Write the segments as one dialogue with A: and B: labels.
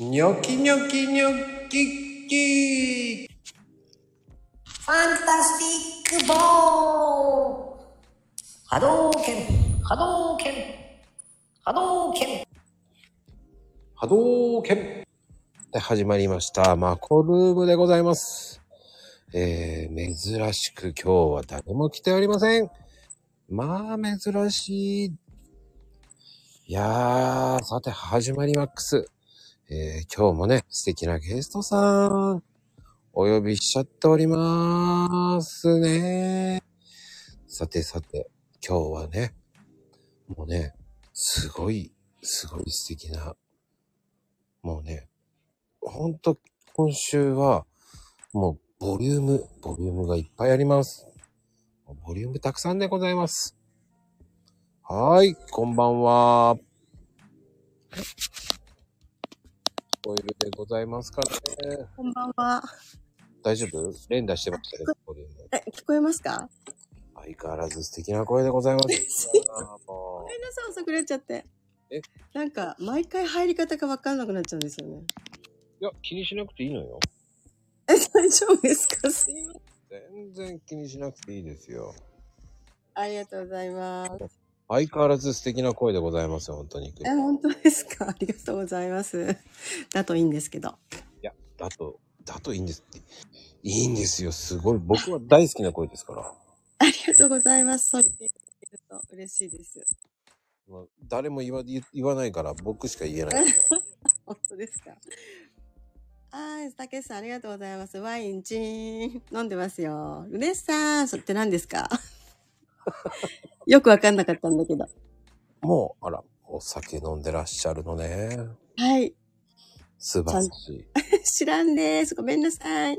A: ニョキニョキニョキッキ
B: ファンタスティックボー波動拳波動拳波動拳
A: 波動拳で始まりました。マコルームでございます。えー、珍しく今日は誰も来ておりません。まあ、珍しい。いやー、さて、始まりマックス。えー、今日もね、素敵なゲストさん、お呼びしちゃっておりますね。さてさて、今日はね、もうね、すごい、すごい素敵な、もうね、ほんと今週は、もうボリューム、ボリュームがいっぱいあります。ボリュームたくさんでございます。はーい、こんばんは。オイルでございますからね。
C: こんばんは。
A: 大丈夫連打してましたね、ボリューム。
C: え、聞こえますか
A: 相変わらず素敵な声でございます。も
C: ごめんなさい、遅くなっちゃって。
A: え
C: なんか、毎回入り方がわかんなくなっちゃうんですよね。
A: ういや、気にしなくていいのよ。
C: え、 大丈夫ですかすいませ
A: 全
C: ん。
A: 然気にしなくていいですよ。
C: ありがとうございます。
A: 相変わらず素敵な声でございますよ、本当に。い
C: え、本当ですか ありがとうございます。だといいんですけど。
A: や、だと、だといいんですって。いいんですよ、すごい。僕は大好きな声ですから。
C: ありがとうございます。そう言っていただけると嬉しいです。
A: まあ誰も言わ言言わないから、僕しか言えない。
C: 本当ですかはい、たけしさんありがとうございます。ワインチーン。飲んでますよ。ルネッサンスって何ですかよくわかんなかったんだけど。
A: もう、あら、お酒飲んでらっしゃるのね。
C: はい。
A: 素晴らしい。
C: 知らんです。ごめんなさい。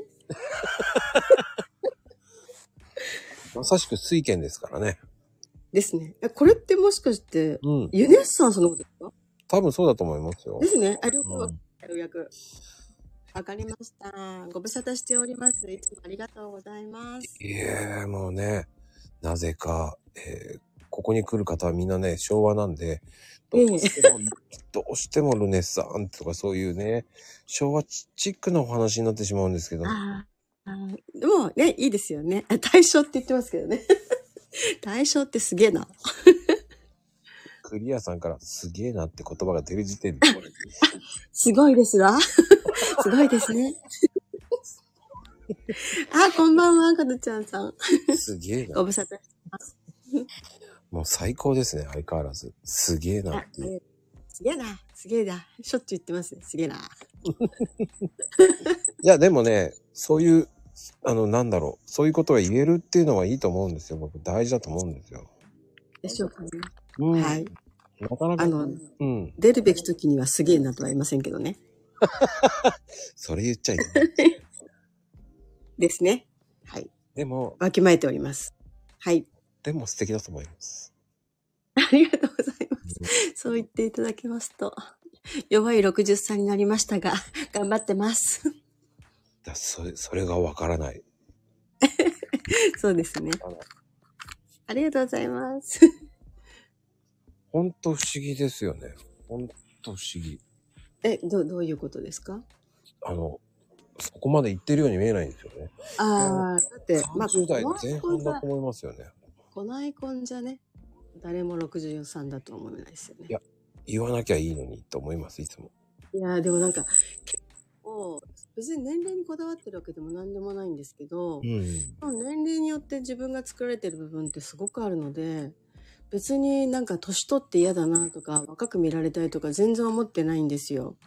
A: まさしく水拳ですからね。
C: ですね。えこれってもしかして、
A: うん。
C: ユネッサンスのことですか
A: 多分そうだと思いますよ
C: で。すね。あ、了解
A: う
C: わ
A: ん
C: わかりました。ご無沙汰しております。いつもありがとうございます。
A: いえ、もうね、なぜか、えーここに来る方はみんなね、昭和なんで、どうして も、どうしてもルネッサンスとかそういうね、昭和チックなお話になってしまうんですけど、
C: あーあー、でもね、いいですよね。あ対象って言ってますけど ね。対象ってすげえな。
A: クリアさんからすげえなって言葉が出る時点で、これ
C: すごいです わ。すごいです ね。あ、こんばんは、かなちゃんさん。
A: すげえな。
C: ご無沙汰してます。
A: もう最高ですね、相変わらず。すげえな
C: あ
A: っていう。
C: すげえな、すげえな。しょっちゅう言ってますね。すげえな。
A: いや、でもね、そういう、あの、なんだろう、そういうことが言えるっていうのはいいと思うんですよ。僕、大事だと思うんですよ。
C: でしょうかね。
A: うん。
C: はい。
A: なかなか、
C: あの、
A: うん。
C: 出るべき時にはすげえなとは言いませんけどね。
A: それ言っちゃいけ ない。
C: ですね。はい。
A: でも、
C: わきまえております。はい。
A: でも素敵だと思います。
C: ありがとうございます。そう言っていただけますと。弱い60歳になりましたが、 頑張ってます。
A: だそれ、それがわからない。
C: そうですね
A: あの。
C: ありがとうございます。
A: ほんと不思議ですよね。ほんと不思議。
C: え、どう、どういうことですか
A: あの、そこまで言ってるように見えないんですよね。
C: ああ、だって、
A: 30代前
C: こ
A: 半
C: な
A: だ
C: い
A: と思いますよね。
C: こないこんじゃね、誰も63だとは思えないですよね。
A: 言わなきゃいいのにと思います、いつも。
C: いやーでもなんか、結構、別に年齢にこだわってるわけでも何でもないんですけど、
A: ん。
C: 年齢によって自分が作られてる部分ってすごくあるので、別になんか年取って嫌だなとか、若く見られたいとか全然思ってないんですよ。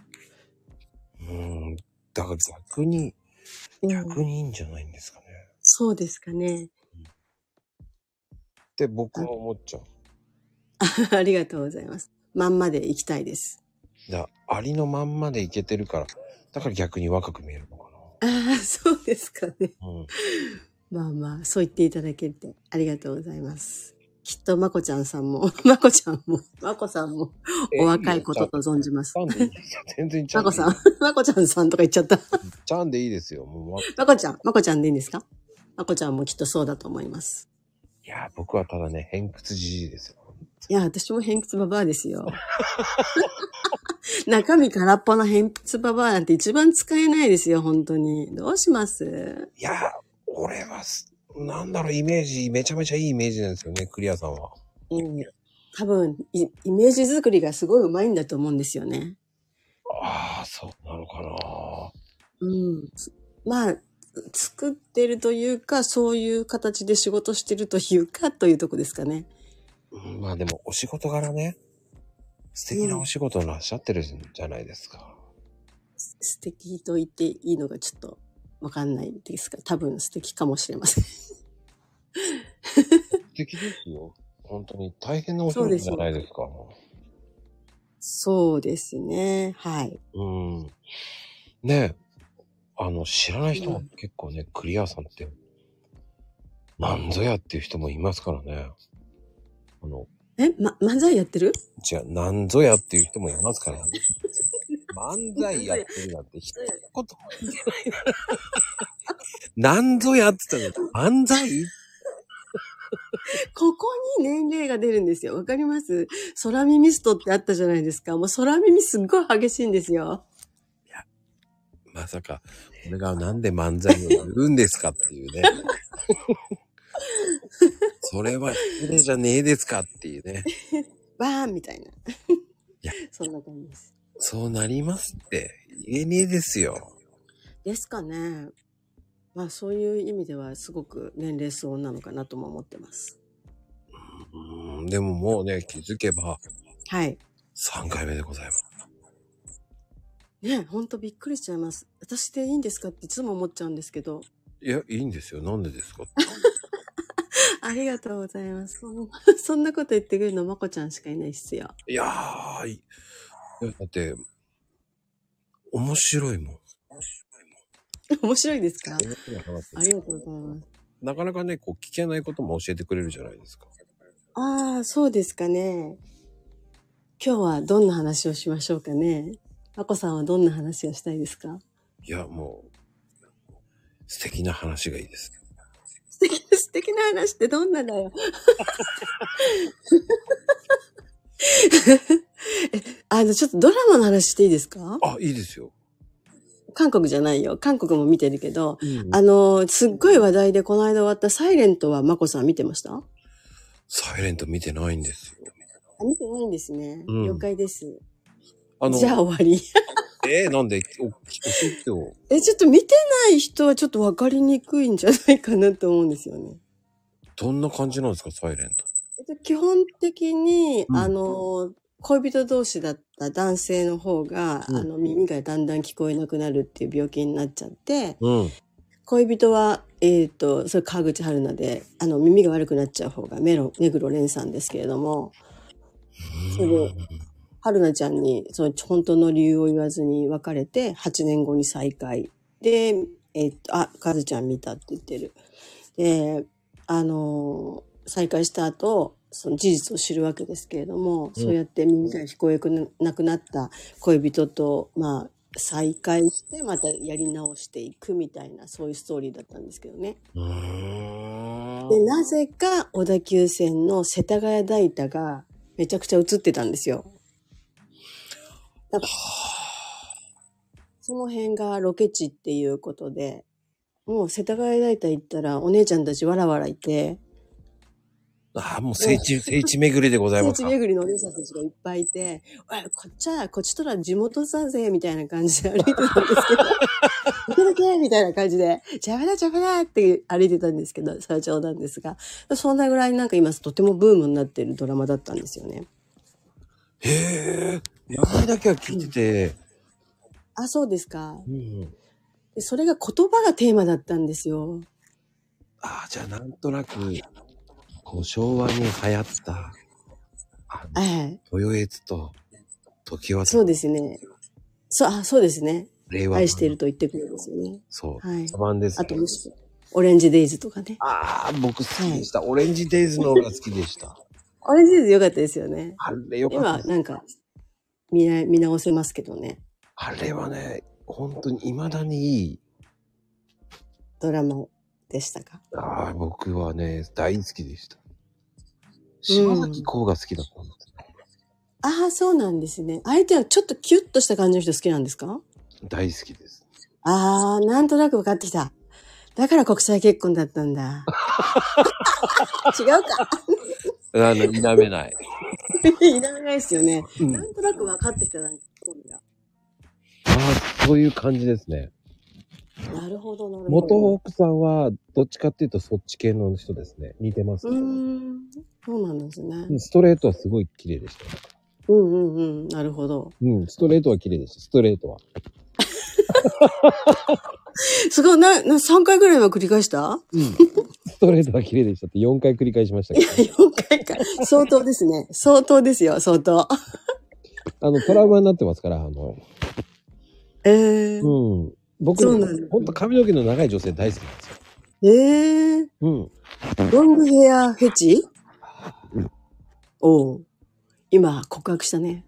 A: うん。だから逆に、
C: うん
A: 逆にいいんじゃないんですかね。
C: そうですかね。
A: って僕は思っちゃう。
C: ありがとうございます。まんまで行きたいです。
A: だありのまんまでいけてるから、だから逆に若く見えるのか
C: ああ、そうですかね。
A: な。うん。
C: まあまあ、そう言っていただけてありがとうございます。きっとまこちゃんさんも、 まこちゃんも、まこさんも、 お若いことと存じます
A: ちゃんでいいですよ全然ちゃ
C: ま
A: んで
C: こ
A: いい
C: さん、 まこちゃんさんとか言っちゃった。
A: ちゃんでいいですよ。もうわ
C: まこちゃん、まこちゃんでいいんですかまこちゃんもきっとそうだと思います。
A: いや、僕はただね、偏屈じじいですよ。
C: いや、私も偏屈ババアですよ。中身空っぽな偏屈ババアなんて一番使えないですよ、本当に。どうします
A: いや、俺はす、なんだろう、イメージ、めちゃめちゃいいイメージなんですよね、クリアさんは。
C: うん。多分、イイメージ作りがすごい上手いんだと思うんですよね。
A: ああ、そうなのかな。
C: うん。まあ、作ってるというか、そういう形で仕事してるというか、というとこですかね。
A: うんまあでも、お仕事柄ね、素敵なお仕事をなっしゃってるんじゃないですか。
C: す素敵と言っていいのがちょっとわかんないですが、多分素敵かもしれません。
A: 素敵ですよ。本当に大変なお仕事じゃないですか。
C: そうですね。はい。
A: うん。ねえ、あの、知らない人も結構ね、クリアさんって、なんぞやっていう人もいますからね。あの、
C: え、ま、漫才やってる
A: じゃあ、なんぞやっていう人もいますから、ね。 漫才やってるなんて一言も言って ないな。なんぞやって言ったら、漫才
C: ここに年齢が出るんですよ。わかります空耳ストってあったじゃないですか。もう空耳すっごい激しいんですよ。
A: まさか、俺がなんで漫才をやるんですかって いうね。それは失礼じゃねえですかっていうね。
C: バーンみたいな。
A: や
C: そんな感じです。
A: そうなりますって言えねえですよ。
C: ですかね。まあそういう意味ではすごく年齢層なのかなとも思ってます。
A: うん、でももうね、気づけば
C: はい。
A: 3回目でございます。
C: ねほんとびっくりしちゃいます。私でいいんですかっていつも思っちゃうんですけど。
A: いや、いいんですよ。なんでですか
C: ありがとうございます。そんそんなこと言ってくるのまこちゃんしかいないっすよ。
A: いやー、いいいやだって、面白いもん。
C: 面白いですか
A: 面白い話です
C: ありがとうございます。
A: なかなかね、こう聞けないことも教えてくれるじゃないですか。
C: ああ、そうですかね。今日はどんな話をしましょうかね。まこさんはどんな話をしたいですか
A: いや、もう、素敵な話がいいです。
C: 素敵、素敵な話ってどんなだよ。 えあの、ちょっとドラマの話していいですか
A: あ、いいですよ。
C: 韓国じゃないよ。韓国も見てるけど、
A: うん
C: あの、すっごい話題でこの間終わったサイレントはまこさん見てました
A: サイレント見てないんですよ。
C: 見てないんですね。
A: うん
C: 了解です。
A: あの、
C: じゃあ終わり。
A: えー、なんで、お、教えてよ。
C: え、ちょっと見てない人はちょっとわかりにくいんじゃないかなと思うんですよね。
A: どんな感じなんですか、サイレント。
C: えっと基本的に、
A: うん
C: あの、恋人同士だった男性の方が、
A: うん
C: あの、耳がだんだん聞こえなくなるっていう病気になっちゃって、
A: うん。
C: 恋人は、えっ、と、それ川口春奈で、あの、耳が悪くなっちゃう方が、メロ、目黒蓮さんですけれども、その春奈ちゃんに、その、本当の理由を言わずに別れて、8年後に再会。で、えっ、と、あ、カズちゃん見たって言ってる。で、あのー再会した後、その事実を知るわけですけれども、
A: うん
C: そうやって耳が聞こえなくなった恋人と、まあ、再会して、またやり直していくみたいな、そういうストーリーだったんですけどね。
A: うーん。
C: で、なぜか小田急線の世田谷代田がめちゃくちゃ映ってたんですよ。だからその辺がロケ地っていうことで、もう世田谷代田行ったらお姉ちゃんたちわらわらいて、
A: ああ、もう聖地、聖地巡りでござい
C: 聖
A: ます
C: 地
A: か。
C: 巡りのお姉ちゃんたちがいっぱいいて、おい、こっちは、こっちとら地元さぜ、みたいな感じで歩いてたんです けど、どけどけみたいな感じで、邪魔だ邪魔だって歩いてたんですけど、それは冗談ですが、そんなぐらいなんか今とてもブームになってるドラマだったんですよね。
A: へえ。名前だけは聞いてて。
C: あ、そうですか。
A: うん。
C: でそれが言葉がテーマだったんですよ。
A: ああ、じゃあなんとなく、こう昭和に流行った、あの、
C: はい。
A: 豊悦と、時は
C: そうですね。そう、あ、そうですね。
A: 令和版
C: 愛している。と言ってくれるんですよね。
A: そう。
C: はい
A: サバンです、
C: あと、もしくはオレンジデイズとかね。
A: ああ、僕好きでした。オレンジデイズの方が好きでした。
C: オレンジデイズ良かったですよね。
A: あれよかった
C: 今
A: で、す。
C: なんか、見な見直せますけどね。
A: あれはね、本当に未だにいい。
C: ドラマでしたか。
A: ああ、僕はね、大好きでした。
C: うん
A: 島崎公が好きだったんです。
C: ああ、そうなんですね。相手はちょっとキュッとした感じの人好きなんですか
A: 大好きです。
C: ああ、なんとなく分かってきた。だから国際結婚だったんだ。違うか。
A: あの、否めない。
C: いらないですよね。
A: うん
C: なんとなく分かってきたな、今度が
A: ああ、そういう感じですね。
C: なるほど、なるほ
A: 元
C: ど。
A: 奥さんは、どっちかっていうとそっち系の人ですね。似てます
C: うーん。そうなんですね。
A: ストレートはすごい綺麗でした。
C: うんうんうん。なるほど。
A: うん、ストレートは綺麗でした。ストレートは。
C: すごい、な、な、3回ぐらいは繰り返した
A: ストレートは綺麗でしたって4回繰り返しましたけど、
C: ?4 回か。相当ですね。相当ですよ、相当。
A: あの、トラウマになってますから、あの、
C: え
A: う
C: ー、
A: ん。僕
C: そうなんです
A: 本当髪の毛の長い女性大好きなんですよ。
C: えー、
A: うん。
C: ロングヘアフェチおう。今、告白したね。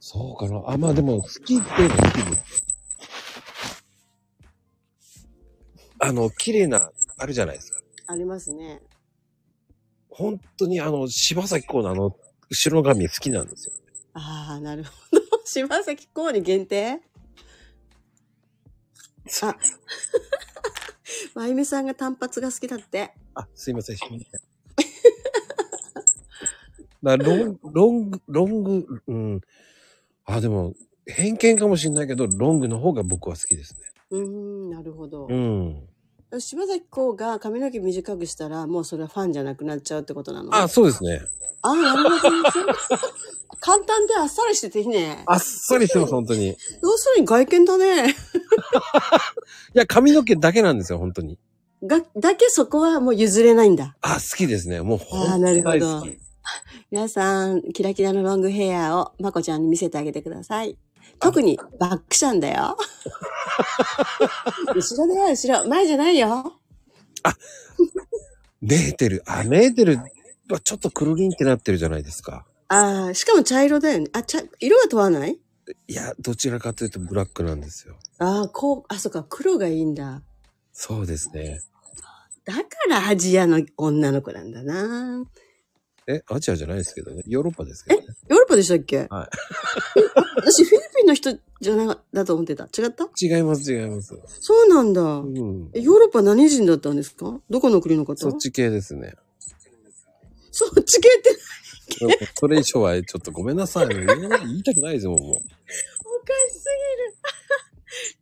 A: そうかな。あ、まあでも、好きっていうのは好きです。あの、綺麗な、あるじゃないですか。
C: ありますね。
A: 本当にあの、柴咲コウのあの、後ろ髪好きなんですよ。
C: ああ、なるほど。 柴崎公に限定 あ、まゆみさんが単発が好きだって。
A: あ、すいません、すいません。だからロン、ロング、ロング、うん。あ、でも、偏見かもしれないけど、ロングの方が僕は好きですね。
C: うーん、なるほど。
A: うん。
C: 柴崎公が髪の毛短くしたら、もうそれはファンじゃなくなっちゃうってことなの
A: あ、そうですね。
C: あー、なるほど。そう 簡単であっさりしてていいね。
A: あっさりしてます、本当に。い
C: 要するに外見だね。
A: や、髪の毛だけなんですよ、本当に。
C: が、だけそこはもう譲れないんだ。
A: あ、好きですね。もう、
C: あー
A: 本当
C: なる
A: に
C: ほ
A: 大
C: ど
A: 好き。
C: 皆さん、キラキラのロングヘアをまこちゃんに見せてあげてください。特にバックシャン だよ。後ろだよ、後ろ。前じゃないよ。
A: ネーテル、あ、ネーテルはちょっとくるりんってなってるじゃないですか。
C: ああ、しかも茶色だよね。あ、茶、色は問わない
A: いや、どちらかというとブラックなんですよ。
C: ああ、こう、あ、そっか、黒がいいんだ。
A: そうですね。
C: だからアジアの女の子なんだな。
A: え、アジアじゃないですけどね。ヨーロッパですけどね。
C: ヨーロッパでしたっけ
A: はい
C: えあ私、フィリピンの人じゃない、だと思ってた。違った
A: 違います、違います。
C: そうなんだ。
A: うん。
C: えヨーロッパ何人だったんですかどこの国の方
A: そっち系ですね。
C: そっち系って
A: それ以上はちょっとごめんなさい。言えない言いたくないですもん、も
C: おかしす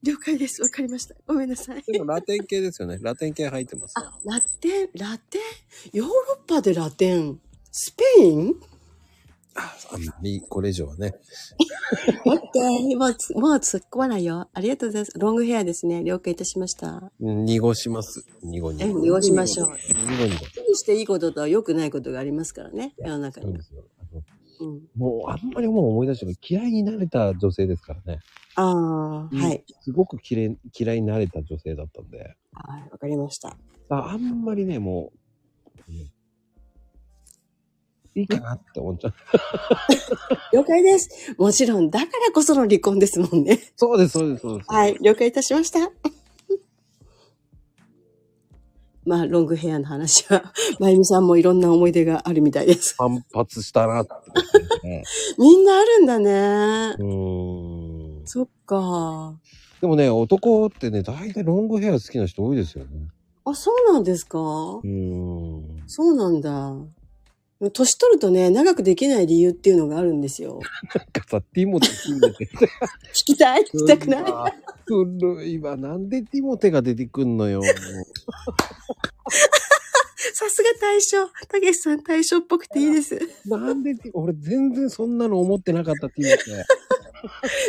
C: ぎ る。了解です。わかりました。ごめんなさい。
A: う。でもラテン系ですよね。ラテン系入ってます。
C: あ、ラテン、ラテン、ヨーロッパでラテン、スペイン
A: ああんまりこれ以上はね。
C: 待って、もうつ、もう突っ込まないよ。ありがとうございます。ロングヘアですね。了解いたしました。
A: うん濁します。濁に。
C: え濁しましょう
A: 濁濁
C: 気にしていいことと良くないことがありますからね。世の中
A: そう
C: に
A: で
C: は。
A: すよ。あの
C: うん。
A: もうあんまりもう思い出しても嫌いになれた女性ですからね。
C: ああ、はい。
A: すごく嫌い嫌いになれた女性だったんで。
C: はい、わかりました。
A: ああんまりね、もう、うんいいかなって思っちゃう。
C: 了解です。もちろん、だからこその離婚ですもんね。
A: そうです、そうです、そうです。
C: はい、了解いたしました。 まあ、ロングヘアの話は、 まゆみさんもいろんな思い出があるみたいです。
A: 反発したなってう、ね。
C: みんなあるんだ ね
A: う。ーん。
C: そっか。
A: でもね、男ってね、大体ロングヘア好きな人多いですよね。
C: あ、そうなんですか
A: うーん。
C: そうなんだ。年取るとね、長くできない理由っていうのがあるんですよ。
A: なんかさ、ティモティモテ。
C: 聞きたい聞きたくない
A: 古いわ。なんでティモテが出てくんの よ。
C: さすが大将。たけしさん大将っぽくていいです。
A: なんでティ、俺全然そんなの思ってなかったティモテ。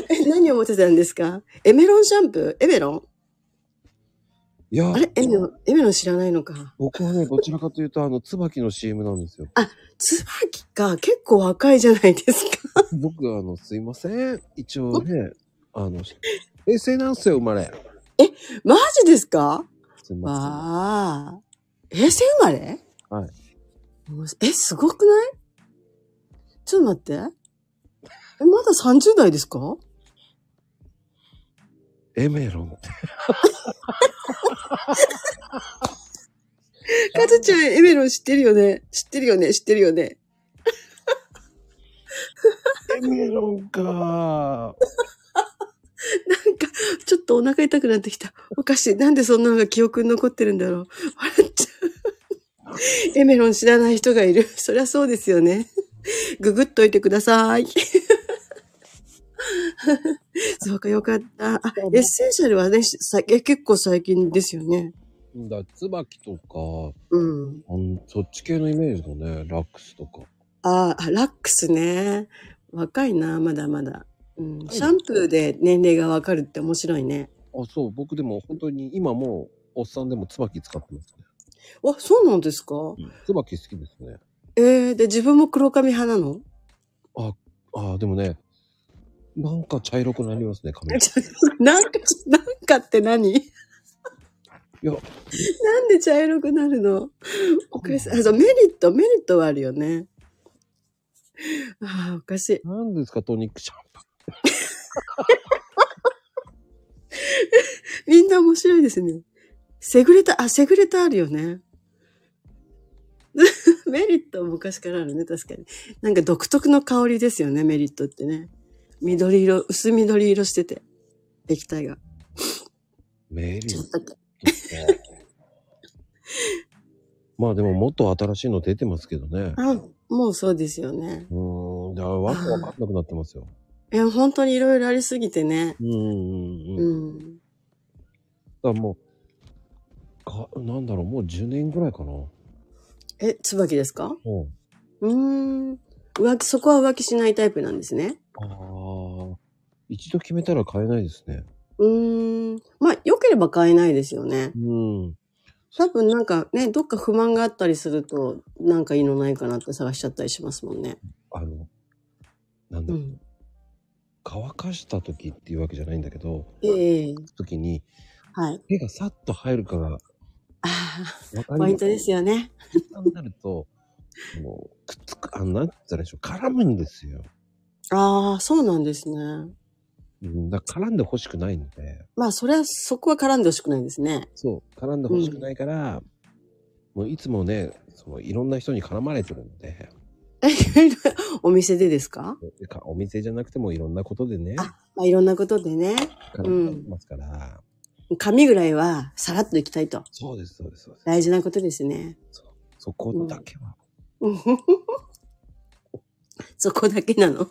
C: え、何を持ってたんですかエメロンシャンプーエメロン
A: いや
C: あ、れエメロン、エメロン知らないのか。
A: 僕はね、どちらかというと、あの、椿の CM なんです よ。
C: 椿か、結構若いじゃないですか。
A: 僕、あの、すいません。一応ね、あの、平成なんすよ、生まれ。
C: マジですか
A: すいま
C: わあ。平成生まれ
A: はい
C: もう。え、すごくないちょっと待って。え、まだ30代ですか
A: せん。エメロン。
C: かずちゃん、エメロン知ってるよね知ってるよね知ってるよね
A: てみるんか。
C: なんか、ちょっとお腹痛くなってきた。おかしい。なんでそんなのが記憶に残ってるんだろう。笑っちゃう。エメロン知らない人がいる。そりゃそうですよね。ググっといてください。そうか、よかった。あ、エッセンシャルはね、しさ結構最近ですよね。
A: だ、椿とか、
C: うん。
A: あんそっち系のイメージだね。ラックスとか。
C: ああ、ラックスね。若いな、まだまだ。うん、シャンプーで年齢がわかるって面白いね。
A: あ、そう、僕でも本当に今もう、おっさんでも椿使ってますね。
C: あ、そうなんですか
A: 椿好きですね。
C: えー、で、自分も黒髪派なの
A: ああ、でもね、なんか茶色くなりますね、髪。 い
C: なんか、なんかって何
A: や、
C: なんで茶色くなるのおかしい。あそうメリット、メリットはあるよね。ああ、おかしい。
A: なんですか、トニックシャンプー。
C: みんな面白いですね。セグレタ、あ、セグレタあるよね。 メリットは昔からあるね、確かに。なんか独特の香りですよね、メリットってね。緑色、薄緑色してて、液体が。
A: メリ
C: ちょ
A: ッ
C: っとだけ
A: トね。まあでももっと新しいの出てますけどね。
C: あ、もうそうですよね。
A: うーん、だからわけわかんなくなってますよ。
C: いや、本当にいろいろありすぎてね。
A: うんうんうん。
C: う
A: だか
C: ん。
A: らもう、か、なんだろう、もう10年ぐらいかな。
C: え、椿ですか
A: うん。
C: うーん。浮気、そこは浮気しないタイプなんですね。
A: ああ、一度決めたら変えないですね。
C: うーん。まあ、良ければ買えないですよね。
A: うん。
C: 多分なんかね、どっか不満があったりすると、なんかいいのないかなって探しちゃったりしますもんね。
A: あの、なんだ
C: う
A: ろう、
C: ん。
A: 乾かした時っていうわけじゃないんだけど、
C: ええ
A: 時に
C: はい。
A: 手がさっと入るかが
C: ああ、
A: 分かり
C: ポイン
A: に
C: トですよね。
A: なると、もう、くっつく、あ、なんて言ったらいいでしょう、絡むんですよ。
C: ああ、そうなんですね。
A: うん、だから絡んでほしくないので、
C: まあ、それは、そこは絡んでほしくないですね。
A: そう、絡んでほしくないから、もういつもね、そのいろんな人に絡まれてるので、
C: え、いろいろお店でですか
A: てかお店じゃなくてもいろんなことでね、
C: あまあ、いろんなことでね。
A: 絡んでいますから、
C: 髪ぐらいは、さらっといきたいと。
A: そうです、そうです、そうです。
C: 大事なことですね。
A: そこだけは、
C: うんそこだけなの。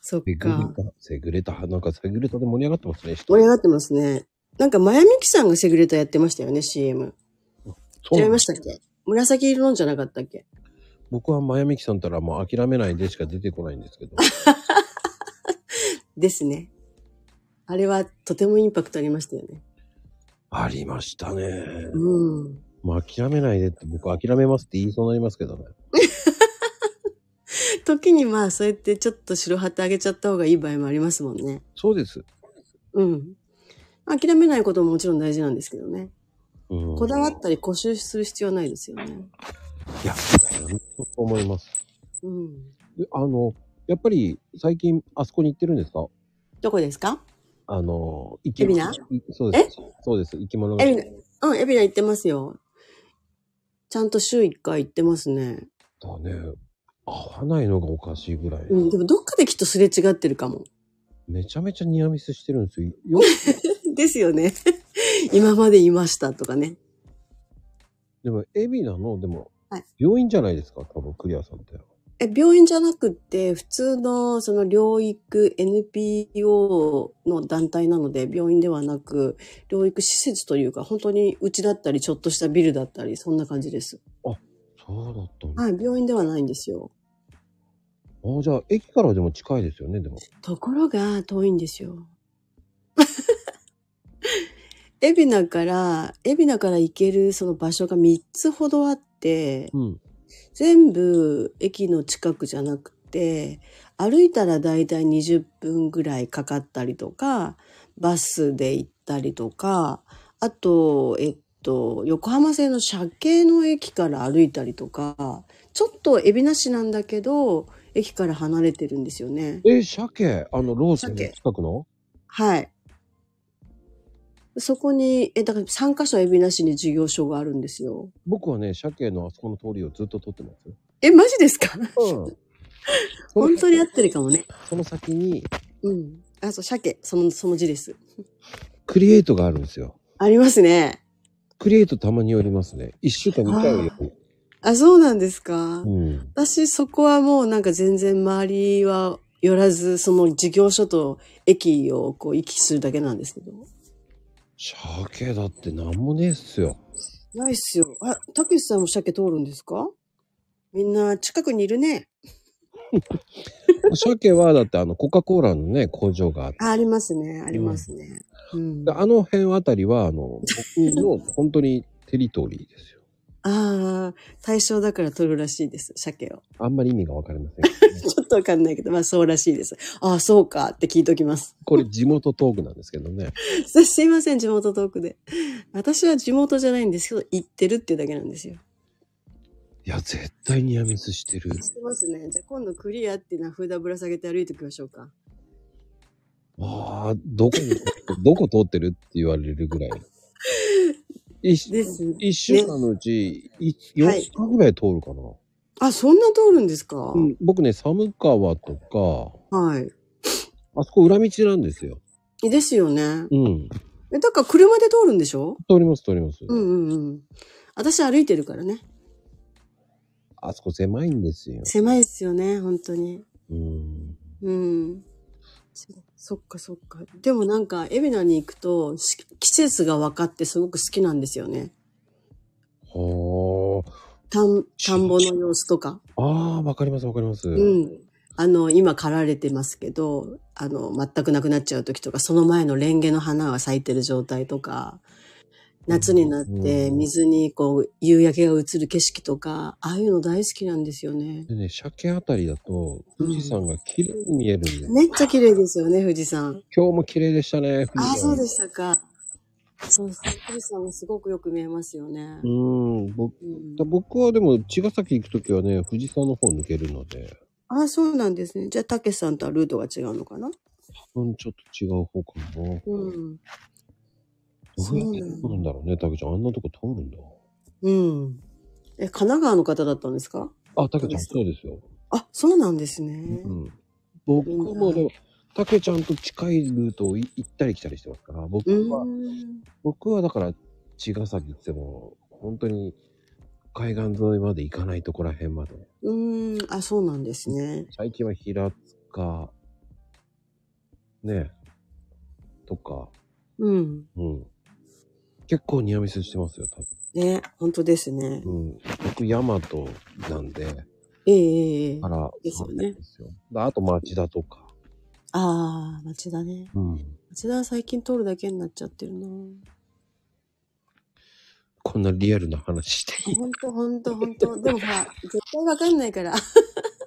C: そっ
A: セグレ
C: か。
A: タ、セグレタ、なんかセグレタで盛り上がってますね、人
C: 盛り上がってますね。なんか、まやみきさんがセグレタやってましたよね、CM。
A: そう
C: 違
A: ないん
C: ま
A: で
C: し
A: す
C: たっけ紫色のんじゃなかったっけ
A: 僕はマヤミキさんたらもう諦めないでしか出てこないんですけど。
C: ですね。あれはとてもインパクトありましたよね。
A: ありましたね。
C: うん。
A: もう諦めないでって僕諦めますって言いそうになりますけどね。
C: 時にまあ、そうやってちょっと白旗あげちゃった方がいい場合もありますもんね。
A: そうです。
C: うん。諦めないことももちろん大事なんですけどね。
A: うん、
C: こだわったり固執する必要はないですよね。
A: いや、本当そう思います。
C: うん。
A: であの、やっぱり最近あそこに行ってるんですか
C: どこですか
A: あの、生
C: 海老
A: いそうです。そうです。生き物が。
C: エビナ、うん、エビナ行ってますよ。ちゃんと週1回行ってますね。
A: だね。合わないのがおかしいぐらい。
C: うん、でもどっかできっとすれ違ってるかも。
A: めちゃめちゃニアミスしてるんですよ。よ
C: ですよね。 今までいましたとかね。
A: でも、エビなの、でも
C: はい、
A: 病院じゃないですか、多分、クリアさんって。
C: え、病院じゃなくって、普通のその療育 NPO の団体なので、病院ではなく、療育施設というか、本当にうちだったり、ちょっとしたビルだったり、そんな感じです。
A: そうだったんだ。
C: はい、病院ではないんですよ。
A: あじゃあ、駅からでも近いですよね、でも。
C: ところが遠いんですよ。 海老名から、海老名から行けるその場所が3つほどあって、
A: うん。
C: 全部駅の近くじゃなくて、歩いたらだいたい20分ぐらいかかったりとか、バスで行ったりとか、あと、えっと、横浜線の車系の駅から歩いたりとか、ちょっと海老名市なんだけど、駅から離れてるんですよね。
A: え、鮭、あの、ローソンの
C: 鮭
A: 近くの
C: はい。そこに、え、だから3カ所エビなしに事業所があるんですよ。
A: 僕はね、鮭のあそこの通りをずっと撮ってますよ。
C: え、マジですか
A: うん。
C: 本当に合ってるかも ね。
A: その先に、
C: うん。あ、そう、鮭。その、その字です。
A: クリエイトがあるんですよ。
C: ありますね。
A: クリエイトたまに寄りますね。一週間2回は寄る。
C: あ、そうなんですか。
A: うん。
C: 私、そこはもうなんか全然周りは寄らず、その事業所と駅をこう行き来するだけなんですけど。
A: 鮭だってなんもねえっすよ。
C: ないっすよ。あ、たけしさんも鮭通るんですかみんな近くにいるね。
A: 鮭はだってあのコカ・コーラのね、工場があって。
C: あ、ありますね。ありますね。うん。
A: で
C: あ
A: あの辺あたりは、あの、僕の本当にテリトリーですよ。
C: あー、対象だから取るらしいです。鮭を。
A: あんまり意味がわかりませんけどね、
C: ちょっとわかんないけど、まあそうらしいです。ああ、そうかって聞いときます。
A: これ地元トークなんですけどね。
C: すすいません、地元トークで。私は地元じゃないんですけど、行ってるっていうだけなんですよ。
A: いや、絶対にやみすしてる。
C: してますね。じゃあ今度クリアって名札ぶら下げて歩いておきましょうか。
A: ああ、どこに、 どこ通ってるって言われるぐらい。一
C: です。
A: 一週間のうち、い四
C: はい
A: 日ぐらい通るかな、
C: あ、そんな通るんですか、
A: うん。僕ね、寒川とか、
C: はい。
A: あそこ裏道なんですよ。
C: いいですよね。
A: うん。
C: え、だから車で通るんでしょ
A: 通ります、通ります。
C: うんうんうん。私歩いてるからね。
A: あそこ狭いんですよ。
C: 狭いですよね、本当に。
A: うん。
C: うん。そそっかそっか。でもなんか、海老名に行くと、し季節が分かってすごく好きなんですよね。
A: は
C: 田ん、田んぼの様子とか。
A: あ。ああ、わかります、わかります。
C: うん。あの、今刈られてますけど、あの、全くなくなっちゃう時とか、その前のレンゲの花が咲いてる状態とか、夏になって
A: うん
C: 水にこう、夕焼けが映る景色とか、ああいうの大好きなんですよね。
A: でね、鮭あたりだと、富士山が綺麗に見えるんで、
C: めっちゃ綺麗ですよね、富士山。
A: 今日も綺麗でしたね、富士
C: あ
A: 山。
C: あ、そうでしたか。そうそう、富士山がすごくよく見えますよね。
A: うん、僕
C: うん
A: だ僕はでも茅ヶ崎行くときはね、富士山の方抜けるので、
C: ああ、そうなんですね。じゃあ、たけしさんとはルートが違うのかな
A: うん、ちょっと違う方かな。ど
C: うん。
A: うやって通るんだろうね、たけちゃん。あんなとこ通るんだ。
C: うん。え、神奈川の方だったんですか
A: あ、たけちゃん、そうですよ。
C: あ、そうなんですね。
A: うん。僕もでも、たけちゃんと近いルートをい行ったり来たりしてますから、僕
C: う
A: は、
C: ん。
A: 僕はだから茅ヶ崎って言っても、本当に海岸沿いまで行かないとこら辺まで。
C: うん。あ、そうなんですね。
A: 最近は平塚、ねえ、とか、
C: うん。
A: うん。結構ニアミスしてますよ、多
C: ね、本当ですね。
A: 分。うん。僕、ヤマトなんで、
C: ええええ
A: あら、
C: ですよね
A: そうですよであと、町田とか。
C: ああ、町田ね。
A: うん。
C: 町田は最近通るだけになっちゃってるな。
A: こんなリアルな話 していい
C: ほんとほんとほんと。でもほら、絶対わかんないから。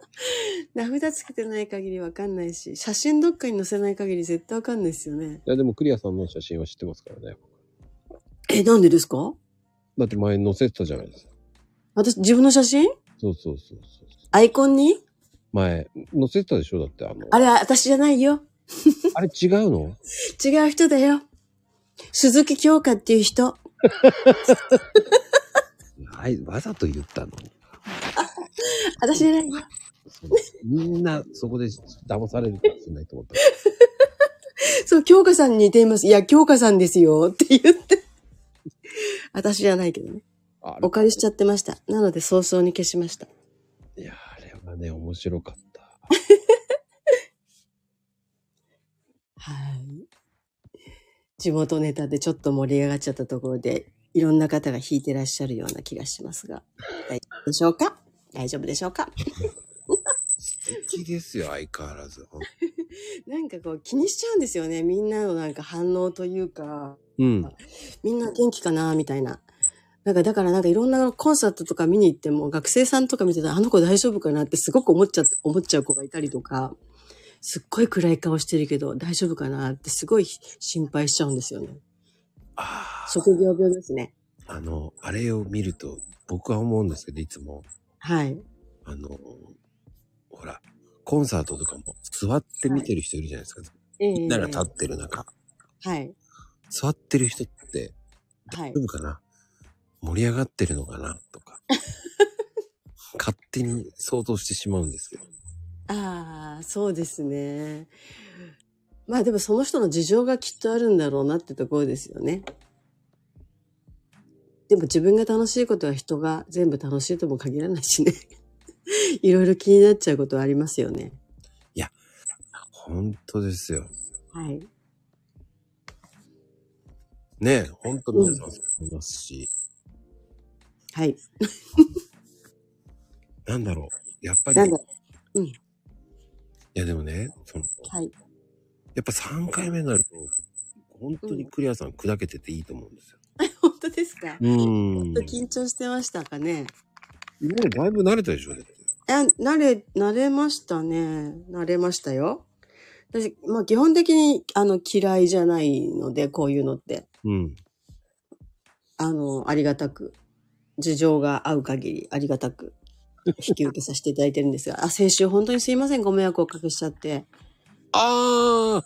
C: 名札つけてない限りわかんないし、写真どっかに載せない限り絶対わかんないですよね。
A: いや、でも、クリアさんの写真は知ってますからね。
C: え、なんでですか
A: だって前載せてたじゃないですか。
C: 私、自分の写真
A: そうそうそうそう。
C: アイコンに
A: 前、載せてたでしょだって、あの、
C: あれ、私じゃないよ。
A: あれ違うの
C: 違う人だよ。鈴木京香っていう人。
A: はい、わざと言ったのに。
C: 私じゃないよ。
A: そうみんな、そこで騙されるかもしれないと思った。
C: そう、京香さんに似ています。いや、京香さんですよ。って言って。私じゃないけどね。
A: あれ
C: お借りしちゃってました。なので、早々に消しました。
A: いや、あれはね、面白かった。
C: はい。地元ネタでちょっと盛り上がっちゃったところで、いろんな方が弾いてらっしゃるような気がしますが、大丈夫でしょうか大丈夫でしょうか
A: 素敵ですよ、相変わらず。
C: なんかこう気にしちゃうんですよね。みんなのなんか反応というか、
A: うん。
C: みんな元気かなみたいな。なんかだからなんかいろんなコンサートとか見に行っても学生さんとか見てたらあの子大丈夫かなってすごく思っちゃって、思っちゃう子がいたりとか、すっごい暗い顔してるけど大丈夫かなってすごい心配しちゃうんですよね。
A: あ
C: 職業病ですね。
A: あ、あの、あれを見ると、僕は思うんですけど、いつも、
C: はい。
A: あの、ほら、コンサートとかも座って見てる人いるじゃないですか。
C: ええ
A: みんなが立ってる中、
C: はい。
A: 座ってる人って、
C: はい
A: 大丈。夫かな盛り上が ってるのかなとか、勝手に想像してしまうんですよ。
C: ああ、そうですね。まあでもその人の事情がきっとあるんだろうなってところですよね。でも自分が楽しいことは人が全部楽しいとも限らないしね。 いろいろ気になっちゃうことはありますよね。
A: 本当ですよ。
C: はい。
A: ねえ、本当に皆さんそう思いますし、
C: はい。
A: なんだろう。やっぱり、
C: なん
A: い
C: だうん。
A: やでもね、その、
C: はい。
A: やっぱ3回目になると、本当にクリアさん砕けてていいと思うんですよ。
C: 本当ですか、
A: うーん。
C: 緊張してましたかね
A: もうだいぶ慣れたでしょ、だって
C: え、慣れ、慣れましたね。慣れましたよ。私、まあ基本的に、あの、嫌いじゃないので、こういうのって。
A: うん。
C: あの、ありがたく、事情が合う限りありがたく引き受けさせていただいてるんですが、あ、先週本当にすいません、ご迷惑をおかけしちゃって。
A: ああ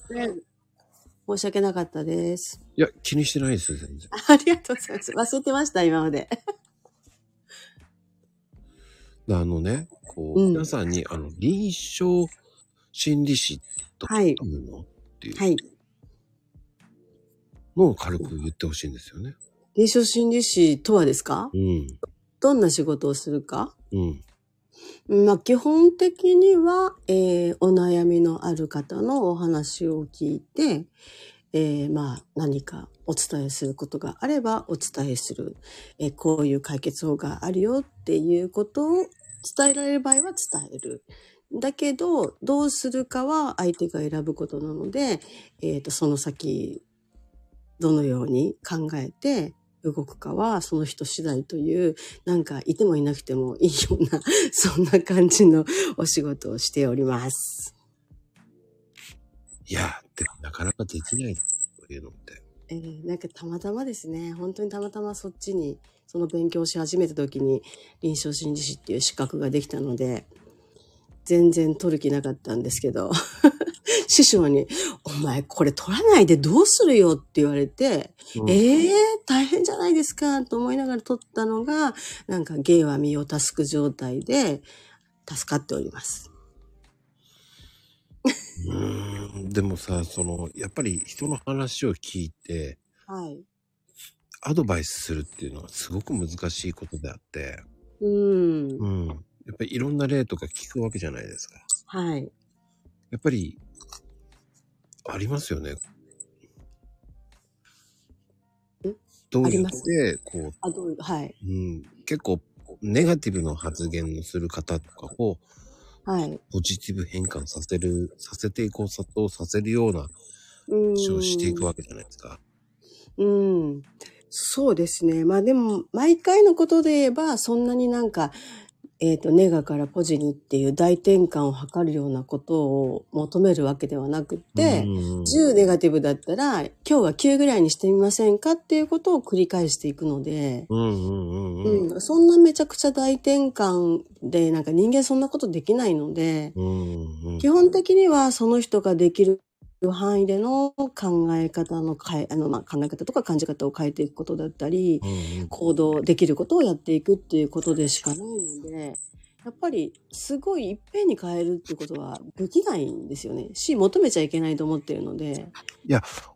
C: 申し訳なかったです。
A: いや、気にしてないですよ、全然。
C: ありがとうございます。忘れてました、今まで。
A: あのね、こう、
C: うん
A: 皆さんに、あの、臨床心理士と
C: はい
A: いうのっていう
C: はい。
A: のを軽く言ってほしいんですよね。
C: 臨床心理士とはですか
A: うん。
C: どんな仕事をするか
A: うん。
C: まあ、基本的には、えーお悩みのある方のお話を聞いて、えーまあ、何かお伝えすることがあればお伝えする、えーこういう解決法があるよっていうことを伝えられる場合は伝える。だけど、どうするかは相手が選ぶことなので、えーと、その先、どのように考えて動くかはその人次第という、なんかいてもいなくてもいいような そんな感じのお仕事をしております。
A: いや、でもなかなかできないですこういうのって。
C: えーなんかたまたまですね、本当にたまたまそっちに、その勉強をし始めた時に臨床心理士っていう資格ができたので、全然取る気なかったんですけど、 師匠に、お前これ取らないでどうするよって言われて、
A: うん
C: ええ大変じゃないですかと思いながら撮ったのが、なんか芸は身を助く状態で助かっております。
A: うーんでもさ、その、やっぱり人の話を聞いて、
C: はい。
A: アドバイスするっていうのはすごく難しいことであって、
C: うん。
A: うん。やっぱりいろんな例とか聞くわけじゃないですか。
C: はい。
A: やっぱり、ありますよね。どう
C: あり
A: やっ
C: ます
A: て、こ
C: あ、どういう、はい。
A: う、うん、結構、ネガティブな発言をする方とかを、
C: はい。
A: ポジティブ変換させる、させていこうさとさせるような
C: うん
A: 話をしていくわけじゃないですか。
C: うん。そうですね。まあでも、毎回のことで言えば、そんなになんか、えっ、と、ネガからポジにっていう大転換を図るようなことを求めるわけではなくて、
A: うん
C: 10ネガティブだったら、今日は9ぐらいにしてみませんかっていうことを繰り返していくので、
A: うんうんうんうん。
C: うん、そんなめちゃくちゃ大転換で、なんか人間そんなことできないので、
A: うんうん
C: 基本的にはその人ができる範囲での考え方の変え、あの、まあ、考え方とか感じ方を変えていくことだったり、
A: うん
C: 行動できることをやっていくっていうことでしかないので、やっぱりすごいいっぺんに変えるってことはできないんですよね。し、求めちゃいけないと思ってるので。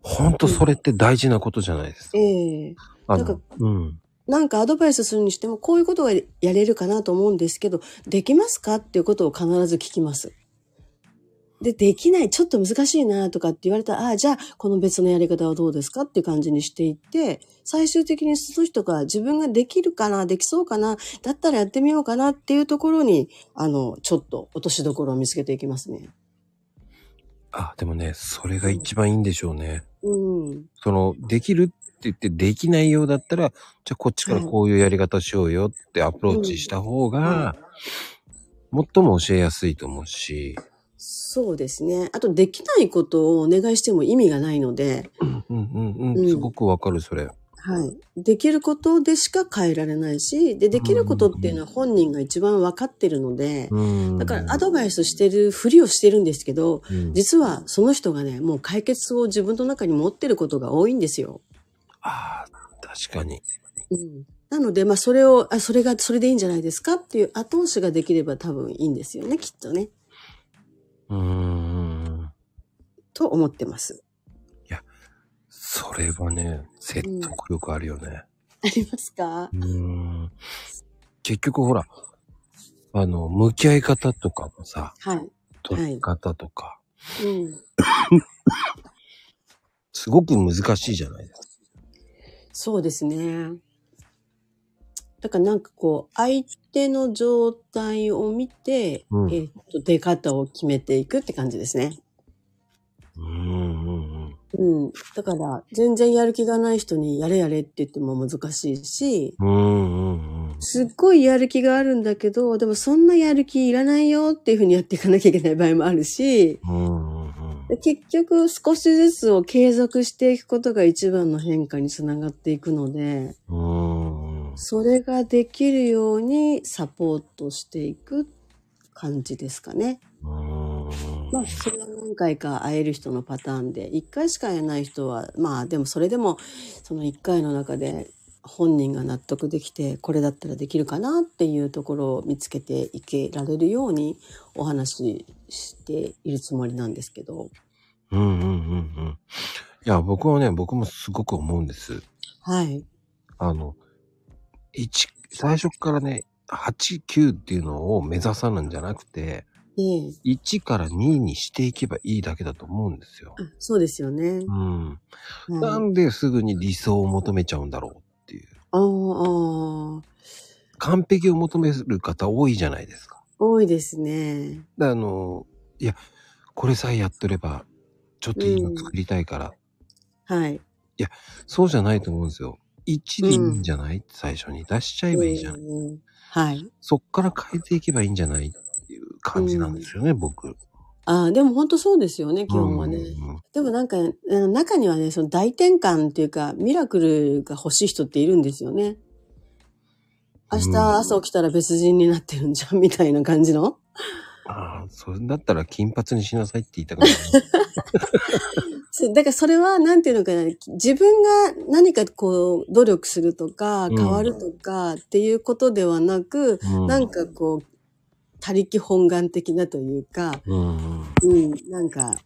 A: 本当それって大事なことじゃないですか。
C: ええ
A: あ
C: なん
A: の
C: か、
A: うん。
C: なんかアドバイスするにしても、こういうことがやれるかなと思うんですけど、できますかっていうことを必ず聞きます。で、できない、ちょっと難しいなとかって言われたら、ああ、じゃあ、この別のやり方はどうですかっていう感じにしていって、最終的にその人が自分ができるかな、できそうかな、だったらやってみようかなっていうところに、あの、ちょっと落としどころを見つけていきますね。
A: あ、でもね、それが一番いいんでしょうね。
C: うん。
A: その、できるって言ってできないようだったら、じゃあこっちからこういうやり方しようよってアプローチした方が、最も教えやすいと思うし、
C: そうですね。あと、できないことをお願いしても意味がないので、
A: うんうんう、
C: うんん
A: すごくわかる、それ。
C: はい。できることでしか変えられないし、で、できることっていうのは本人が一番わかってるので、
A: うん。
C: だからアドバイスしてるふりをしてるんですけど、
A: うん、
C: 実はその人がね、もう解決を自分の中に持ってることが多いんですよ。
A: ああ、確かに。
C: うん。なので、まあ、それを、あ、それが、それでいいんじゃないですかっていう後押しができれば多分いいんですよね、きっとね。
A: うーん。
C: と思って ます。
A: それはね、説得力あるよね。
C: ありますか
A: うーん。結局ほら、あの、向き合い方とかもさ、
C: はい。
A: 取り方とか、
C: うん。
A: すごく難しいじゃないですか。
C: そうですね。だからなんかこう、相手の状態を見て、
A: うん
C: えっと、出方を決めていくって感じですね。
A: うーんうんうん。
C: うん。だから、全然やる気がない人にやれやれって言っても難しいし、
A: うーんうんうん。
C: すっごいやる気があるんだけど、でもそんなやる気いらないよっていうふうにやっていかなきゃいけない場合もあるし、
A: うんうん
C: で結局少しずつを継続していくことが一番の変化につながっていくので、
A: うん。うーん。
C: それができるようにサポートしていく感じですかね。
A: うーん
C: まあ、それは何回か会える人のパターンで、一回しか会えない人は、まあ、でもそれでも、その一回の中で本人が納得できて、これだったらできるかなっていうところを見つけていけられるようにお話ししているつもりなんですけど。
A: うんうんうんうん。いや、僕はね、僕もすごく思うんです。
C: はい。
A: あの、一、最初からね、8、9っていうのを目指さなんじゃなくて、
C: ええ。
A: 1から2にしていけばいいだけだと思うんですよ。
C: あそうですよね。
A: うん。な
C: はい、
A: んですぐに理想を求めちゃうんだろうっていう。
C: ああ、
A: 完璧を求める方多いじゃないですか。
C: 多いですね。
A: であの、いや、これさえやっとれば、ちょっといいの作りたいから、
C: はい。
A: そうじゃないと思うんですよ。1でいいんじゃない、最初に出しちゃえばいいじゃん。
C: うんはい。
A: そっから変えていけばいいんじゃないっていう感じなんですよね、僕。
C: ああ、でも本当そうですよね、基本はね。
A: うん
C: でもなんか、うん中にはね、その大転換っていうか、ミラクルが欲しい人っているんですよね。
A: う
C: 明
A: ん
C: 日朝起きたら別人になってるんじゃん、みたいな感じの。
A: ああ、それだったら金髪にしなさいって言いたくない。
C: そうだからそれは、なんていうのかな、自分が何かこう、努力するとか、
A: うん
C: 変わるとかっていうことではなく、
A: うん
C: なんかこう、他力本願的なというか、
A: うん
C: うん、なんか、あ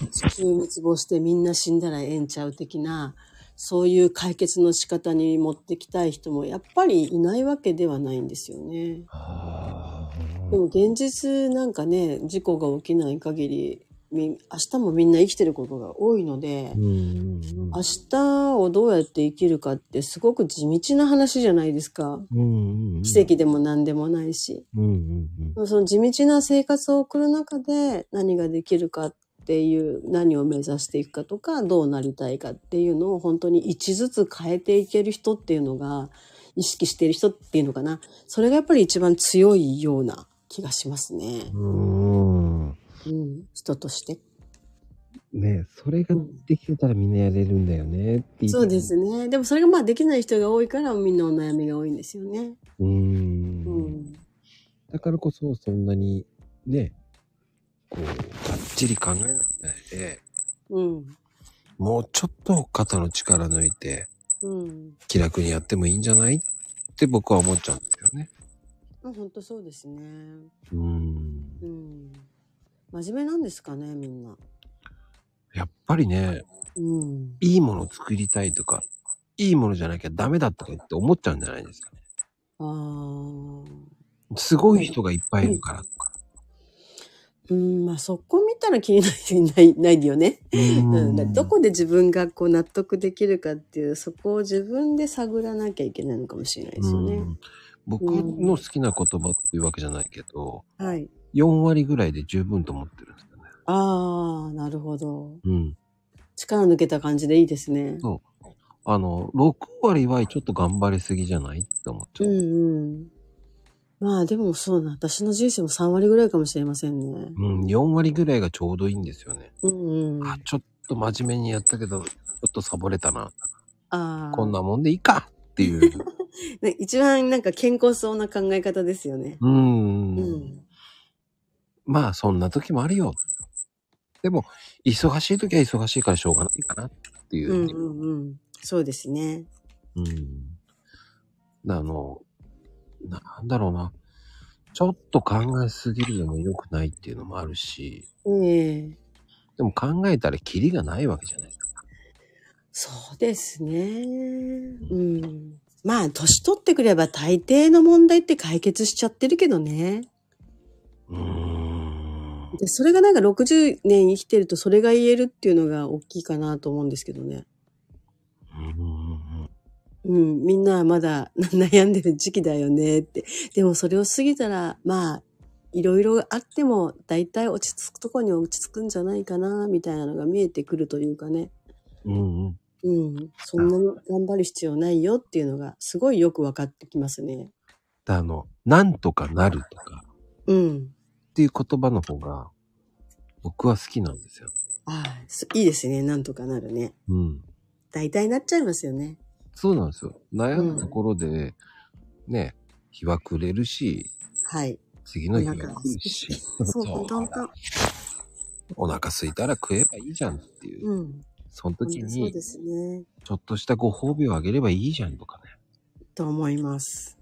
C: の、地球滅亡してみんな死んだらええんちゃう的な、そういう解決の仕方に持ってきたい人もやっぱりいないわけではないんですよね。
A: あ
C: でも現実なんかね、事故が起きない限り、み明日もみんな生きてることが多いので
A: ーう、んうん
C: 明日をどうやって生きるかってすごく地道な話じゃないですか。
A: うんうん
C: 奇跡でも何でもないし。
A: うんうんうん
C: その地道な生活を送る中で何ができるかっていう何を目指していくかとかどうなりたいかっていうのを本当に一ずつ変えていける人っていうのが意識している人っていうのかなそれがやっぱり一番強いような気がしますね、
A: うんうん
C: うん、人として。
A: ねえそれができてたらみんなやれるんだよねって言いたい
C: そうで。すねでもそれがまあできない人が多いからみんなお悩みが多いんですよね。
A: う。
C: うんん、
A: だからこそそんなにね、こう、がっちり考えなくて、
C: うん、
A: もうちょっと肩の力抜いて
C: うん、
A: 気楽にやってもいいんじゃないって僕は思っちゃうんですよね。
C: まあ本当そうですね。
A: うーん
C: う。ん、真面目なんですかねみんな。
A: やっぱりね、
C: うん
A: いいものを作りたいとか、いいものじゃなきゃダメだとかって思っちゃうんじゃないですかね。
C: ああ、
A: すごい人がいっぱいいるからとか。
C: うん、まあそこ見たら気になりない、ないよね。
A: う
C: うん、だからどこで自分がこう納得できるかっていう、そこを自分で探らなきゃいけないのかもしれないですよ
A: う
C: ね。
A: ん僕の好きな言葉っていうわけじゃないけど、
C: はい。
A: 4割ぐらいで十分と思ってるんですよね。
C: ああ、なるほど。
A: うん。
C: 力抜けた感じでいいですね。
A: あの、6割はちょっと頑張りすぎじゃないって思っち
C: う
A: ゃう。
C: んうん。まあでもそうな、私の人生も3割ぐらいかもしれませんね。
A: うん、4割ぐらいがちょうどいいんですよね。
C: うんうん。
A: あ
C: あ、
A: ちょっと真面目にやったけど、ちょっとサボれたな。
C: あー。
A: こんなもんでいいかって いう。
C: ね一番なんか健康そうな考え方ですよね。
A: うーん。
C: うんん。
A: まあ、そんな時もあるよ。でも、忙しい時は忙しいからしょうがないかなっていうう。
C: んうんうん。そうですね。
A: うん。あの、なんだろうな。ちょっと考えすぎるのも良くないっていうのもあるし、
C: ええ
A: でも考えたらキリがないわけじゃないですか。
C: そうですね。うん。まあ、年取ってくれば大抵の問題って解決しちゃってるけどね。
A: うーん。
C: で、それがなんか60年生きてるとそれが言えるっていうのが大きいかなと思うんですけどね。
A: うーん
C: うん、みんなはまだ 悩んでる時期だよねって。でもそれを過ぎたら、まあ、いろいろあっても大体落ち着くとこに落ち着くんじゃないかな、みたいなのが見えてくるというかね。
A: うんうん。
C: うん、そんなに頑張る必要ないよっていうのがすごいよく分かってきますね。
A: あの、なんとかなるとか
C: うん。
A: っていう言葉の方が、僕は好きなんですよ。
C: ああ、すいいですね。なんとかなるね。
A: うん。
C: 大体なっちゃいますよね。
A: そうなんですよ。悩んだところで、ね、日は暮れるし、
C: はい。
A: 次の日は来るし、
C: そう、
A: そう
C: 本当
A: お腹空いたら食えばいいじゃんっていう、
C: うん。
A: その時
C: そう
A: に、
C: ですね。
A: ちょっとしたご褒美をあげればいいじゃんとかね、
C: と思います。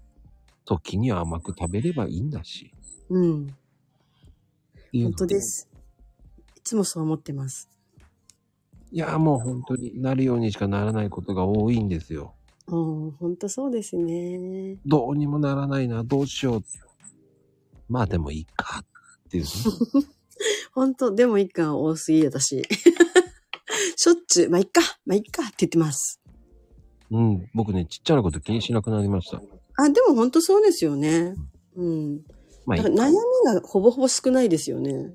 A: 時には甘く食べればいいんだし、
C: うん。
A: っていうの
C: 本当で。す。いつもそう思ってます。
A: いや、もう本当になるようにしかならないことが多いんですよ。
C: うん、本当そうですね。
A: どうにもならないな、どうしよう。まあでもいいかって いうね、
C: 本当でも一貫多すぎ私。 しょっちゅう、まあ、いっか、まあ、いっかって言ってます。
A: うん、僕ね、ちっちゃなこと気にしなくなりました。
C: あ、でも本当そうですよね。うん。
A: まあい
C: だ
A: い
C: から悩みがほぼほぼ少ないですよね。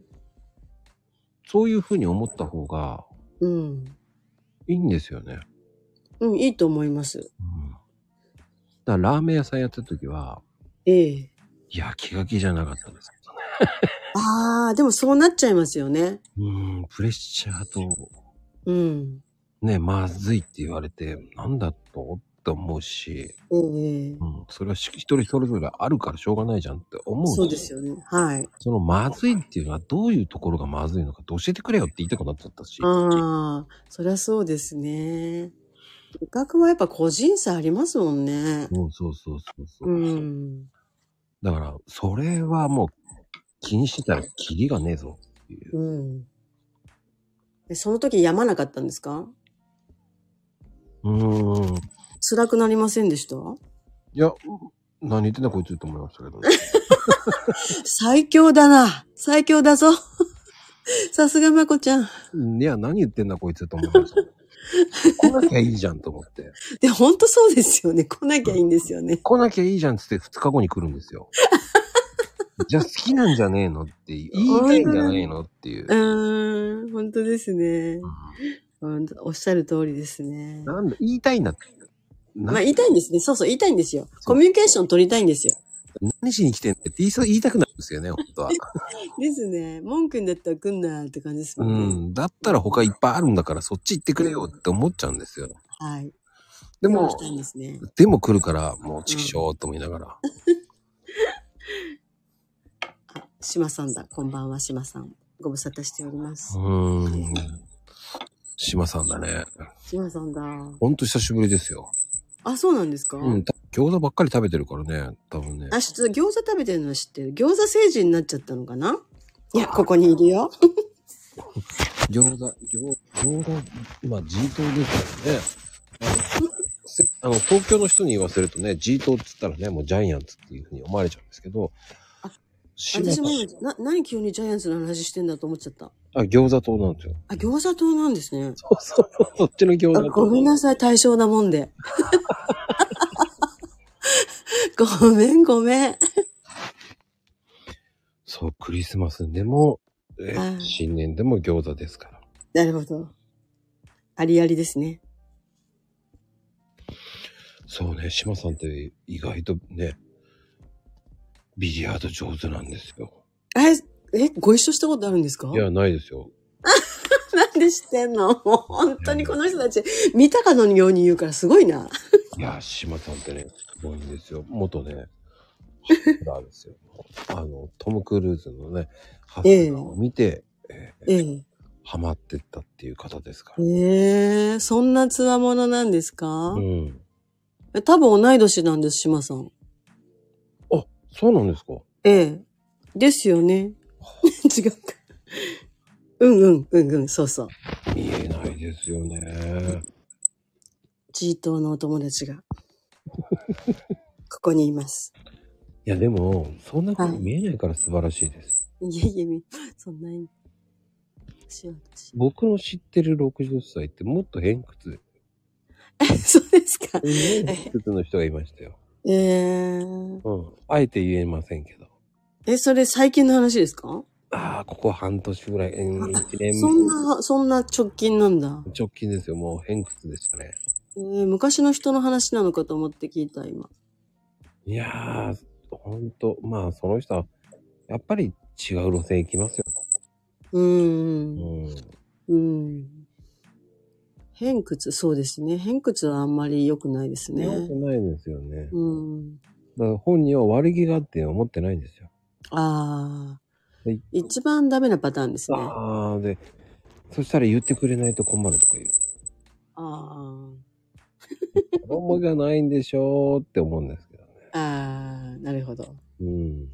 A: そういうふうに思った方が
C: うん。
A: いいんですよね。
C: うん、いいと思います。
A: うん。だからラーメン屋さんやった時は、
C: ええ。
A: いや、気が気じゃなかったですけどね。
C: ああ、でもそうなっちゃいますよね。
A: うん、プレッシャーと、
C: うん。
A: ね、まずいって言われて、なんだとって思うし、
C: ええ
A: うん、それはし一人それぞれあるからしょうがないじゃんって思うし
C: そうですよね。はい。
A: そのまずいっていうのはどういうところがまずいのかって教えてくれよって言いたくなっちゃったし。
C: ああ、そりゃそうですね。比較はやっぱ個人差ありますもんね。
A: うん、そうそうそうそう、
C: うん。
A: だから、それはもう気にしてたらキリがねえぞっていう。
C: うん。えその時やまなかったんですか
A: うーん。い
C: 辛くなりませんでした
A: や、何言ってんだこいつと思いましたけど。
C: 最強だな。最強だぞ。さすがまこちゃん。
A: いや、何言ってんだこいつと思いました。来なきゃいいじゃんと思って。
C: で、ほんとそうですよね。来なきゃいいんですよね。
A: 来なきゃいいじゃんっつって2日後に来るんですよ。 じゃあ好きなんじゃねえのっていう。言いたいんじゃねえのっていう
C: う。ーん、本当ですね。
A: う
C: うんおっしゃる通りですね
A: ん。なんだ、言いたいんだって。な
C: まあ言いたいんですね。そうそう、言いたいんですよ。コミュニケーション取りたいんですよ。
A: 何しに来てんだって言いそう言いたくなるんですよね、本 当は。
C: ですね。文句になったら来んなって感じです
A: う
C: もんね。
A: ん。だったら他いっぱいあるんだからそっち行ってくれよって思っちゃうんですよ。
C: はい。
A: で
C: 行
A: も
C: き、たいんですね。
A: でも来るから、もうちきしょうと思いながら。
C: あ、島さんだ。こんばんは、島さん。ご無沙汰しております。
A: うーん。島さんだね。
C: 島さんだ。
A: ほんと久しぶりですよ。
C: あ、そうなんですか、
A: うん。た餃子ばっかり食べてるからね、多分ね。
C: あ、ちょっと餃子食べてるのは知ってる。餃子政治になっちゃったのかないや、ここにいるよ。
A: 餃子、餃餃子、まあ、ジートーですからね。あのせあの、東京の人に言わせるとね、ジートーって言ったらね、もうジャイアンツっていうふうに思われちゃうんですけど、
C: あ
A: 島
C: 私
A: さん
C: も今、な、何急にジャイアンツの話してんだと思っちゃった。
A: あ、餃子党なんですよ。
C: あ、餃子党なんですね。
A: そうそうそう、そっちの餃
C: あ
A: 子
C: ごめん
A: な
C: なさい、対象なもんで。 ごめん、ごめん。
A: そう、クリスマスでも、え
C: あー
A: 新年でも餃子ですから。
C: なるほど。ありありですね。
A: そうね、島さんって意外とね、ビリヤード上手なんですよ。
C: え、え、ご一緒したことあるんですか
A: いや、ないですよ。
C: なんで知ってんのもう本当にこの人たち、見たかのように言うからすごいな。
A: いや、島さんってね、すごいんですよ。元ね、ハッスラーですよ。あの、トム・クルーズのね、ハッスラーを見て、えー
C: ええ。
A: ハマってったっていう方ですから。
C: ええ、そんなつわものなんですか
A: う、ん。
C: え多分同い年なんです、島さん。
A: あ、そうなんですか。
C: えええ。ですよね。 違うか。うんうん、うんうん、そうそう。
A: 言えないですよね。
C: G 党のお友達が。ここにいます。
A: いや、でも、そんな風
C: は
A: に
C: い
A: 見えないから素晴らしいです。
C: いえいえ、みそんなに。私は私
A: 僕の知ってる60歳ってもっと偏屈。
C: そうですか。
A: 偏屈の人がいましたよ。
C: えー、
A: うん。あえて言えませんけど。
C: え、それ最近の話ですか
A: ああ、ここ半年ぐらい、うん、1年
C: そんな、そんな直近なんだ。
A: 直近ですよ。もう偏屈でしたね。
C: えー昔の人の話なのかと思って聞いた、今。
A: いやー、ほんと、まあ、その人は、やっぱり違う路線行きますよ。
C: う
A: う
C: ーん。
A: ん。
C: うん。偏屈、そうですね。偏屈はあんまり良くないですね。
A: 良くないですよね。
C: うん。
A: だから本人は悪気があって思ってないんですよ。
C: ああ
A: はい。
C: 一番ダメなパターンですね。あ
A: ああ、で、そしたら言ってくれないと困るとか言う。
C: あ。
A: 子供がないんでしょうって思うんですけどね。
C: ああ、なるほど。
A: うん。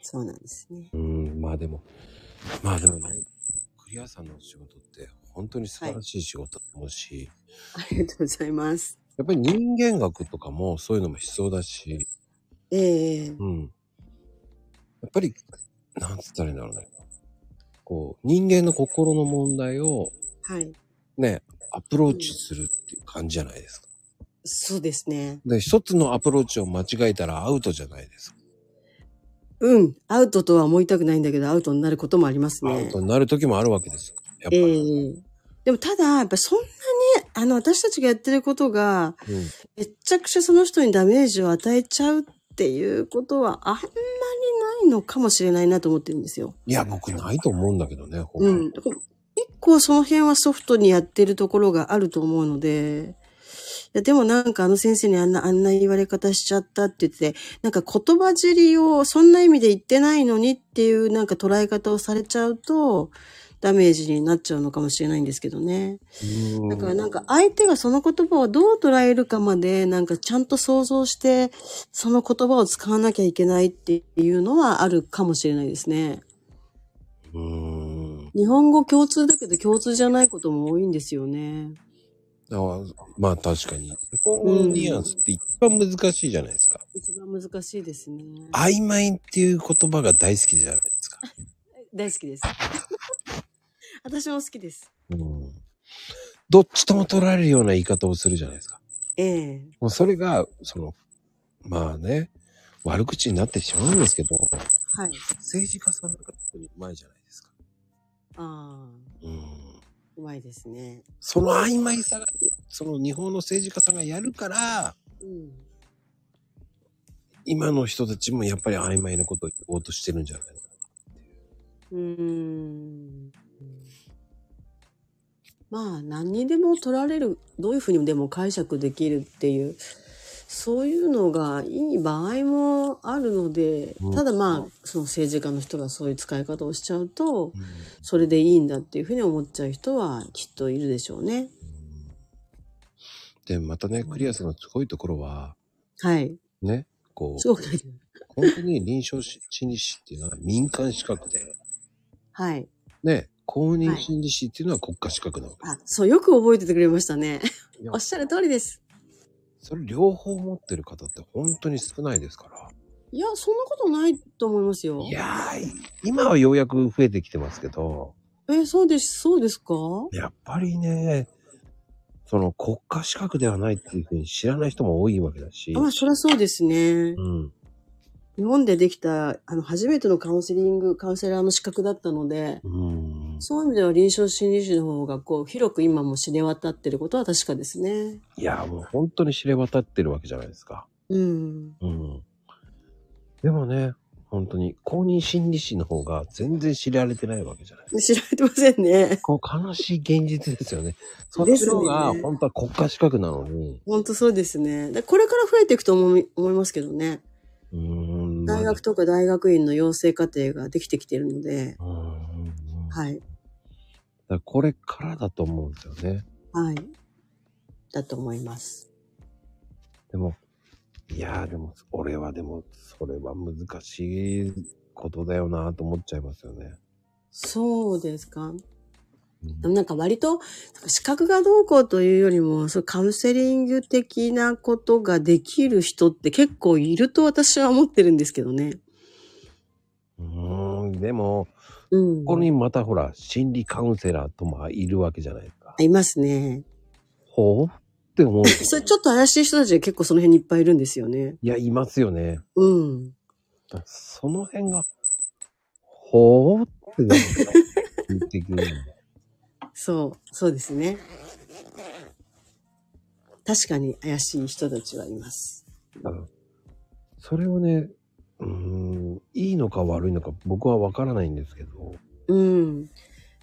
C: そうなんですね。
A: うん、まあでも、まあでもね、クリアさんの仕事って本当に素晴らしい仕事だと思うし、
C: ありがとうございます。
A: やっぱり人間学とかもそういうのも必要だし、
C: ええ
A: うん。やっぱり、なんつったらいいんだろうね。こう、人間の心の問題を
C: はい。
A: ね、アプローチするっていう感じじゃないですか。
C: そうですね。
A: で、一つのアプローチを間違えたらアウトじゃないですか。
C: うん。アウトとは思いたくないんだけど、アウトになることもあります
A: ア
C: ね
A: ウ。トになる時もあるわけですよ。やっぱ
C: ええ
A: り。
C: でもただ、やっぱそんなに、あの、私たちがやってることが、
A: うん
C: めっちゃくちゃその人にダメージを与えちゃうっていうことは、あんまりないのかもしれないなと思ってるんですよ。
A: いや、僕ないと思うんだけどね、ほ
C: うんん。だから結構その辺はソフトにやってるところがあると思うので、いやでもなんかあの先生にあんな、あんな言われ方しちゃったって言って、なんか言葉尻をそんな意味で言ってないのにっていうなんか捉え方をされちゃうと、ダメージになっちゃうのかもしれないんですけどね。
A: うん
C: だからなんか相手がその言葉をどう捉えるかまでなんかちゃんと想像してその言葉を使わなきゃいけないっていうのはあるかもしれないですね。
A: うん。だか
C: 日本語共通だけど共通じゃないことも多いんですよね。
A: らまあ確かに。日本語のニュアンスって一番難しいじゃないですか。
C: 一番難しいですね。
A: 曖昧っていう言葉が大好きじゃないですか。
C: 大好きです。 私も好きです。
A: うん。どっちとも取られるような言い方をするじゃないですか。
C: ええ
A: もうそれが、その、まあね、悪口になってしまうんですけど、
C: はい。
A: 政治家さんなんか特にうまいじゃないですか。
C: ああ、
A: うん。
C: うまいですね。
A: その曖昧さが、その日本の政治家さんがやるから、
C: うん。
A: 今の人たちもやっぱり曖昧なことを言おうとしてるんじゃないの
C: うーん。まあ、何にでも取られる、どういうふうにでも解釈できるっていう、そういうのがいい場合もあるので
A: うん、
C: ただまあ、その政治家の人がそういう使い方をしちゃうと、
A: うん
C: それでいいんだっていうふうに思っちゃう人はきっといるでしょうね。
A: で、またね、クリアさんのすごいところは、
C: はい。
A: ね、こ
C: す
A: う、
C: ごく。
A: 本当に臨床心理士っていうのは民間資格で、
C: はい。
A: ね、公認心理師っていうのは国家資格なわけです。
C: あ、そう、よく覚えててくれましたね
A: いや。
C: おっしゃる通りです。
A: それ両方持ってる方って本当に少ないですから。
C: いや、そんなことないと思いますよ
A: い。やー、今はようやく増えてきてますけど、
C: え、そうです、そうですか
A: やっぱりね、その国家資格ではないっていうふうに知らない人も多いわけだし、
C: あまあ、そりゃそうですね。
A: うん。
C: 日本でできた、あの、初めてのカウンセリング、カウンセラーの資格だったので、
A: うん。
C: そういう意味では臨床心理士の方が、こう、広く今も知れ渡ってることは確かですね。
A: いやー、もう本当に知れ渡ってるわけじゃないですか。
C: うん。
A: うん。でもね、本当に公認心理師の方が全然知られてないわけじゃない
C: 知られてませんね。
A: こう悲しい現実ですよね。そっ
C: で
A: ち
C: すね
A: の方が本当は国家資格なのに。
C: ほんとそうですね。だこれから増えていくと思い思いますけどね。
A: うーん。
C: 大学とか大学院の養成課程ができてきてるので、
A: うーん。だか
C: はい。
A: らこれからだと思うんですよね。
C: はい。だと思います。
A: でも、いやーでも、俺はでも、それは難しいことだよなと思っちゃいますよね。
C: そうですか。
A: うん
C: でもなんか割と、なんか資格がどうこうというよりも、そうカウンセリング的なことができる人って結構いると私は思ってるんですけどね。
A: うーん、でも、
C: うん。
A: ここにまたほら、心理カウンセラーともいるわけじゃないですか。
C: いますね。
A: ほうって思う。
C: それちょっと怪しい人たちが結構その辺にいっぱいいるんですよね。
A: いや、いますよね。
C: うん。
A: その辺が、ほうってなるから言ってくる。
C: そう、そうですね。確かに怪しい人たちはいます。
A: うんそれをね、うーん、いいのか悪いのか僕はわからないんですけど、
C: うん。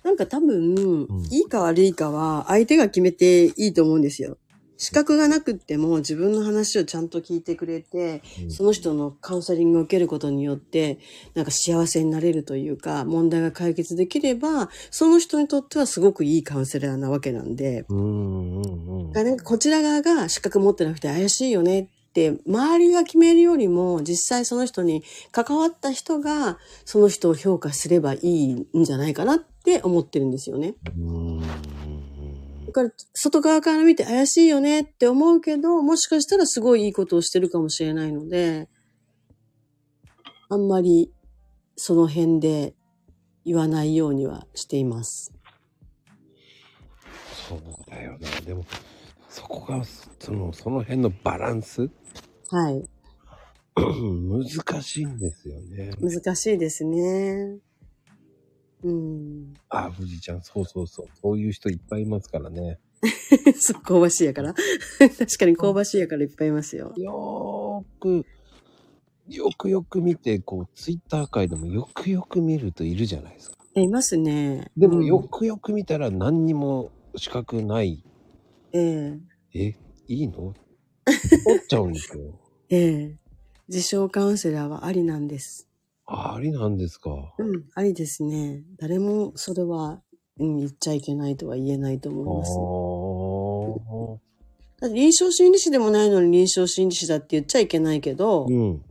C: なんか多分、
A: うん
C: いいか悪いかは相手が決めていいと思うんですよ。資格がなくっても自分の話をちゃんと聞いてくれて、
A: うん
C: その人のカウンセリングを受けることによって、なんか幸せになれるというか、問題が解決できれば、その人にとってはすごくいいカウンセラーなわけなんで、
A: うーん、うん、うん。
C: だからなんかこちら側が資格持ってなくて怪しいよねって、周りが決めるよりも、実際その人に関わった人が、その人を評価すればいいんじゃないかなって思ってるんですよね。
A: うーん
C: だから、外側から見て怪しいよねって思うけど、もしかしたらすごいいいことをしてるかもしれないので、あんまりその辺で言わないようにはしています。
A: そうだよな。でも、そこが、その、その辺のバランス
C: はい。
A: 難しいんですよね。
C: 難しいですね。うん。
A: あ、富士ちゃん、そうそうそう。そういう人いっぱいいますからね。
C: そう、香ばしいやから。確かに香ばしいやからいっぱいいますよ。
A: よーく、よくよく見て、こう、ツイッター界でもよくよく見るといるじゃないですか。
C: えいますね。
A: でも、よ
C: うん
A: くよく見たら何にも資格ない。
C: え
A: え、いいの思っちゃうんですよ。
C: えええ自称カウンセラーはありなんです。
A: あありなんですか。
C: うん、ありですね。誰もそれは、うん、言っちゃいけないとは言えないと
A: あ
C: 思いま
A: ー
C: す、だって臨床心理士でもないのに臨床心理士だって言っちゃいけないけど、
A: うん。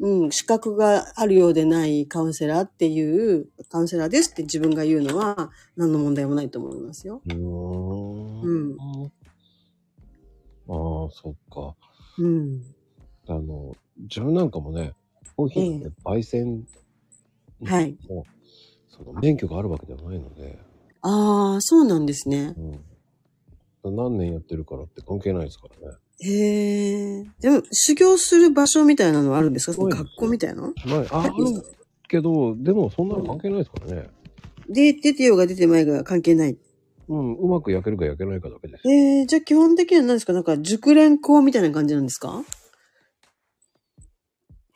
C: うん、資格があるようでないカウンセラーっていう、カウンセラーですって自分が言うのは何の問題もないと思いますよ。
A: うーん。
C: うん
A: ああ、そっか。
C: うん。
A: あの、自分なんかもね、コーヒーで焙煎
C: はい。
A: の、その免許があるわけじゃないので、
C: ああ、そうなんですね。
A: うん。何年やってるからって関係ないですからね。
C: へえ。でも、修行する場所みたいなのはあるんですかその学校みたいな
A: まあ、ああるけど、でもそんなの関係ないですからね。
C: で、出てようが出てまいが関係ない。
A: うん、うまく焼けるか焼けないかだけですよ。
C: えー、じゃあ基本的には何ですかなんか熟練校みたいな感じなんですか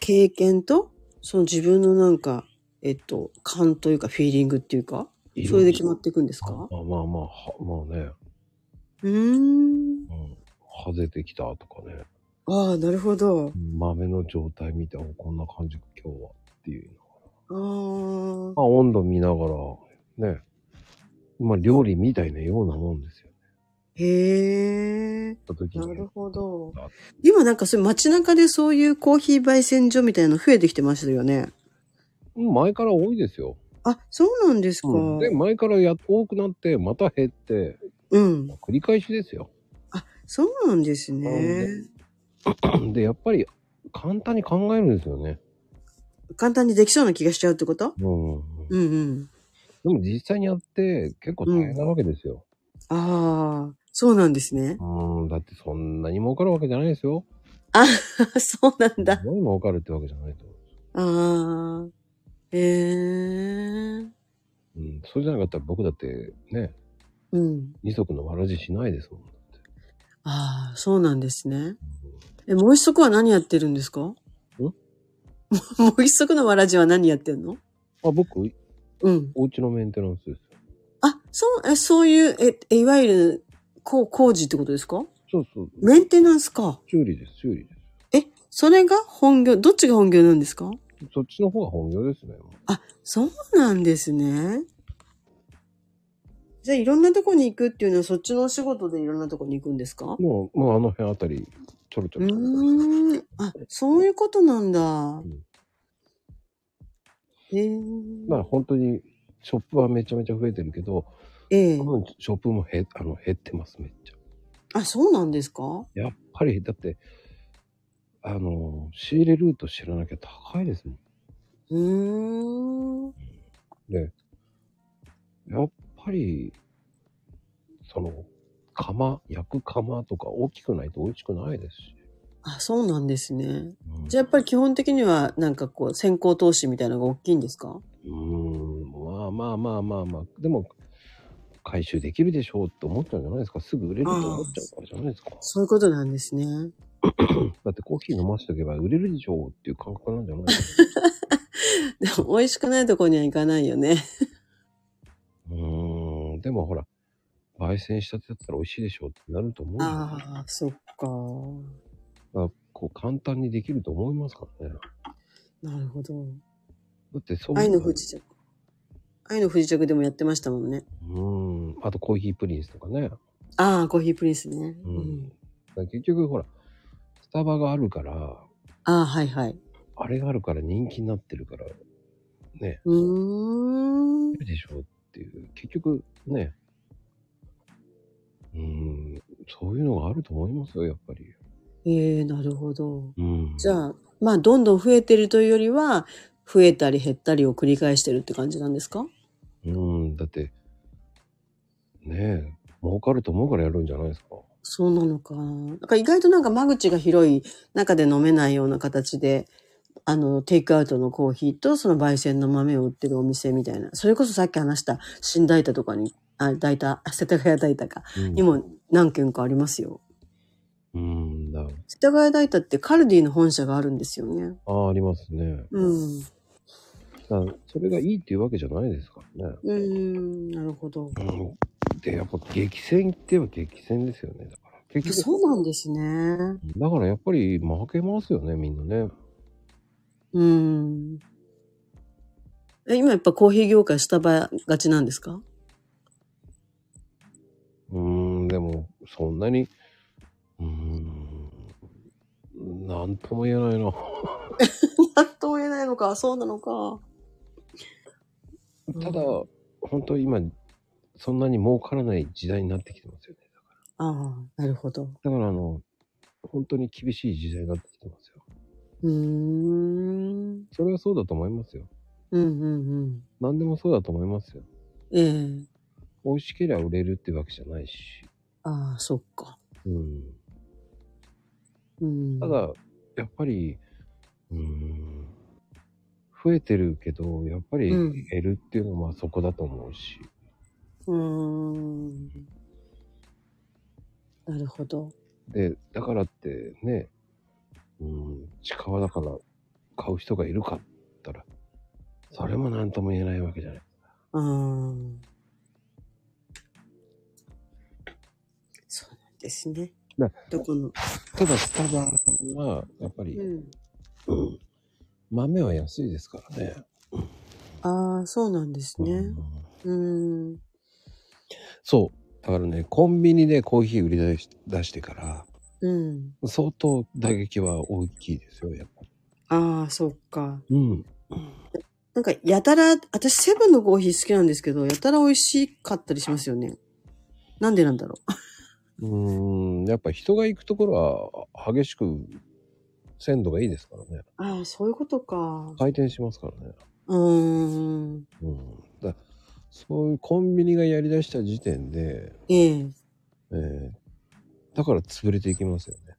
C: 経験と、その自分のなんか、えっと、感というかフィーリングっていうか、それで決まっていくんですか
A: まあまあまあ、はまあね、
C: うーん。
A: うん、外れてきたとかね、
C: ああ、なるほど。
A: 豆の状態見て、おこんな感じか今日はっていうの。
C: あー
A: まあ、温度見ながら、ね、まあ料理みたいなようなもんですよ。
C: へえ。
A: やった時
C: な
A: に
C: るほど
A: あ。
C: 今なんかそういう街中でそういうコーヒー焙煎所みたいなの増えてきてましたよね。
A: うん前から多いですよ。
C: あ、そうなんですか。うん。
A: で、前からや多くなって、また減って、繰り返しですよ。
C: そうなんです
A: な
C: ね。
A: で、やっぱり簡単に考えるんですよね。
C: 簡単にできそうな気がしちゃうってこと
A: うん。で
C: うんうん。
A: も実際にやって結構大変なわけですよ。
C: ああ、そうなんですね。
A: うん、だってそんなに儲かるわけじゃないですよ。
C: そうなんだ。
A: すごい儲かるってわけじゃないと思う。
C: ああ、ええ
A: うん、それじゃなかったら僕だってね、
C: うん。
A: 二足のわらじしないですもん。だって
C: ああ、そうなんですね。え、もう一足は何やってるんです かんもう一足のわらじは何やってんの
A: あ、僕、
C: うん。
A: お家のメンテナンスですよ。
C: あ、そう、え、そういう、え、えいわゆる、こう、工事ってことですか
A: そうそう。
C: メンテナンスか。
A: 修理です、修理で
C: え、それが本業、どっちが本業なんですか
A: す。そっちの方が本業ですね。
C: あ、そうなんですね。じゃあ、いろんなとこに行くっていうのは、そっちのお仕事でいろんなとこに行くんですか
A: もう、もうあの辺あたり取ると
C: う
A: き。
C: ーん。あ、そういうことなんだ
A: ん。
C: へえ。
A: まあ本当に、ショップはめちゃめちゃ増えてるけど、
C: ええ
A: 多。分ショップもへあの減ってます、めっちゃ。
C: あ、そうなんですか
A: やっぱり、だって、あの、仕入れルート知らなきゃ高いですもん。
C: うーん。
A: で、やっぱり、その、釜、焼く釜とか大きくないと美味しくないですし。
C: あ、そうなんですね。
A: うん
C: じゃあやっぱり基本的には、なんかこう、先行投資みたいなのが大きいんですか
A: うーん、まあまあまあまあまあ、でも、回収できるでしょうって思っちゃうんじゃないですか。すぐ売れると思っちゃうからじゃないですか。
C: そういうことなんですね。
A: だってコーヒー飲ませておけば売れるでしょうっていう感覚なんじゃないですか。
C: でも、美味しくないとこには行かないよね。
A: うーん、でもほら、焙煎したてだったら美味しいでしょうってなると思うんだよね
C: ああ、そっか。
A: だからこう簡単にできると思いますからね。
C: なるほど。
A: だってそう。
C: 愛の不時着。愛の不時着でもやってましたもんね。
A: うーん。あとコーヒープリンスとかね。
C: ああ、コーヒープリンスね。
A: う
C: うんん。
A: だから結局ほら、スタバがあるから、
C: ああ、はいはい。
A: あれがあるから人気になってるから、ね、
C: うーん
A: い。るでしょうっていう。結局ね、うーん、そういうのがあると思いますよ、やっぱり。
C: ええなるほど。
A: うん。
C: じゃあ、まあ、どんどん増えてるというよりは、増えたり減ったりを繰り返してるって感じなんですか
A: うん、だって、ねえ、儲かると思うからやるんじゃないですか。
C: そうなのかな。なんか意外となんか間口が広い中で飲めないような形で、あの、テイクアウトのコーヒーとその焙煎の豆を売ってるお店みたいな。それこそさっき話した新大田とかに、あ、大田、世田谷大田か。
A: うん
C: にも何軒かありますよ。
A: うん、だ
C: 世田谷大田ってカルディの本社があるんですよね。
A: ああ、ありますね。
C: うん。
A: だからそれがいいっていうわけじゃないですからね。
C: うーん、なるほど。
A: うん、で、やっぱ激戦って言えば激戦ですよね。だから、結局、
C: そうなんですね。う
A: だからやっぱり負けますよね、みんなね。
C: ーん。え、今やっぱコーヒー業界スタバがちなんですか
A: うーん、でも、そんなに、うーん、なんとも言えないな。
C: なんとも言えないのか、そうなのか。
A: ただ、本当今、そんなに儲からない時代になってきてますよね。
C: ああ、なるほど。
A: だから、あの、本当に厳しい時代になってきてますよ。
C: うーん。
A: それはそうだと思いますよ。
C: うんうんうん。
A: 何でもそうだと思いますよ。
C: ええ
A: 美味しければ売れるってわけじゃないし。
C: ああ、そっか。
A: うん。
C: うん。
A: ただ、やっぱり、うーん、増えてるけど、やっぱり
C: うん
A: 減るっていうのはそこだと思うし。
C: うーん。なるほど。
A: で、だからってね、うん、近場だから買う人がいるかって言ったら、それも何とも言えないわけじゃない。
C: うーん。そうなんですね。
A: な
C: どこの。
A: ただ、スタバは、やっぱり、
C: うん。
A: うん豆は安いですからね。
C: ああ、そうなんです
A: う
C: ね
A: ん。
C: うーん。
A: そう。だからね、コンビニでコーヒー売り出し出してから、
C: うん。
A: 相当打撃は大きいですよ、やっぱり。
C: ああ、そっか。
A: うん。
C: なんか、やたら、私、セブンのコーヒー好きなんですけど、やたら美味しかったりしますよね。なんでなんだろ
A: うーん、やっぱ人が行くところは激しく鮮度がいいですからね。
C: う。ああ、そういうことか。
A: 回転しますからね。
C: うー
A: う
C: ん。
A: ん。だそういうコンビニがやり出した時点で、
C: ええ
A: えーだから潰れていきますよね。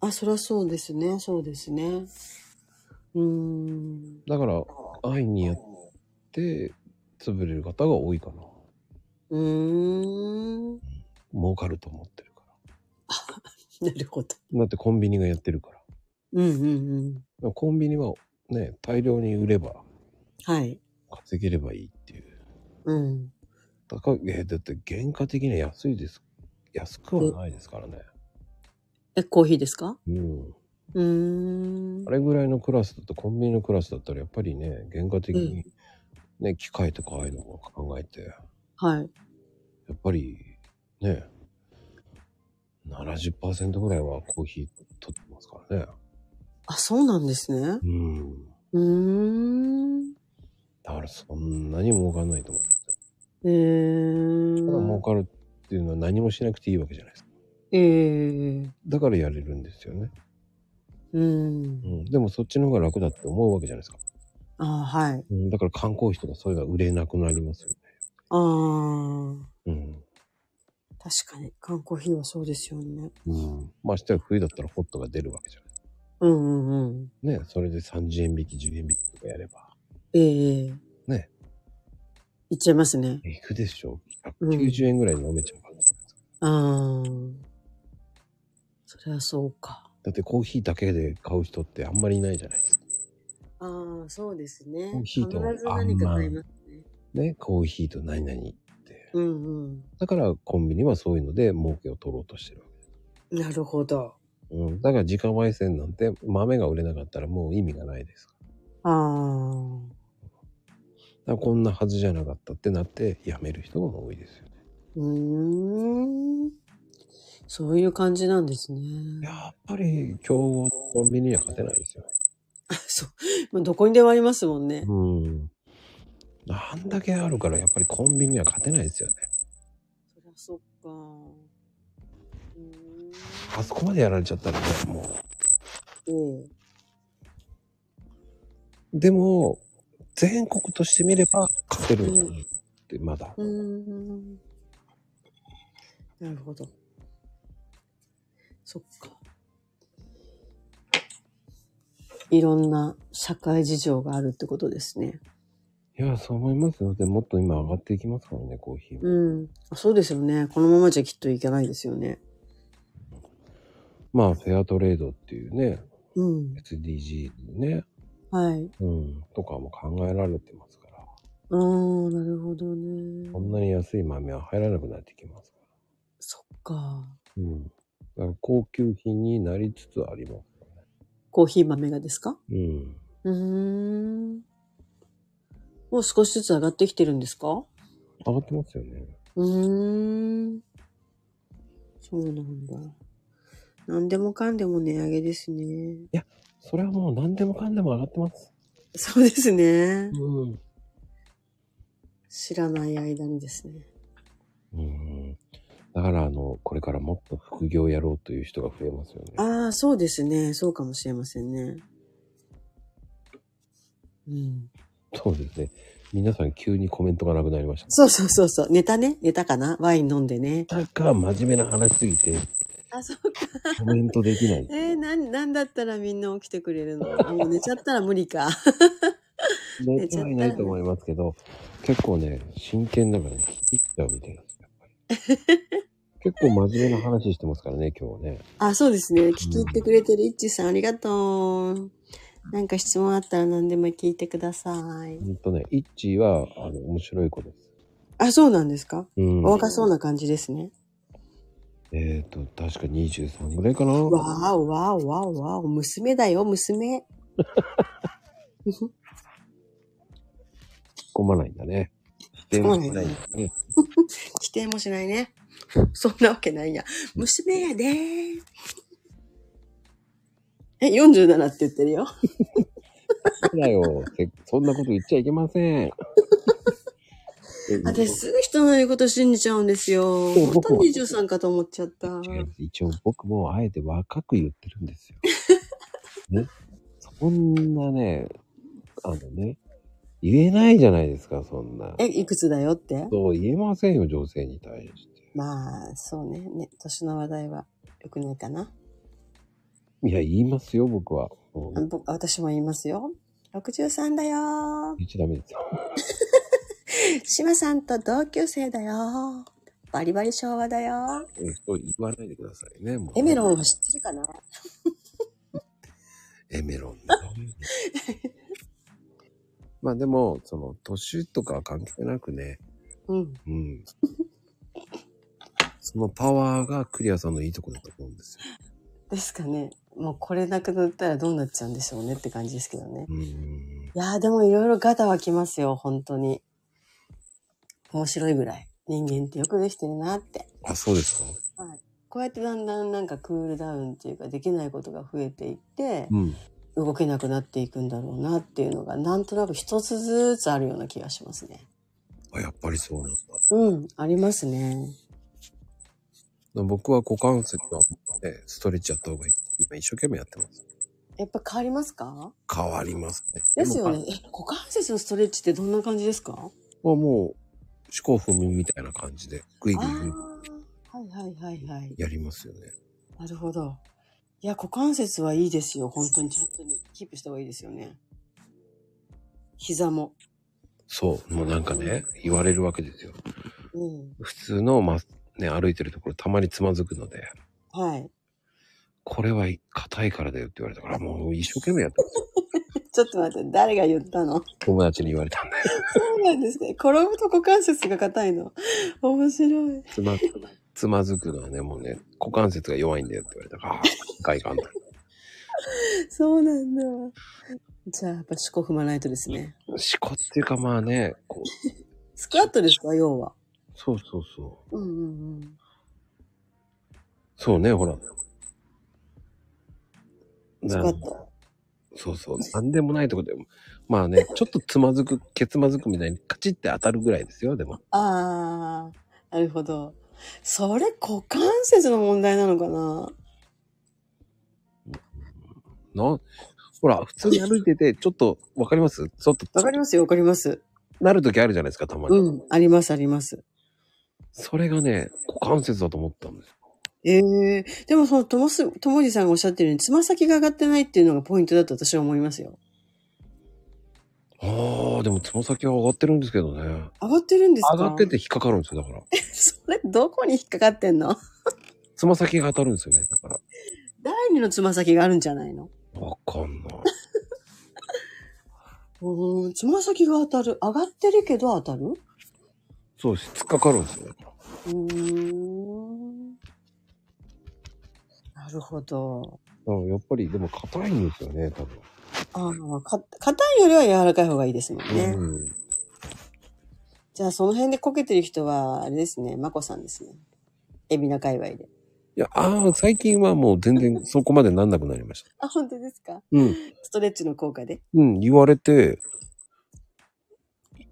C: あ、そりゃそうですね。そうですね。うーん。
A: だから、愛にやって潰れる方が多いかな。
C: うーん。
A: 儲かると思ってるか
C: なるほど。
A: ら。だってコンビニがやってるから。だか
C: うんうんうん。
A: らコンビニはね、大量に売れば
C: はい。
A: 稼げればいいっていう。
C: うん。
A: だから、えーだって原価的には安いです。安くはないですからね。
C: え、コーヒーですか
A: うん。
C: うーん
A: あ。れぐらいのクラスだと、コンビニのクラスだったら、やっぱりね、原価的に、ね、機械とかああいうのを考えて、や
C: はい。
A: っぱり、ね、う70%ぐらいはコーヒー取ってますからね。
C: あ、そうなんですね。
A: うん。
C: うーん。
A: だからそんなに儲かんないと思う。
C: えー。
A: ただ儲かるっていうのは何もしなくていいわけじゃないですか。
C: えー。
A: だからやれるんですよね。
C: うん
A: う。ん。でもそっちの方が楽だって思うわけじゃないですか。
C: あはい。
A: うん。だから観光費とかそういうのは売れなくなりますよね。
C: あー
A: うん。
C: 確かに、缶コーヒーはそうですよね。
A: うん。まあ、したら冬だったらホットが出るわけじゃ
C: うんうんうん。
A: ない。ね。それで30円引き、10円引きとかやれば。
C: ええ
A: ね。
C: いっちゃいますね。
A: いくでしょ
C: うん
A: ?190 円ぐらい飲めちゃうから、
C: ああ。そりゃそうか。
A: だってコーヒーだけで買う人ってあんまりいないじゃないですか。
C: ああ、そうですね。
A: コーヒ
C: 必
A: ーと
C: ず何か買いますね。
A: ね。コーヒーと何々って。
C: うんうん。
A: だからコンビニはそういうので儲けを取ろうとしてるわけ。
C: なるほど。
A: うん。だから自家焙煎なんて豆が売れなかったらもう意味がないですから。
C: ああ。
A: だからこんなはずじゃなかったってなって辞める人が多いですよね。
C: うーん。そういう感じなんですね。
A: やっぱり競合コンビニには勝てないですよね。
C: あ そう。まあどこにでもありますもんね。
A: うん。あんだけあるからやっぱりコンビニには勝てないですよね。
C: そりゃそっか。うーん。
A: あそこまでやられちゃったらね、もう。
C: ええ。
A: でも、全国として見れば勝てるんだなって、まだ。
C: うーん。なるほど。そっか。いろんな社会事情があるってことですね。
A: いや、そう思いますよ。でもっと今上がっていきますからね、コーヒーも。
C: うん。あそうですよね。このままじゃきっといけないですよね。
A: まあ、フェアトレードっていうね、
C: うん。
A: SDG ね、
C: はい。
A: うん、とかも考えられてますから、
C: ああ、なるほどね
A: こ。んなに安い豆は入らなくなってきますか
C: そっか。
A: ら。うん。だから高級品になりつつありますよね。
C: コーヒー豆がですか
A: うん。
C: うーん。もう少しずつ上がってきてるんですか
A: 上がってますよね。
C: うーん。そうなんだ。何でもかんでも値上げですね。
A: それはもう何でもかんでも上がってます。
C: そうですね。
A: うん。
C: 知らない間にですね。
A: うん。だから、あの、これからもっと副業やろうという人が増えますよね。
C: ああ、そうですね。そうかもしれませんね。うん。
A: そうですね。皆さん急にコメントがなくなりました。
C: そうそうそうそう。ネタね。ネタかなワイン飲んでね。
A: なんか真面目な話すぎて
C: あ、そうか。
A: コメントでき ない。
C: えー、なん、なんだったらみんな起きてくれるのもう寝ちゃったら無理か。
A: 寝てはいないと思いますけど、結構ね、真剣だからね、聞き入っちゃうみたいなんですやっぱり。 結構真面目な話してますからね、今日はね。
C: あ、そうですね。聞き入ってくれてるいっちさん、ありがとう。なんか質問あったら何でも聞いてください
A: ほ。んとね、イッチーは、あの、面白い子です。
C: あ、そうなんですか、
A: うん
C: お。若そうな感じですね。
A: えっ、ー、と、確か23ぐらいかな。
C: わーお、わーお、わーお、わーお、娘だよ、娘。
A: 突っ込まないんだね。
C: 突っ
A: で
C: 込
A: も
C: まないんだね
A: ね。
C: 否定もしないね。そんなわけないや。娘やでー。え、47って言ってるよ。
A: だよ。せそんなこと言っちゃいけま せん。
C: 私すぐ人の言うこと信じちゃうんですよ。
A: そう
C: 本
A: 僕
C: 当
A: も
C: に23かと思っちゃった。
A: 違います一応僕もあえて若く言ってるんです よ。ね、そんなね、あのね、言えないじゃないですか、そんな
C: え、。いくつだよって
A: そう言えませんよ、女性に対して。
C: まあ、そうね。ね、年の話題は良くないかな。
A: いや、言いますよ、僕は。も
C: あ
A: う
C: 僕私も言いますよ。63だよ
A: 言っちゃダメですよ。
C: ー。島さんと同級生だよー。バリバリ昭和だよー。
A: うんそう言わないでくださいね、もう
C: エメロンは知ってるかな
A: エメ ロンだよね。まあでも、その、年とかは関係なくね、
C: うん。
A: うん。そのパワーがクリアさんのいいとこだと思うんですよ。
C: ですかね。もうこれなくなったらどうなっちゃうんでしょうねって感じですけどね。
A: うん。
C: いやーでもいろいろガタはきますよ、本当に。面白いぐらい。人間ってよくできてるなって。
A: あ、そうですか
C: はい。こうやってだんだんなんかクールダウンっていうかできないことが増えていって、
A: うん。
C: 動けなくなっていくんだろうなっていうのが、なんとなく一つずつあるような気がしますね。
A: あ、やっぱりそうなんだ。
C: うん、ありますね。
A: 僕は股関節の、ね、ストレッチやった方がいい。今一生懸命やってます。
C: やっぱ変わりますか
A: 変わりますね。
C: ですよ
A: で
C: ね。え、股関節のストレッチってどんな感じですか
A: も。もう、もう、四股踏みみたいな感じで、グイ
C: あ
A: グイグイ
C: あ、はいはいはいはい。
A: やりますよね。
C: なるほど。いや、股関節はいいですよ。本当にちょっとキープした方がいいですよね。膝も。
A: そう、もうなんかね、言われるわけですよ。
C: うん。
A: 普通の、まあ、ね、歩いてるところたまにつまずくので、
C: はい。
A: これは硬いからだよって言われたから、もう一生懸命やってます。
C: ちょっと待って、誰が言ったの
A: 友達に言われたんで。
C: そうなんですね。転ぶと股関節が硬いの。面白い。
A: つま、つまずくのはね、もうね、股関節が弱いんだよって言われたから、ああ、外観だ。
C: そうなんだ。じゃあ、やっぱ思考踏まないとですね。
A: 四股っていうかまあね、こう、
C: スクワットですか要は。
A: そうそうそう。
C: うんうんうん。
A: そうね、ほら。な
C: スク
A: ん
C: ワット。
A: そうそう。なんでもないとこでも。まあね、ちょっとつまずく、けつまずくみたいにカチって当たるぐらいですよ、でも。
C: あー、なるほど。それ股関節の問題なのかな
A: な、ほら、普通に歩いてて、ちょっと、わかりますちょっと、
C: わかりますよ、わかります。
A: なるときあるじゃないですか、たまに。
C: うん、あります、あります。
A: それがね、股関節だと思ったんですよ。
C: ええでもその、ともす、ともじさんがおっしゃってるように、つま先が上がってないっていうのがポイントだと私は思いますよ。
A: ああ、でもつま先は上がってるんですけどね。
C: 上がってるんですか
A: 上がってて引っかかるんですよ、だから。
C: それ、どこに引っかかってんの
A: つま先が当たるんですよね、だから。
C: 第二のつま先があるんじゃないの
A: わかん ない。
C: うーん、つま先が当たる。上がってるけど当たるう
A: そうし、突っかかるんですよ。だから
C: ーん。なるほど。
A: うん、やっぱり、でも硬いんですよね、多分。
C: ああ、か、硬いよりは柔らかい方がいいですもんね。
A: うん。
C: じゃあ、その辺でこけてる人は、あれですね、まこさんですね。エビナ界隈で。
A: いや、ああ、最近はもう全然そこまでなんなくなりました。
C: あ、本当ですか
A: うん。
C: ストレッチの効果で。
A: うん、言われて、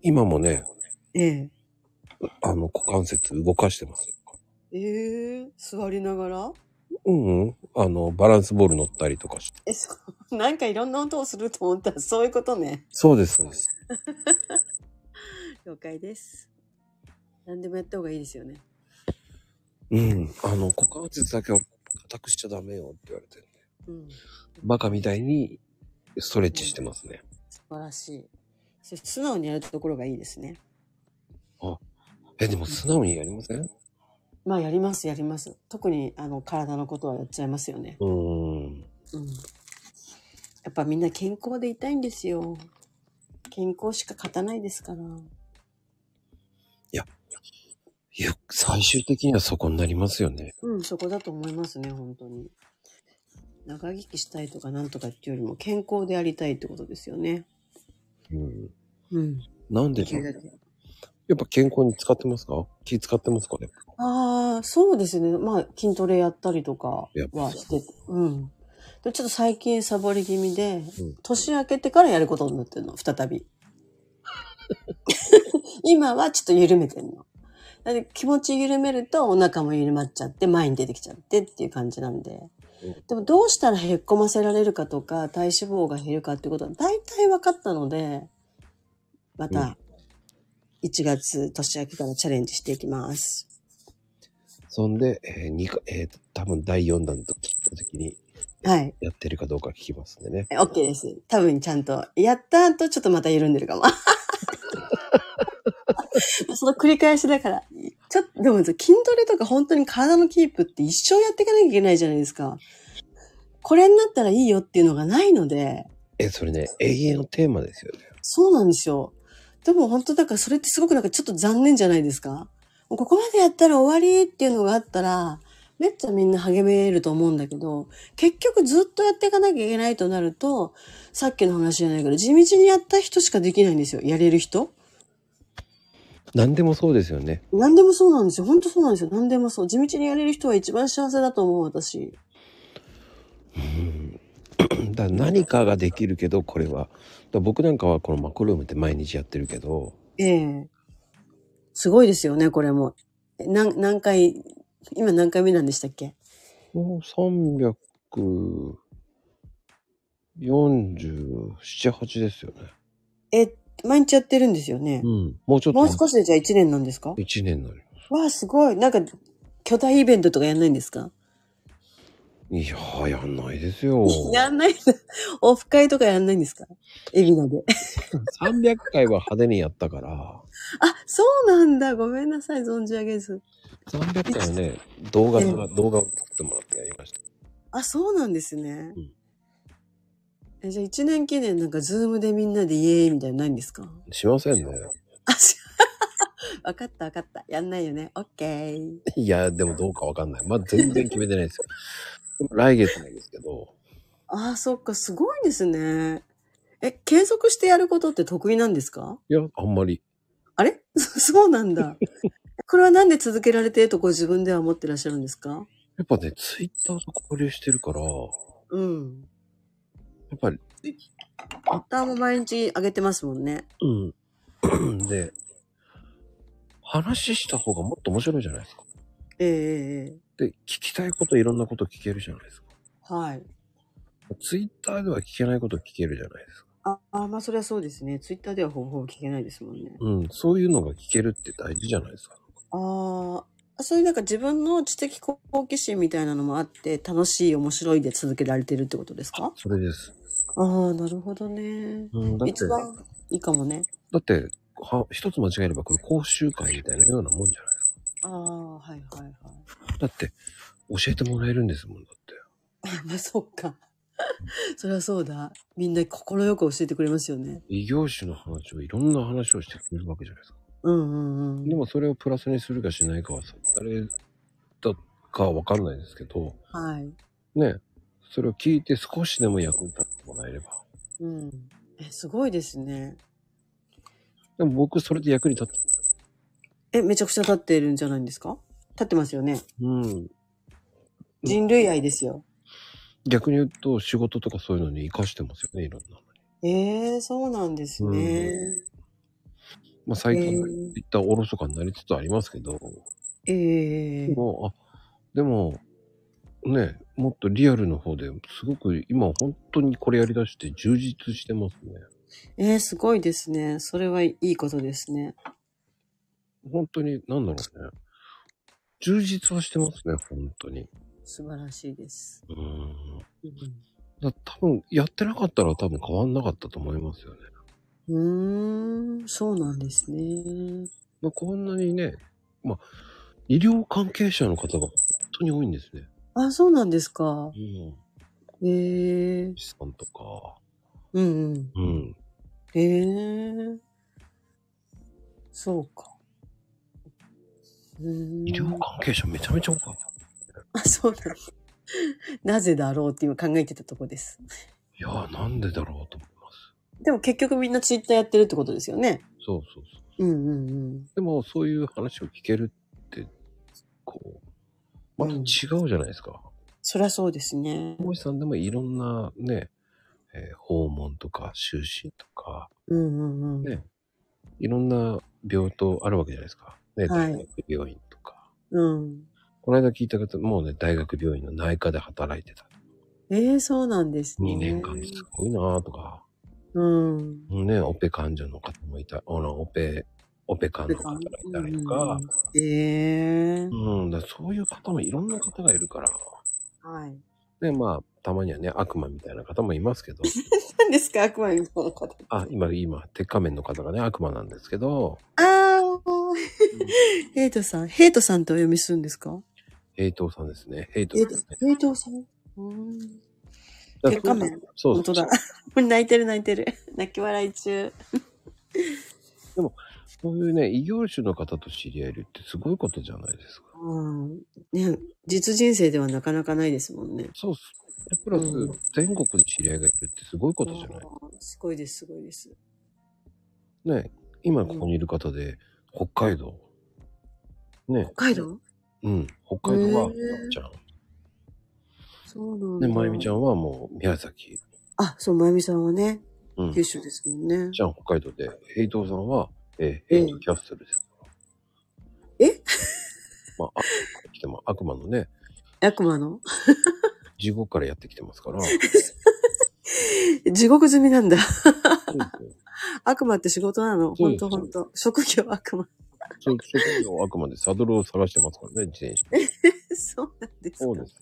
A: 今もね、
C: ええ。
A: あの、股関節動かしてます。
C: ええ座りながら
A: うんうん。あの、バランスボール乗ったりとかして。
C: え、そう、 なんかいろんな音をすると思ったらそういうことね。
A: そうです、そうです。
C: 了解です。何でもやった方がいいですよね。
A: うん。あの、股関節だけは硬くしちゃダメよって言われて、ね、
C: うん。
A: バカみたいにストレッチしてますね。
C: 素晴らしい。そして素直にやるところがいいですね。
A: え、でも素直にやりませんう
C: まあ、やります、やります。特に、あの、体のことはやっちゃいますよね。
A: ーん。
C: うん。やっぱみんな健康でいたいんですよ。健康しか勝たないですから。
A: ゆ最終的にはそこになりますよね。
C: うん、そこだと思いますね、本当に。長生きしたいとかなんとかっていうよりも健康でありたいってことですよね。
A: うん。
C: うん。
A: なんで
C: できるだけ。
A: やっぱ健康に使ってますか気使ってますかね
C: ああ、そうですね。まあ、筋トレやったりとか
A: やっぱ
C: はして、うん。で、ちょっと最近サボり気味で、
A: うん
C: 年明けてからやることになってるの、再び。 今はちょっと緩めてるの。だって気持ち緩めるとお腹も緩まっちゃって、前に出てきちゃってっていう感じなんで
A: うん。
C: でもどうしたらへっこませられるかとか、体脂肪が減るかっていうことは大体分かったので、ま
A: うん
C: た、1月年明けからチャレンジしていきます。
A: そんで、えー、二か、えーと、多分第4弾と聞いたときに、
C: はい。
A: やってるかどうか聞きますんでね。
C: OK です。多分ちゃんと。やった後、ちょっとまた緩んでるかも。その繰り返しだから。ちょっと、でも筋トレとか本当に体のキープって一生やっていかなきゃいけないじゃないですか。これになったらいいよっていうのがないので、
A: え、それね、永遠のテーマですよね。
C: そうなんですよ。でも本当だからそれってすごくなんかちょっと残念じゃないですかもうここまでやったら終わりっていうのがあったら、めっちゃみんな励めると思うんだけど、結局ずっとやっていかなきゃいけないとなると、さっきの話じゃないけど、地道にやった人しかできないんですよ。やれる人。
A: 何でもそうですよね。
C: 何でもそうなんですよ。本当そうなんですよ。何でもそう。地道にやれる人は一番幸せだと思う、私。
A: だから何かができるけど、これは。だから僕なんかはこのマコルームって毎日やってるけど、
C: ええすごいですよね、これも。えなん何回、今何回目なんでしたっけ
A: もう347、8ですよね。
C: え、毎日やってるんですよね
A: う。ん。もうちょっと。
C: もう少しでじゃあ1年なんですか
A: 1年になりま
C: わあ、すごい。なんか、巨大イベントとかやんないんです
A: す。
C: か
A: いやー、やんないですよ。
C: やんないんだ。オフ会とかやんないんですか海老名で。
A: 300回は派手にやったから、
C: あ、そうなんだ。ごめんなさい、存じ上げず。
A: 300回はね、動画とか、動画を撮ってもらってやりました。
C: あ、そうなんですね。
A: うん
C: えじゃあ1年記念なんかズームでみんなでイエーイみたいなのないんですか
A: しませんね。
C: あ、し わかったわかった。やんないよね。オッケー。
A: いや、でもどうかわかんない。まあ、全然決めてないですけど。来月なんですけど、
C: ああ、そっか、すごいですね。え、継続してやることって得意なんですか
A: いや、あんまり。
C: あれ そうなんだ。これはなんで続けられてるとご自分では思ってらっしゃるんですか
A: やっぱね、ツイッターと交流してるから、や
C: うん。
A: っぱり、
C: アターも毎日上げてますもんね。
A: うん。で、話した方がもっと面白いじゃないですか。
C: ええええ
A: で、聞きたいこと、いろんなこと聞けるじゃないですか。
C: はい。
A: ツイッターでは聞けないこと聞けるじゃないですか。
C: ああ、まあそれはそうですね。ツイッターではほぼほぼ聞けないですもんね。
A: うん、そういうのが聞けるって大事じゃないですか。
C: ああ、そういうなんか自分の知的好奇心みたいなのもあって、楽しい、面白いで続けられてるってことですか
A: それです。
C: ああ、なるほどね。
A: うん、だって
C: 一、番いいかもね。
A: だって、は一つ間違えればこれ講習会みたいなようなもんじゃないです
C: ああ、はいはいはい。
A: か。だって、教えてもらえるんですもん、だって。
C: あまあ そっか。そりゃそうだ。みんな心よく教えてくれますよね。
A: 異業種の話をいろんな話をしてくれるわけじゃないですか。
C: うんうんうん。
A: でもそれをプラスにするかしないかは、誰だかはわかんないですけど、
C: はい。
A: ね、それを聞いて少しでも役に立ってもらえれば。
C: うん。え、すごいですね。
A: でも僕、それで役に立って、
C: え、めちゃくちゃ立ってるんじゃないんですか立ってますよね。
A: うん。
C: 人類愛ですよ。
A: 逆に言うと、仕事とかそういうのに活かしてますよね、いろんなのに。
C: ええそうなんですね。
A: まあ、最近
C: へ
A: は
C: ー
A: いったおろそかになりつつありますけど、
C: ええ
A: でもあ、でも、ね、もっとリアルの方ですごく今本当にこれやりだして充実してますね。
C: ええすごいですね。それはいいことですね。
A: 本当に、なんだろうね。充実はしてますね、本当に。
C: 素晴らしいです。
A: うん。
C: う
A: だ多分、やってなかったら多分変わんなかったと思いますよね。
C: ん、うーんそうなんですね。
A: まあ、こんなにね、まあ、医療関係者の方が本当に多いんですね。
C: あ、そうなんですか。
A: うん。
C: ええ
A: さんとか。
C: うんうん。
A: うん。
C: へえそうか。うーん
A: 医療関係者めちゃめちゃ多かった。
C: あ、そうなんだ。なぜだろうって今考えてたとこです。
A: いやー、なんでだろうと思います。
C: でも結局みんなツイッターやってるってことですよね。
A: そうそうそう。
C: うんうんうん。
A: でも、そういう話を聞けるって、こう、また違うじゃないですか。
C: そりゃそうですね。
A: 大石さんでもいろんなね、えー訪問とか就寝とか、
C: うんうんうん。
A: ねいろんな病棟あるわけじゃないですか。ね、
C: はい
A: 大学病院とか。
C: うん。
A: この間聞いた方、もうね、大学病院の内科で働いてた。
C: ええそうなんですね。
A: 2年間すごいなぁとか、
C: うん。
A: ね、オペ患者の方もいた、あの、オペ、オペ患の方がいたりとか、
C: ええ
A: うん、だからそういう方もいろんな方がいるから、
C: はい。
A: ね、まあ、たまにはね、悪魔みたいな方もいますけ ど、
C: 何ですか悪魔みたいな方。
A: あ、今、今、鉄仮面の方がね、悪魔なんですけど、
C: あー、 ヘイトさん。ヘイトさんってお読みするんですか
A: ヘイトさんですね。ヘイト
C: ヘイ
A: さん
C: ト
A: ですね。
C: ヘイトさん。うん。
A: だ
C: 鉄仮面。
A: そう
C: 本
A: そ
C: 当
A: う。
C: だ。 もう泣いてる泣いてる。泣き笑い中。
A: そういうね、異業種の方と知り合えるってすごいことじゃないですか。
C: うん。ね、実人生ではなかなかないですもんね。
A: そうっす。プラス、
C: うん
A: 全国で知り合いがいるってすごいことじゃない。
C: あーすごいです、すごいです。
A: ね、今ここにいる方で、北海道。ね。
C: 北海道
A: うん。北海道は、
C: へ
A: ま
C: ー
A: ゆみちゃん。
C: そうなん
A: で、
C: だ。
A: まゆみちゃんはもう宮崎。
C: あ、そう、まゆみさんはね、
A: うん。
C: 九州ですもんね。
A: ちゃん北海道で、ヘイトさんは、えーヘイトキャッスルですから。
C: え
A: まあ、あ来ても悪魔のね、
C: 悪魔の
A: 地獄からやってきてますから。
C: 地獄済みなんだ。
A: そうですよ
C: 悪魔って仕事なの
A: そう
C: ほ
A: で
C: ん
A: す
C: とほんと。職業悪魔。
A: そういうのをあくまでサドルを探してますからね、自転車。
C: そうなんですか。
A: そうです。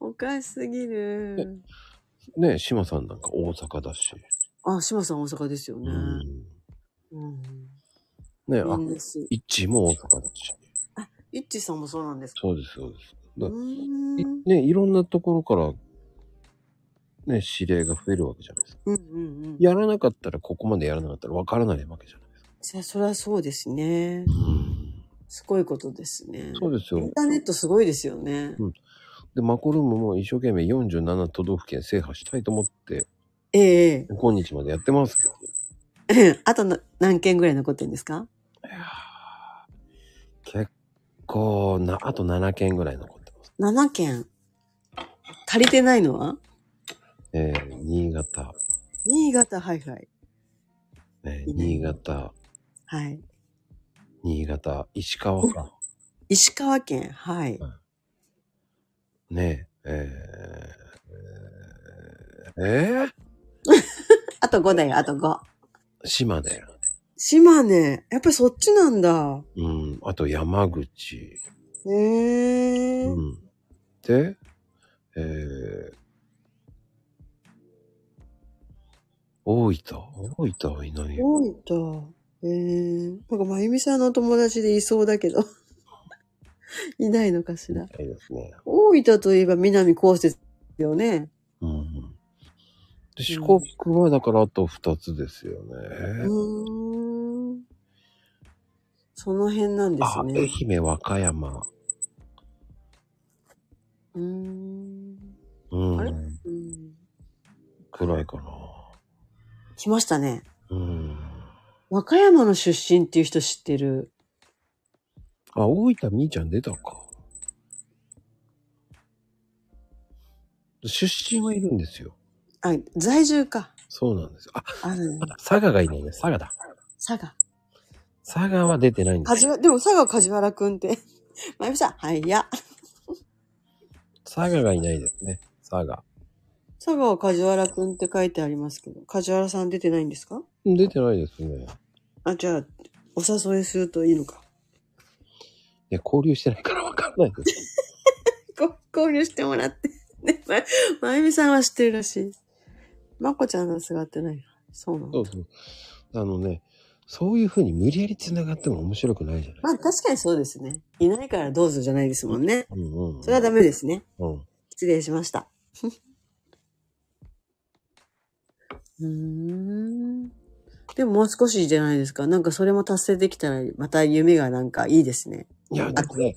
C: おかしすぎる。
A: ね、島さんなんか大阪だし。
C: あ、島さん大阪ですよ
A: う
C: ね。
A: ん。
C: うん。
A: ね、あ
C: いい、んです。
A: イッチーも大阪だし。
C: いっちさんもそうなんですか。
A: そうです、そうです。
C: う
A: だ
C: ーん。
A: い
C: うん
A: ね、いろんなところから、ね、指令が増えるわけじゃないですか。
C: うんうん。
A: やらなかったら、ここまでやらなかったらわからないわけじゃないですか。
C: そそりゃそうですね。
A: うん。
C: すごいことですね。
A: そうです
C: イン
A: よ。
C: ターネットすごいですよね。
A: で、マコルームも一生懸命47都道府県制覇したいと思って、
C: ええ
A: 今日までやってますけど。
C: ええ。 あとな何件ぐらい残ってるんですか
A: 結構な、あと7件ぐらい残ってます。
C: ?7 件。足りてないのは
A: えー、新潟、
C: 新潟、はいはい。
A: ね、
C: いいね
A: 新潟、
C: はい。
A: 新潟、石川か。
C: 石川県、はい。
A: ねえ、えー、えー、
C: あと5だよ、あと5。
A: 島根、
C: 島根。やっぱりそっちなんだ。
A: うん、あと山口、
C: へえ。
A: うん。で、えー、大分、大分はいないよ。
C: 多いんだ。へえ。なんか、まゆみさんのお友達でいそうだけど。 いないのかしら。
A: いいですね。
C: 大分といえば南こうせつよね。
A: うん。で、四国はだからあと2つですよ
C: う
A: ね。
C: ーん。その辺なんです
A: あ、
C: ね
A: 愛。媛、和歌山。
C: うーん。
A: うん。
C: あれうん
A: くらいかな。
C: 来ましたね。
A: うん。
C: 和歌山の出身っていう人知ってる。
A: あ、大分みーちゃん出たか。出身はいるんですよ。
C: あ、在住か。
A: そうなんですよ。あ、
C: あるね。
A: 佐賀がいないね。佐賀だ。
C: 佐賀。
A: 佐賀は出てないんで
C: か
A: す
C: じ
A: よ。
C: わ、でも佐賀梶原くん って。まゆみさん、はい、いや。
A: 佐賀がいないですね。佐賀。
C: 佐賀梶原くんって書いてありますけど、梶原さん出てないんですか
A: 出てないですね。
C: あ、じゃあ、お誘いするといいのか。
A: いや、交流してないからわかんない です。
C: ご交流してもらって。 ね、ま、まゆみさんは知ってるらしい。まこちゃんの姿ってない。そうな
A: そ
C: の
A: う。そう。あのね、そういうふうに無理やり繋がっても面白くないじゃない。
C: まあ確かにそうですね。いないからどうぞじゃないですもんね。
A: うんうんうん。
C: それはダメですね。
A: うん。
C: 失礼しました。 うーん。でももう少しじゃないですか。なんかそれも達成できたら、また夢がなんかいいですね。
A: いや、でもね、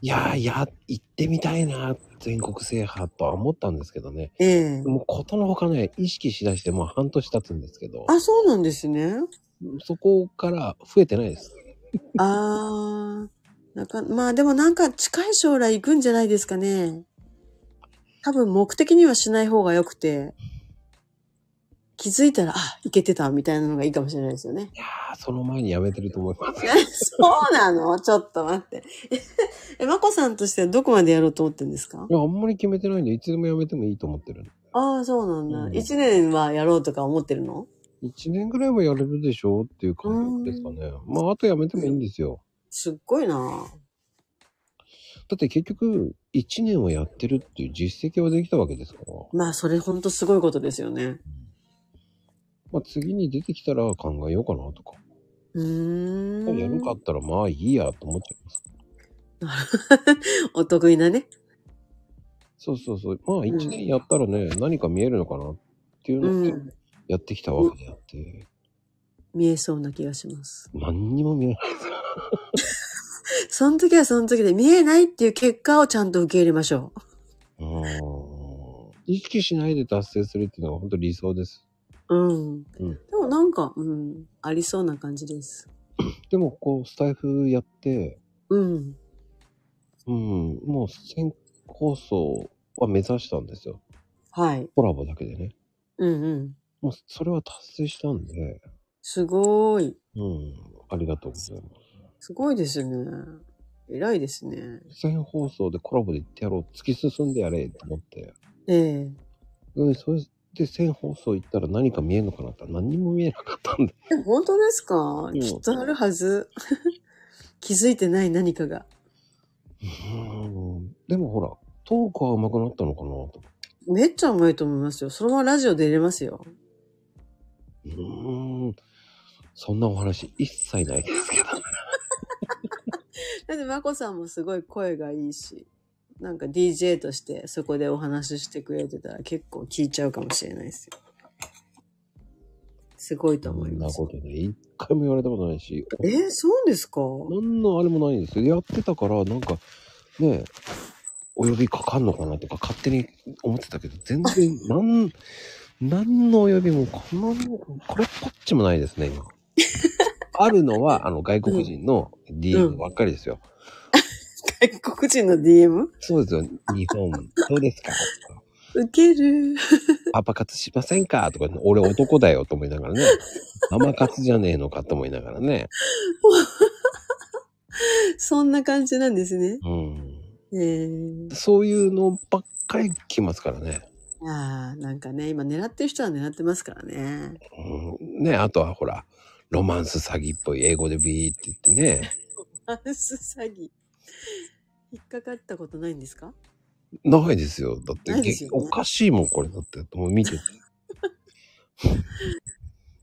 A: いや、いや、行ってみたいな、全国制覇とは思ったんですけどね。
C: ええ
A: もうことのほかね、意識しだしてもう半年経つんですけど、
C: あ、そうなんですね。
A: そこから増えてないです。
C: あー。なんか、まあでもなんか近い将来行くんじゃないですかね。多分目的にはしない方が良くて、気づいたら、あ、行けてたみたいなのがいいかもしれないですよね。
A: いやー、その前にやめてると思います。
C: そうなのちょっと待って。 え、まこさんとしてはどこまでやろうと思ってんですか
A: いや、あんまり決めてないんで、いつでもやめてもいいと思ってるんで。
C: ああ、そうな
A: うん
C: んだ。一、年はやろうとか思ってるの
A: 1年ぐらいはやれるでしょうっていう感じですかね。まあ、あとやめてもいいんですよ。
C: すっごいな
A: だって結局、1年をやってるっていう実績はできたわけですから、
C: まあ、それほんとすごいことですよね。
A: まあ、次に出てきたら考えようかなとか。
C: うーん。
A: やるかったらまあいいやと思っちゃいます。
C: お得意なね。
A: そうそうそう。まあ一年やったらね、何か見えるのかなっていう
C: う
A: ので
C: ん。
A: やってきたわけであって、
C: 見えそうな気がします。
A: 何にも見えない。
C: その時はその時で見えないっていう結果をちゃんと受け入れましょう。
A: うーん意識しないで達成するっていうのが本当理想です。
C: うん。
A: うん
C: でもなんか、うん、ありそうな感じです。
A: でも、こう、スタイフやって、
C: うん。
A: うん、もう先放送は目指したんですよ。
C: はい。
A: コラボだけでね。
C: うんうん。
A: もう、それは達成したんで、
C: すごーい。
A: うん、ありがとうございます
C: ごいですね。偉いですね。
A: す。先放送でコラボで行ってやろう、突き進んでやれと思って。
C: ええ
A: うん、それで先放送行ったら何か見えるのかなって何にも見えなかったんで。
C: え、本当ですか
A: ん
C: きっとあるはず。 気づいてない何かが。
A: うん、でもほら、トークは上手くなったのかなと思って。
C: めっちゃうまいと思いますよ。そのままラジオ出れますよ。
A: うーん、そんなお話一切ないですけど。
C: だって、まこさんもすごい声がいいし、なんか DJ としてそこでお話ししてくれてたら結構聞いちゃうかもしれないですよ。すごいと
A: そ
C: 思い
A: んな
C: ます
A: こ。とで一回も言われたことないし、
C: えーそうですか
A: 何のあれもないんですよ。やってたから、なんか、ねえ、お呼びかかんのかなとか勝手に思ってたけど、全然、なん、何のお呼びも、この、これっぽっちもないですね、今。あるのは、あの、外国人の DM ばっかりですよ。
C: 外国人の DM?
A: そうですよ、日本、どうですかとか
C: ウケる。
A: パパ活しませんかとか、俺男だよと思いながらね。ママ活じゃねえのかと思いながらね。
C: そんな感じなんですね。
A: うん。
C: えー、
A: そういうのばっかり来ますからね。
C: ああ、なんかね、今狙ってる人は狙ってますからね。
A: うん、ねあとはほら、ロマンス詐欺っぽい英語でビーって言ってね。
C: マンス詐欺。引っかかったことないんですか
A: ないですよ。だって、
C: ないで
A: げ
C: すよね
A: おかしいもん、これだって。もう見てて。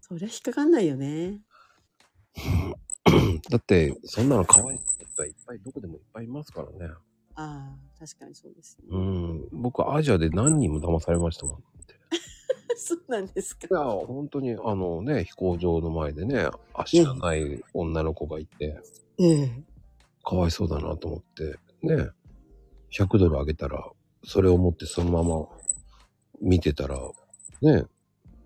C: そりゃ引っかかんないよね。
A: だって、そんなの可愛いって人はいっぱい、どこでもいっぱいいますからね。
C: ああ、確かにそうですね。
A: うん。僕、アジアで何人も騙されましたもん。い
C: そうなんですか。
A: や、本当に、あのね、飛行場の前でね、足がない女の子がいて、
C: ええ。
A: かわいそうだなと思って、ね、100ドルあげたら、それを持ってそのまま見てたら、ね、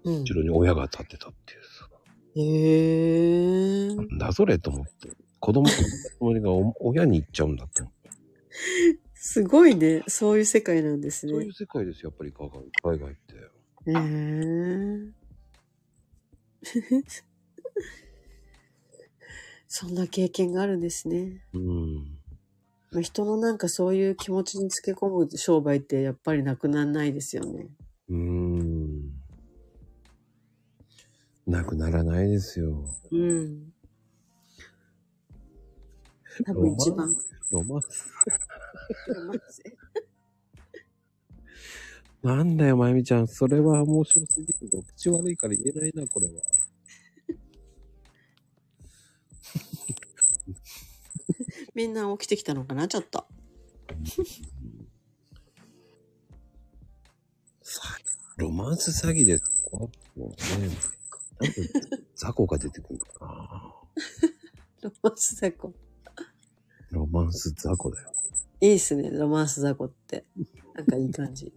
C: うん
A: 後ろに親が立ってたっていうさ。
C: へえ。
A: なんだそれと思って。子供のつもりがお親に行っちゃうんだって。
C: すごいね。そういう世界なんです
A: そう
C: ね
A: いう。世界ですよ、やっぱり海外海外って。
C: へえ。そんな経験があるんですね。
A: うん。
C: まあ人のなんかそういう気持ちにつけ込む商売ってやっぱりなくならないですよね。
A: うーん。なくならないですよ。
C: うん。多分一番。
A: ロマンス。なんだよ、まゆみちゃん。それは面白すぎるけど、口悪いから言えないな、これは。
C: みんな起きてきたのかなちょっと。
A: ロマンス詐欺ですかもう ね。なんで雑魚が出てくるのかな。
C: ロマンス雑魚。
A: ロマンス雑魚だよ。
C: いいっすね、ロマンス雑魚って。なんかいい感じ。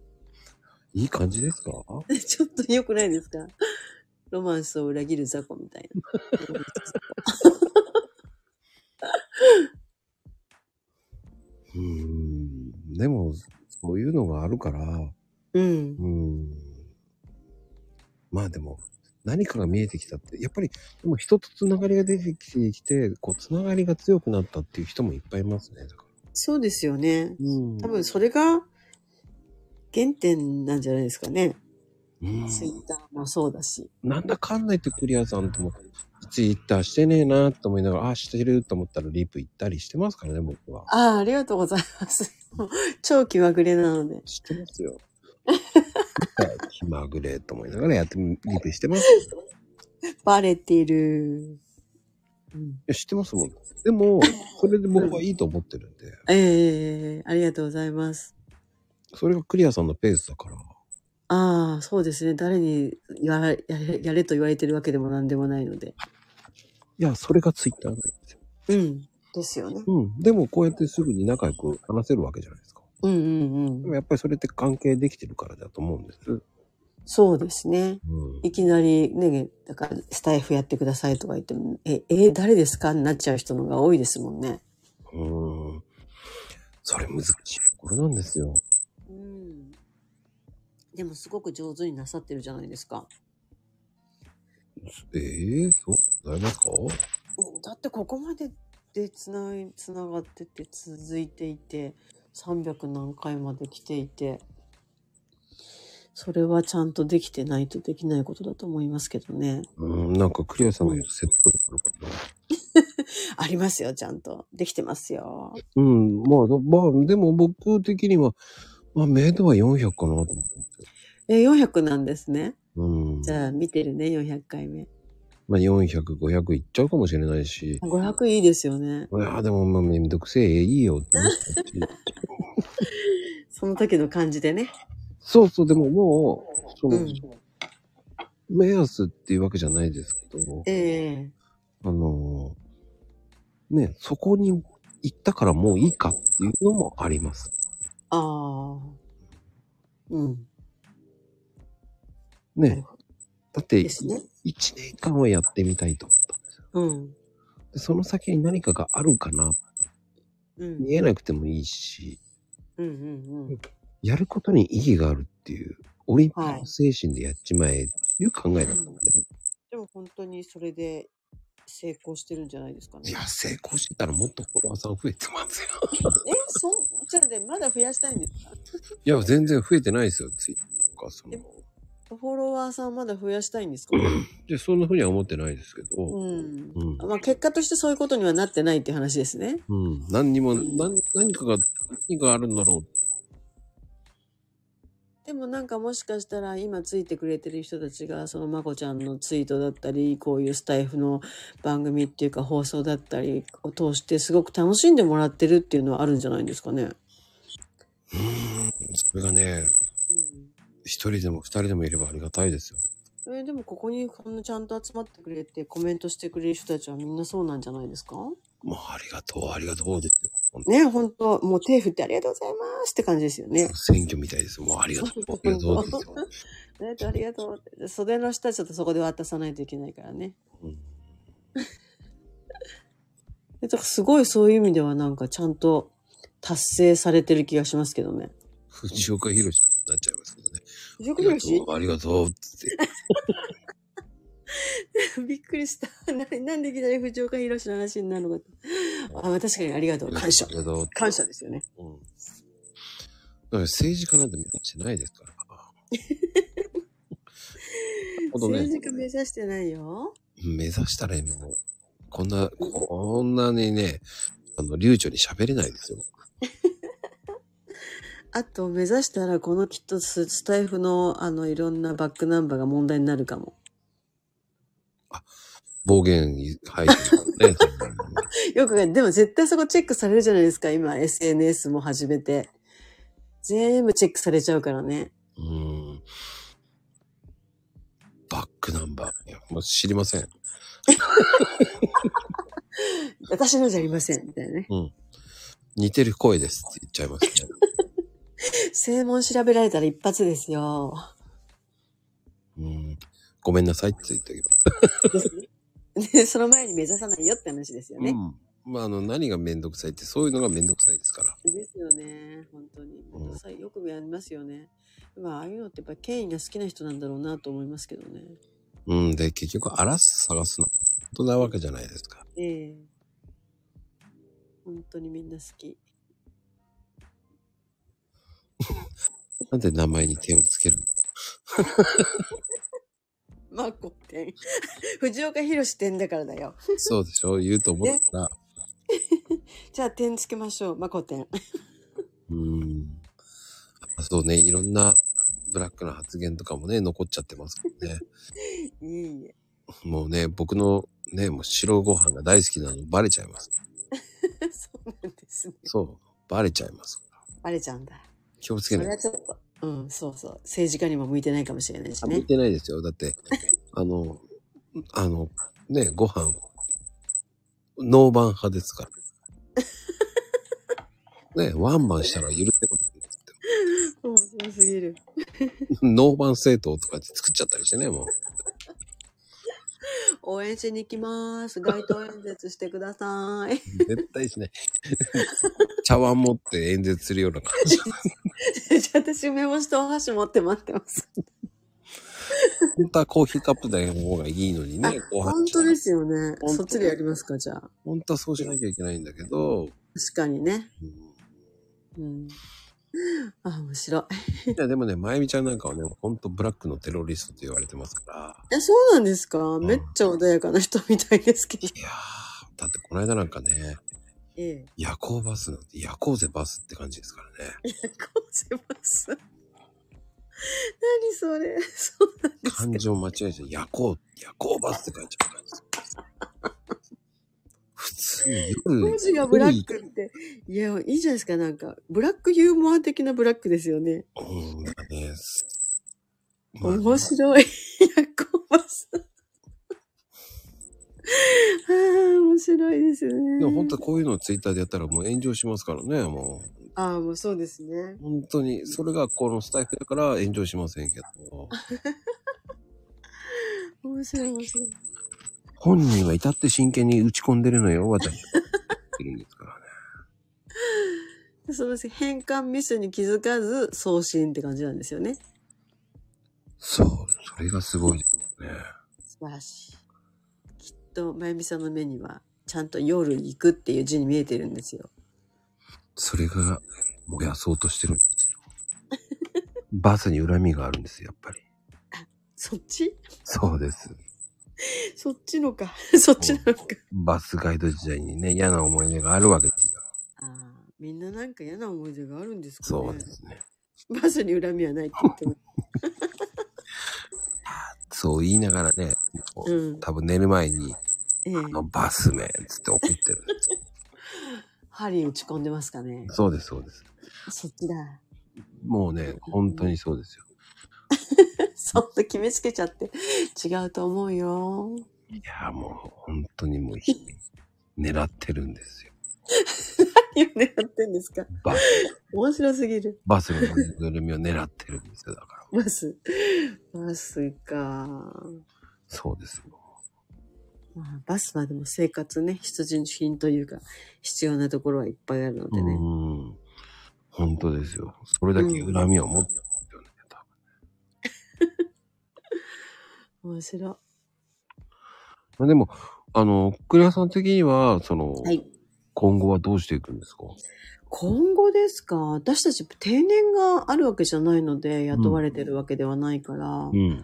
A: いい感じですか
C: ちょっと良くないですかロマンスを裏切る雑魚みたいな。
A: うーんでも、そういうのがあるから、う
C: うん。
A: ーん。まあでも、何かが見えてきたって、やっぱり、でも人とつながりが出てきて、こう、つながりが強くなったっていう人もいっぱいいますね。だか
C: そうですよね。
A: ら。うん
C: 多分それが原点なんじゃないですかね。
A: うん
C: ツイッターもそうだし。
A: なんだかんだ言ってクリアさんとも、ツイッターしてねえなと思いながら、あ、してると思ったらリプ行ったりしてますからね、僕は。
C: ああ、ありがとうございます。 もう超気まぐれなので。
A: 知ってますよ。気まぐれと思いながらやってみ、リプしてます。
C: バレている。うん
A: いや、知ってますもん。で も、それで僕はいいと思ってるんで、
C: ええありがとうございます。
A: それがクリアさんのペースだから。
C: ああ、そうですね。誰にやらやれやれと言われてるわけでも何でもないので。
A: いや、それがツイッターなんですよ。
C: うん。ですよね。
A: うん。でも、こうやってすぐに仲良く話せるわけじゃないですか。
C: うんうん
A: で
C: うん。
A: もやっぱりそれって関係できてるからだと思うんです。
C: そうですね。
A: うん。
C: いきなりね、だからスタイフやってくださいとか言っても、え、え、誰ですかになっちゃう人の方が多いですもんね。
A: うん。それ難しいとこれなんですよ。
C: うん。でもすごく上手になさってるじゃないですか。
A: ええそうございますか
C: だってここまででつない、つながってて続いていて、300何回まで来ていて、それはちゃんとできてないとできないことだと思いますけどね。
A: うん、なんかクリアさんが言うと説得力あるかな。
C: ありますよ、ちゃんと。できてますよ。
A: うん、まあ、まあ、でも僕的には、まあ、メイドは400かなと思ってますよ。
C: え、400なんですね。
A: うん。
C: じゃあ見てるね、400回目。
A: まあ、400、500いっちゃうかもしれないし、
C: 500いいですよね。
A: いや、でも、まあ、めんどくせえ、いいよって思った し。
C: その時の感じでね。
A: そうそう、でももう、その、
C: うん
A: 目安っていうわけじゃないですけど、
C: ええ
A: あのーね、そこに行ったからもういいかっていうのもあります。
C: ああ。うん。
A: ね。だって、
C: ですね
A: 1年間はやってみたいと思った。
C: うん。
A: でその先に何かがあるかな
C: うん。
A: 見えなくてもいいし、
C: うんうんうん。
A: やることに意義があるっていう、オリンピック精神でやっちまえっていう考えだったんだよね。
C: でも本当にそれで成功してるんじゃないですかね。
A: いや、成功してたらもっとフォロワーさん増えてますよ。
C: え、そん、じゃあね、まだ増やしたいんですか
A: いや、全然増えてないですよ、ツイッターそ
C: で
A: の。
C: フォロワーさんまだ増やしたいんですか
A: で、そんなふうには思ってないですけ
C: う
A: ど、
C: ん。
A: うん。
C: まあ結果としてそういうことにはなってないっていう話ですね。
A: うん。何にも、何、何かが、何があるんだろ
C: でもなんかもしかしたら今ついてくれてる人たちがそのまこちゃんのツイートだったりこういうスタイフの番組っていうか放送だったりを通してすごく楽しんでもらってるっていうのはあるんじゃないんですかね。
A: う。うーん。それがね、一人でも二人でもいればありがたいですよ。
C: えーでもここにこんなちゃんと集まってくれてコメントしてくれる人たちはみんなそうなんじゃないですか
A: もうありがとう、ありがとうですよ。本当
C: ね本当もう手振ってありがとうございますって感じですよね。
A: 選挙みたいです。もうありがとう、ありがとうです よ。
C: ありがとうありがとうって袖の人はちょっとそこで渡さないといけないからね。
A: うん
C: でだからすごいそういう意味ではなんかちゃんと達成されてる気がしますけどね。
A: 藤岡弘になっちゃいますけどね。
C: 藤
A: あ
C: 岡
A: りが
C: 弘
A: とう、ありがとうって言って。
C: びっくりした。 ななんでいきなり藤岡弘の話になるのかと。あ、確かにありがとう。感謝
A: あ。りがとう。
C: 感謝ですよね。
A: うん。だから政治家なんて目指してないですから。なるほどね
C: 政治家目指してないよ。
A: 目指したら今もう、こんな、こんなにね、あの、流暢に喋れないですよ。
C: あと、目指したら、このきっとススタイフの、あの、いろんなバックナンバーが問題になるかも。
A: 暴言入ってるからね。
C: よくね、でも絶対そこチェックされるじゃないですか、今、SNS も始めて。全部チェックされちゃうからね。
A: うん。バックナンバー。いや、もう知りません。
C: 私のじゃありません、みたいなね。
A: 似てる声ですって言っちゃいますね。
C: 正門調べられたら一発ですよ。
A: うん。ごめんなさいって言ってあげます。
C: で、その前に目指さないよって話ですよね。
A: うん。まあ、あの、何がめんどくさいって、そういうのがめんどくさいですから。
C: ですよね、本当に。
A: うん
C: さよくやりますよね。まあ、ああいうのってやっぱ権威が好きな人なんだろうなと思いますけどね。
A: うん。で、結局、荒らす、探すの、本当なわけじゃないですか。
C: ええ本当にみんな好き。
A: なんで名前に点をつけるの
C: マコ店。 藤岡弘店だからだよ。
A: そうでしょ言うと思ったら。
C: じゃあ点つけましょう、マコ店。
A: うん。そうね、いろんなブラックな発言とかもね、残っちゃってますもんね。
C: いえい
A: もうね、僕のね、もう白ご飯が大好きなのバレちゃいます。
C: え。 そうなんですね。
A: そう、バレちゃいます。
C: バレちゃうんだ。
A: 気をつ
C: そ
A: け
C: れ
A: な。
C: はいちょっと。うん、そうそう。政治家にも向いてないかもしれないし
A: あ
C: ね
A: 見。てないですよ。だって、あの、あの、ね、ご飯、ノーバン派です から。ね、ワンバンしたら許せませんって
C: 面白すぎる。
A: 言って。ノーバン政党とかって作っちゃったりしてね、もう。
C: 応援しに行きます。街頭演説してください。
A: 絶対しない。 茶碗持って演説するような感じ。
C: じゃあ私、梅干しとお箸持って待ってます。
A: 本当はコーヒーカップだけの方がいいのにね、ご
C: 本
A: 飯。
C: 当ですよね。
A: 当
C: そっちでやりますか、じゃあ。
A: 本当はそうしなきゃいけないんだけ ど、
C: 確かにね。
A: うん
C: うん。あ、面白い。
A: いやでもね、まゆみちゃんなんかはね、本当ブラックのテロリストと言われてますから。
C: え、そうなんですか
A: ん
C: めっちゃ穏やかな人みたいですけど。
A: いやー、だってこの間なんかね、
C: ええ。
A: 夜行バスなんて、夜行ぜバスって感じですからね。
C: こうせます。 何それそうなんです
A: 感情間違えちゃう。夜行、夜行バスって書いちゃう感じ。 普通に夜。
C: 文字がブラックって。いや、いいじゃないですか、なんか。ブラックユーモア的なブラックですよね。
A: うん、だからね。すまあ
C: 面白い。 夜行バス。あ あ、面白いですね。
A: でも本当こういうのをツイッターでやったらもう炎上しますからね、もう。
C: ああ、もうそうですね。
A: 本当に、それがこのスタイフだから炎上しませんけど。
C: 面白い、面白い。
A: 本人は至って真剣に打ち込んでるのよ、 私。いるんですからね。
C: そうです。変換ミスに気づかず送信って感じなんですよね。
A: そう、それがすごいですね。
C: 素晴らしい。きっと、まゆみさんの目には、ちゃんと夜行くっていう字に見えてるんですよ。
A: それが燃やそうとしてるんですよ。バスに恨みがあるんですよ、やっぱり。
C: そっち
A: そうです。
C: そっちのか。 そっちなのか。
A: バスガイド時代にね、嫌な思い出があるわけですよ。
C: ああ、みんななんか嫌な思い出があるんですかね。
A: そうですね。
C: バスに恨みはないって言っても。
A: そう言いながらね、こう
C: うん
A: 多分寝る前に、
C: え え
A: あのバスめっつって怒ってる。
C: 針打ち込んでますかね。
A: そうです、そうです。
C: そっちだ。
A: もうね、本当にそうですよ。
C: そっと決めつけちゃって、違うと思うよ。
A: いやー、もう本当にもう、狙ってるんですよ。
C: 何を狙ってんですか
A: バス、
C: 面白すぎる。
A: バスのぬいぐるみを狙ってるんですよ、だから。
C: バス。バスか。
A: そうですよ。
C: まあ、バスはでも生活ね、必需品というか、必要なところはいっぱいあるの
A: う
C: でね。
A: ん。本当ですよ。それだけ恨みを持ってるんですよね。多
C: 面白い。
A: 分でも、あの、クレアさん的には、その、
C: はい。
A: 今後はどうしていくんですか
C: 今後ですか私たち定年があるわけじゃないので、雇われてるわけではないから、
A: うん。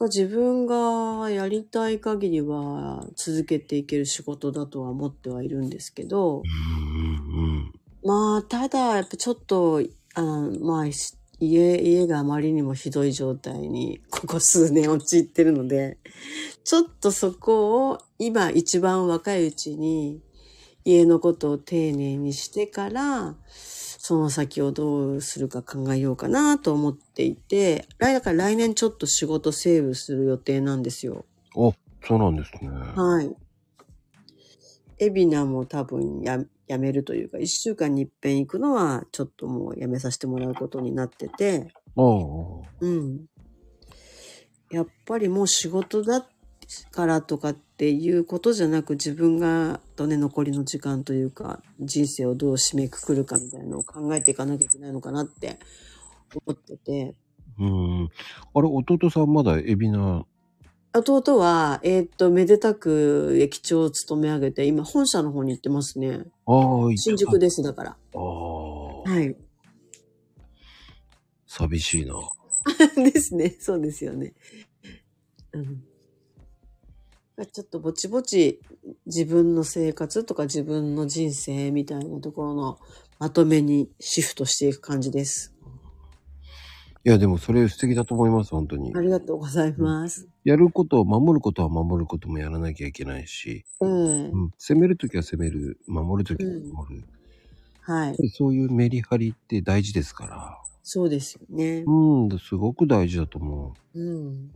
C: 自分がやりたい限りは続けていける仕事だとは思ってはいるんですけ
A: う
C: ど、
A: ん
C: まあ、ただ、やっぱちょっと、あの、まあ、し家、家があまりにもひどい状態に、ここ数年陥ってるので、ちょっとそこを、今一番若いうちに、家のことを丁寧にしてから、その先をどうするか考えようかなと思っていて、来、だから来年ちょっと仕事セーブする予定なんですよ。
A: うん。あ、そうなんですね。
C: はい。エビナも多分ややめるというか、一週間に一遍行くのは、ちょっともうやめさせてもらうことになってて、
A: ああ。
C: うん。やっぱりもう仕事だからとかっていうことじゃなく、自分がとね、残りの時間というか、人生をどう締めくくるかみたいなのを考えていかなきゃいけないのかなって思ってて、
A: うん。あれ、弟さんまだエビナ、
C: 弟は、えーっと、めでたく駅長を務め上げて、今本社の方に行ってますね。
A: ああ、
C: 新宿
A: で。
C: です、だから。
A: ああ、
C: はい。
A: 寂しいな。
C: ですね。そうですよね。うん。ちょっとぼちぼち自分の生活とか自分の人生みたいなところのまとめにシフトしていく感じです。
A: いや、でもそれ素敵だと思います、本当に
C: あ。りがとうございます。
A: やることを守ることは守ることもやらなきゃいけないし、
C: ええ
A: うん、攻めるときは攻める、守るときは守る。やっ
C: はい
A: ぱ。りそういうメリハリって大事ですから。
C: そうですよね。
A: うん、すごく大事だと思う。
C: うん。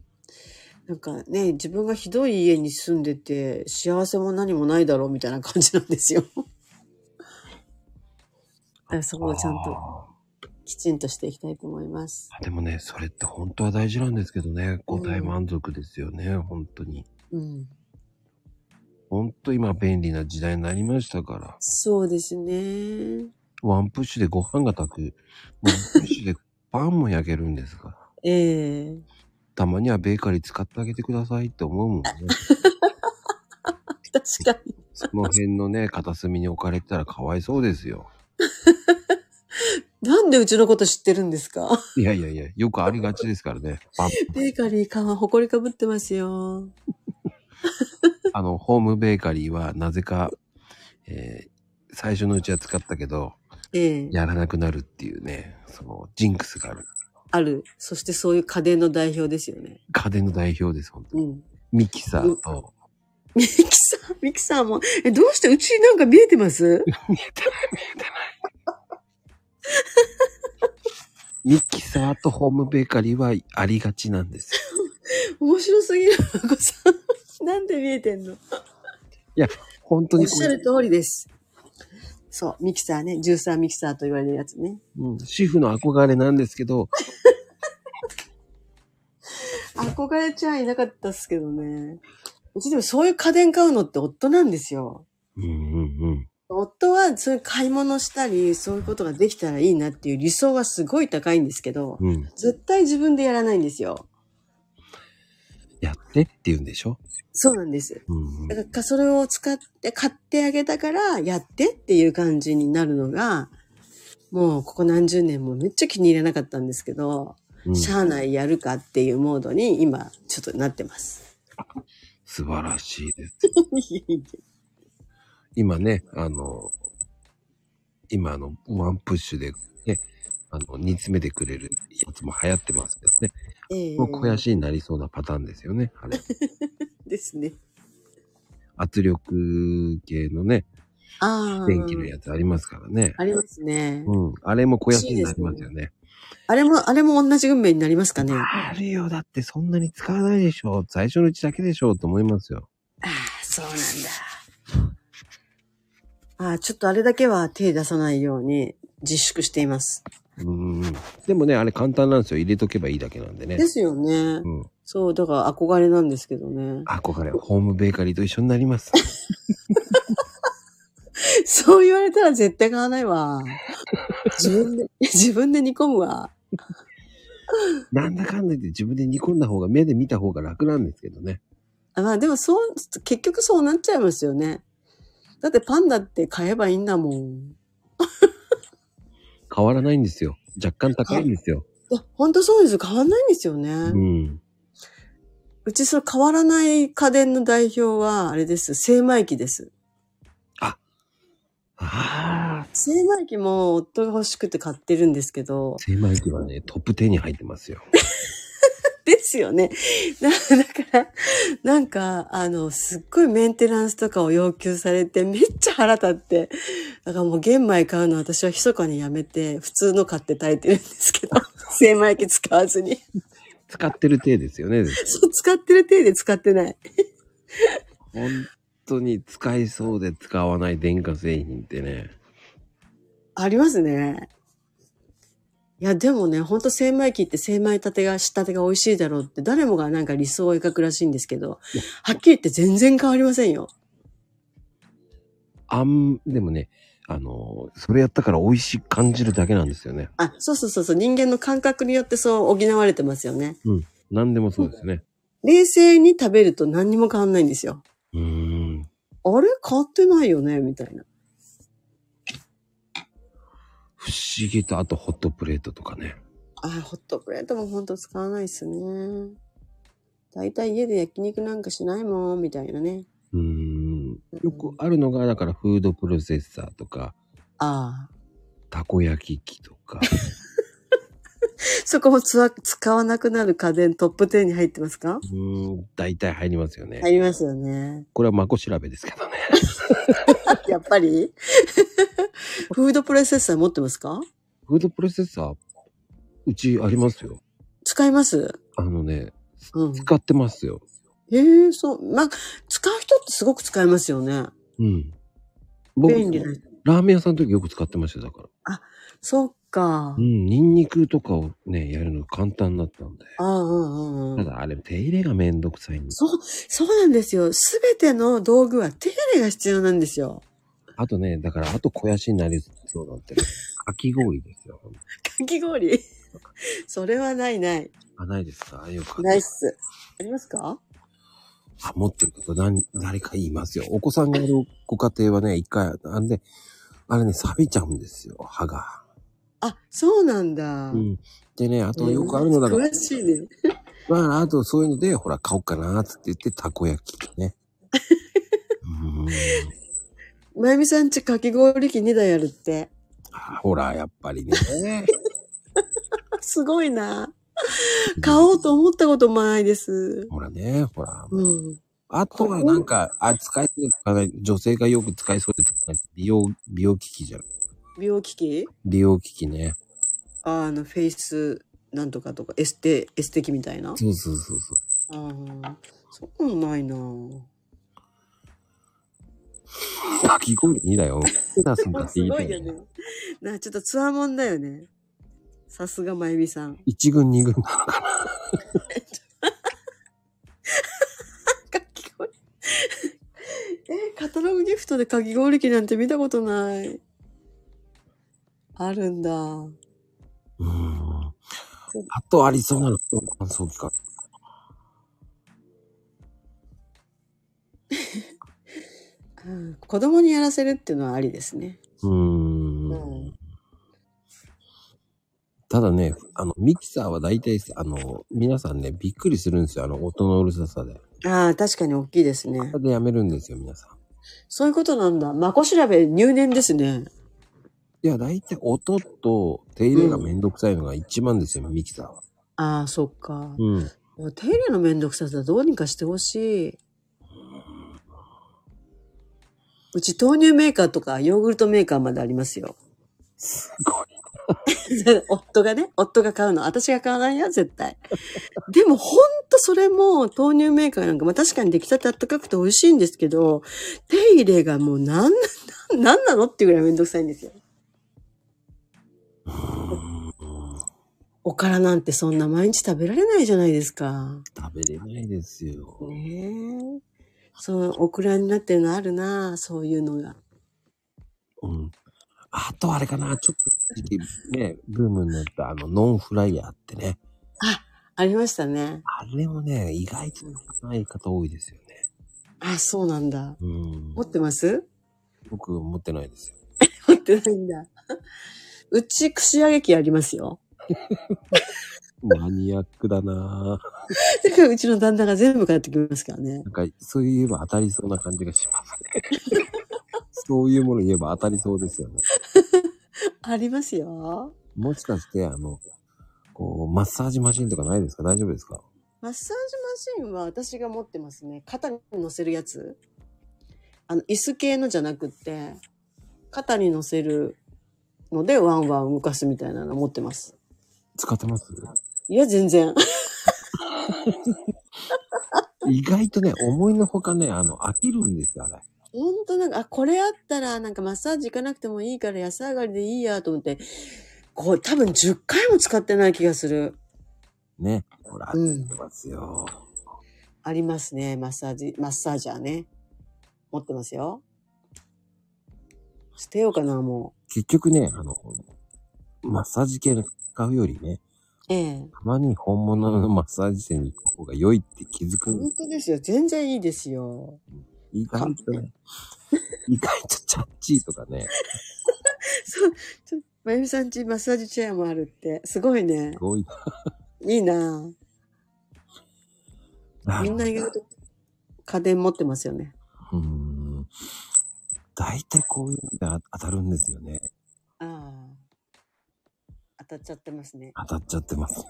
C: なんかね、自分がひどい家に住んでて幸せも何もないだろうみたいな 感じなんですよ。あそう、ちゃんと
A: あ
C: きちんとしていきたいと思います。
A: あでもね、それって本当は大事なんですけどね、五体満足ですよね、本当に。
C: うん。
A: 本当今便利な時代になりましたから。
C: そうですね。
A: ワンプッシュでご飯が炊く。ワンプッシュでパンも焼けるんですから。
C: ええ
A: たまにはベーカリー使ってあげてくださいって思うもんね。
C: 確かに。
A: その辺のね、片隅に置かれてたらかわいそうですよ。
C: なんでうちのこと知ってるんですか
A: いやいやいや、よくありがちですからね。パン
C: ベーカリー缶は埃かぶってますよ。
A: あの、ホームベーカリーはなぜか、えー最初のうちは使ったけど、
C: ええ
A: やらなくなるっていうね、そのジンクスがある。
C: ある。そしてそういう家電の代表ですよね。
A: 家電の代表です、本当
C: う
A: に。
C: ん。
A: ミキサーと、
C: ミキサー、ミキサーも、え、どうしてうちなんか見えてます
A: ミキサーとホームベーカリーはありがちなんですよ。
C: 面白すぎる、お子さん。なんで見えてんの
A: 本当
C: おっ
A: にこ
C: しゃ
A: れ
C: る通りです。そう、ミキサーね。ジューサーミキサーと言われるやつね。
A: うん、主婦の憧れなんですけど、
C: 憧れちゃいなかったっすけどね。うちでもそういう家電買うのって夫なんですよ。
A: うんうんうん。
C: 夫はそういう買い物したり、そういうことができたらいいなっていう理想はすごい高いんですけど、
A: うん。
C: 絶対自分でやらないんですよ。
A: やってって言うんでしょ
C: そうなんです。
A: うんう
C: だ
A: ん。
C: からそれを使って、買ってあげたから、やってっていう感じになるのが、もうここ何十年もめっちゃ気に入らなかったんですけど、
A: うん、
C: し
A: 素
C: ゃあないやるかっていうモードに今ちょっとなって ます。
A: 晴らしいです。
C: う
A: 今ね、あの、今あの、ワンプッシュで、ね、あの、煮詰めてくれるやつも流行ってますけどね。もう肥やしになりそうなパターンですよね。 あれ。
C: ですね。
A: 圧力系のね、
C: ああ。
A: 電気のやつありますからね。
C: ありますね。
A: うん。あれも肥やしになりますよね。
C: あれも、あれも同じ運命になりますかね。あ
A: あるよ。だってそんなに使わないでしょ。最初のうちだけでしょ。と思いますよ。
C: あ、そうなんだ。ああ、ちょっとあれだけは手出さないように自粛しています。
A: うん。でもね、あれ簡単なんですよ。入れとけばいいだけなんでね
C: で。すよね。
A: うん。
C: そう、だから憧れなんですけどね。
A: 憧れ、ホームベーカリーと一緒になります。
C: そう言われたら絶対買わないわ。自分で、自分で煮込むわ。
A: なんだかんだ言って自分で煮込んだ方が目で見た方が楽なんですけどね。
C: あまあでもそう、結局そうなっちゃいますよね。だってパンダって買えばいいんだもん。
A: 変わらないんですよ。若干高いんですよ。
C: いや、ほんとそうですよ。変わんないんですよね。
A: うん。
C: うちそれ変わらない家電の代表は、あれです。精米機です。
A: ああ、
C: 精米機も夫が欲しくて買ってるんですけど、
A: 狭い機はね、トップ10に入ってますよ。
C: ですよね。 なだから、なんか、あの、すっごいメンテナンスとかを要求されて、めっちゃ腹立って、だからもう玄米買うの私は密かにやめて、普通の買って炊いてるんですけど、 精米機使わずに。
A: 使ってる体ですよね。
C: そう、使ってる手で使ってない。
A: 本当に使いそうで使わない電化製品ってね。
C: ありますね。いや、でもね、ほんと精米機って精米立てが、仕立てが美味しいだろうって、誰もがなんか理想を描くらしいんですけど、はっきり言って全然変わりませんよ。
A: あん、でもね、あの、それやったから美味しく感じるだけなんですよね。
C: あ、そうそうそうそう、人間の感覚によってそう補われてますよね。
A: 何でもそうですね。
C: 冷静に食べると何にも変わんないんですよ。
A: うーん。
C: あれ変わってないよねみたいな。
A: 不思議と、あとホットプレートとかね。
C: あ、ホットプレートもほんと使わないですね。だいたい家で焼肉なんかしないもん、みたいなね。
A: うーん。よくあるのが、だからフードプロセッサーとか、
C: ああ。
A: たこ焼き器とか。
C: そこもつわ使わなくなる家電トップ10に入ってますか
A: うーん、大体入りますよね。
C: 入りますよね。
A: これはまこ調べですけどね。
C: やっぱり フードプロセッサー持ってますか
A: フードプロセッサー、うちありますよ。
C: 使います
A: あのね、
C: うん。
A: 使ってますよ。
C: ええそう。まあ、使う人ってすごく使いますよね。
A: うん。僕、
C: 便利な。
A: ラーメン屋さんの時よく使ってましたよだから。
C: そっか
A: う。ん、ニンニクとかをね、やるの簡単だったんで。
C: ああ、うんうんう
A: た
C: ん。
A: だあれ、手入れがめんどくさいんです。
C: そう、そうなんですよ。すべての道具は手入れが必要なんですよ。
A: あとね、だから、あと肥やしになりそうなんて、かき氷ですよ。
C: かき氷。それはないない。
A: あ、ないですかよく。
C: ナイス。ありますか
A: あ、持ってること何、誰か言いますよ。お子さんがいるご家庭はね、一回、あれね、あれね、錆びちゃうんですよ、歯が。
C: あ、そうなんだ。
A: うん。でね、あとよくあるのだから、
C: 詳しいね。
A: まあ、あとそういうので、ほら、買おうかなーって言って、たこ焼きね。うーん。
C: まゆみさんちかき氷機2台あるって。
A: あほら、やっぱりね。
C: あすごいな。買おうと思ったこともないです。
A: ほらね、ほら。
C: うん。
A: あとはなんか、あ、使いそうで使わない。女性がよく使いそうで使わない。美容、美容機器じゃん。
C: 美容機器
A: 美容機器ね。
C: ああの、フェイスなんとかとか、エステ、エステ機みたいな。
A: そうそうそうそう。
C: ああ、そういうのないな。
A: かき氷2だよ。出 すんだって言いたい、ね。。
C: なあ、ちょっとツアーもんだよね。さすがまゆみさん。
A: 1軍2軍なのか
C: かき氷。 え、カタログギフトでかき氷機なんて見たことない。あるんだ。
A: な。うーん。あとありそうなの。乾燥機か。
C: うん、子供にやらせるっていうのはありですね。
A: うー。
C: うん
A: ただね、あの、ミキサーは大体、あの、皆さんね、びっくりするんですよ。あの、音のうるささで。
C: ああ、確かに大きいですね
A: そ。れでやめるんですよ、皆さん。
C: そういうことなんだ。まこ調べ入念ですね。
A: いや、大体音と手入れがめんどくさいのが一番ですよ、ミキサーは。
C: ああ、そっか。
A: うん。
C: でも手入れのめんどくささどうにかしてほしい。うち豆乳メーカーとかヨーグルトメーカーまでありますよ。
A: すごい。
C: 夫がね、夫が買うの。私が買わないよ、絶対。でもほんとそれも豆乳メーカーなんか、まあ確かに出来たてあったかくて美味しいんですけど、手入れがもうなん、 なんなんなのっていうぐらいめんどくさいんですよ。おからなんてそんな毎日食べられないじゃないですか。
A: 食べれないですよ。
C: ねえ。そう、オクラになってるのあるなそういうのが。
A: うん。あとあれかな、ちょっと、ね、ブームになったあの、ノンフライヤーってね。
C: あ、ありましたね。
A: あれもね、意外とない方多いですよね。
C: あ、そうなんだ。
A: うん
C: 持。ってます
A: 僕持ってないですよ。
C: 持ってないんだ。うち、串揚げ機ありますよ。
A: マニアックだなぁ
C: だからうちの旦那が全部買ってきますからね
A: な。んか、そう言えば当たりそうな感じがしますね。 そういうもの言えば当たりそうですよね。
C: ありますよ。
A: もしかして、あの、こう、マッサージマシンとかないですか大丈夫ですか
C: マッサージマシンは私が持ってますね。肩に乗せるやつ。あの、椅子系のじゃなくって、肩に乗せるのでワンワン動かすみたいなの持ってます。
A: 使ってます
C: いや、全然。
A: 意外とね、思いのほかね、あの、飽きるんですよ、あれ。
C: ほんとなんか、あ、これあったら、なんかマッサージ行かなくてもいいから安上がりでいいやと思って、こう、多分10回も使ってない気がする。
A: ね。ほら、
C: う
A: 飽
C: ん
A: きてますよ。
C: ありますね、マッサージ、マッサージャーね。持ってますよ。捨てようかな、も
A: 結局ね、あの、マッサージ系の使うよりね、
C: う。ええ
A: たまに本物のマッサージ店に行く方が良いって気づくんで
C: 本
A: す。
C: 当ですよ。全然いいですよ。
A: 意外とね、意外とチャッチーとかね、
C: そう、ちょ、まゆみさんちマッサージチェアもあるって。すごいね
A: す。ごい
C: いいな
A: な。
C: みんな意外と家電持ってますよね。
A: うーん。大体こういうのであ当たるんですよね。
C: ああ。当たっちゃってますね。
A: 当たっちゃってます。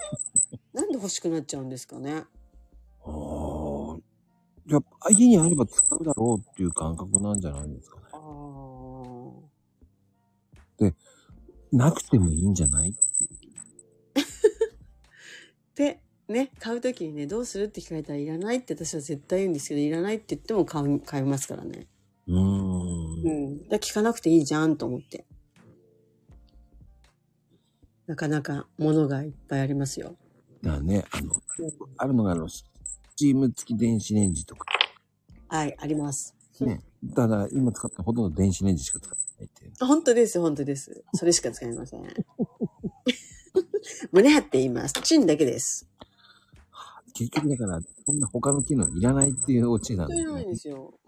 C: なんで欲しくなっちゃうんですかね。
A: おーやっぱ家にあれば使うだろうっていう感覚なんじゃないですかね。
C: ああ。
A: なくてもいいんじゃない
C: でね買う時にねどうするって聞かれたらいらないって私は絶対言うんですけどいらないって言っても買う買いますからね
A: うーん。
C: んだから聞かなくていいじゃんと思ってなかなかものがいっぱいありますよ。
A: だからね、あの、あるのがあの、スチーム付き電子レンジとか
C: はい、あります。
A: ね。ただ、今使ったほとんど電子レンジしか使ってないっていう。
C: 本当です、本当です。それしか使いま せん。胸張って言います。チンだけです。
A: 結局だから、そんな他の機能いらないっていうオチなんです
C: そうなん
A: ね
C: で。すよ。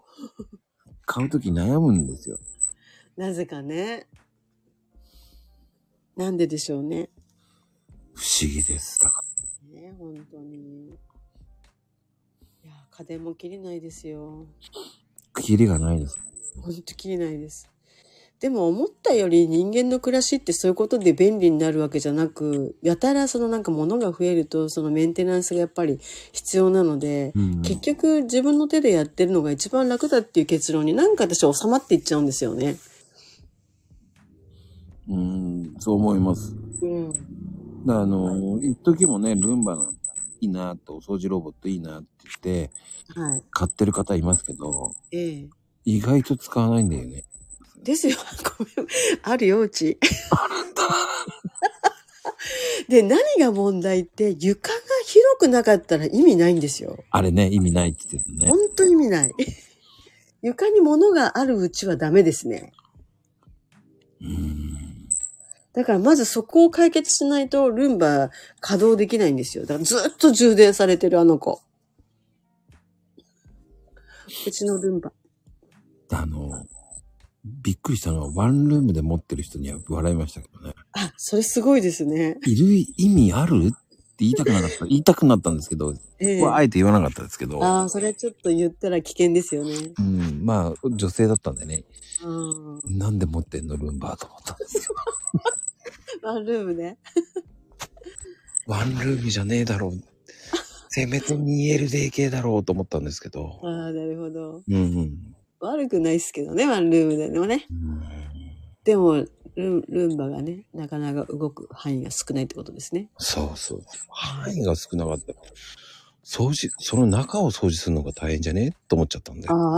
A: 買うとき悩むんですよ。
C: なぜかね。なんででしょうね。
A: 不思議です。だから。
C: ね、本当に。いや、家電も切れないですよ。
A: キリがないです。
C: ほんと切れないです。でも思ったより人間の暮らしってそういうことで便利になるわけじゃなく、やたらそのなんか物が増えるとそのメンテナンスがやっぱり必要なので、
A: うん。
C: 結局自分の手でやってるのが一番楽だっていう結論になんか私収まっていっちゃうんですよね。
A: うん、そう思います。
C: うん。
A: だからあの、一時もね、ルンバなんていいなと、お掃除ロボットいいなって言って、
C: はい。
A: 買ってる方いますけど、
C: ええ。
A: 意外と使わないんだよね。
C: ですよ。 ごめん。あるよ、うち。 で、何が問題って、床が広くなかったら意味ないんですよ。
A: あれね、意味ないって言ってたね
C: ほ。んと意味ない。 床に物があるうちはダメですね。
A: うん。
C: だからまずそこを解決しないとルンバ稼働できないんですよ。だからずっと充電されてるあの子。うちのルンバ。
A: あの、びっくりしたのは、ワンルームで持ってる人には笑いましたけどね。
C: あ、それすごいですね。
A: いる意味あるって言いたくなかった。言いたくなったんですけど、こ
C: ええ
A: れあえて言わなかったですけど、
C: ああ、それはちょっと言ったら危険ですよね。
A: うん、まあ、女性だったんでね、
C: うん。
A: なんで持ってんの、ルンバと思ったんですよ。
C: ワンルームね。
A: ワンルームじゃねえだろう。せめて 2LDK だろうと思ったんですけど。
C: ああ、なるほど。
A: うんうん。
C: 悪くないですけどね、ワンルームでもね。でも、ルンルンバがね、なかなか動く範囲が少ないってことですね。
A: そうそう。範囲が少なかった。掃除、その中を掃除するのが大変じゃねと思っちゃったんで。
C: ああ。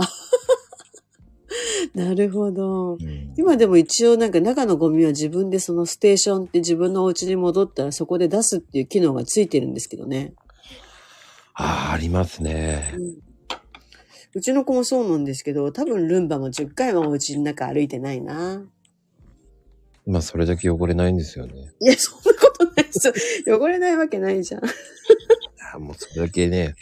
C: なるほど。
A: うん
C: 今でも一応なんか中のゴミは自分でそのステーションって自分のお家に戻ったらそこで出すっていう機能がついてるんですけどね。
A: ああ、ありますね
C: う。んうちの子もそうなんですけど、多分ルンバも10回はお家の中歩いてないな。
A: まあ、それだけ汚れないんですよね。
C: いや、そんなことないですよ。汚れないわけないじゃん。
A: あーもうそれだけね、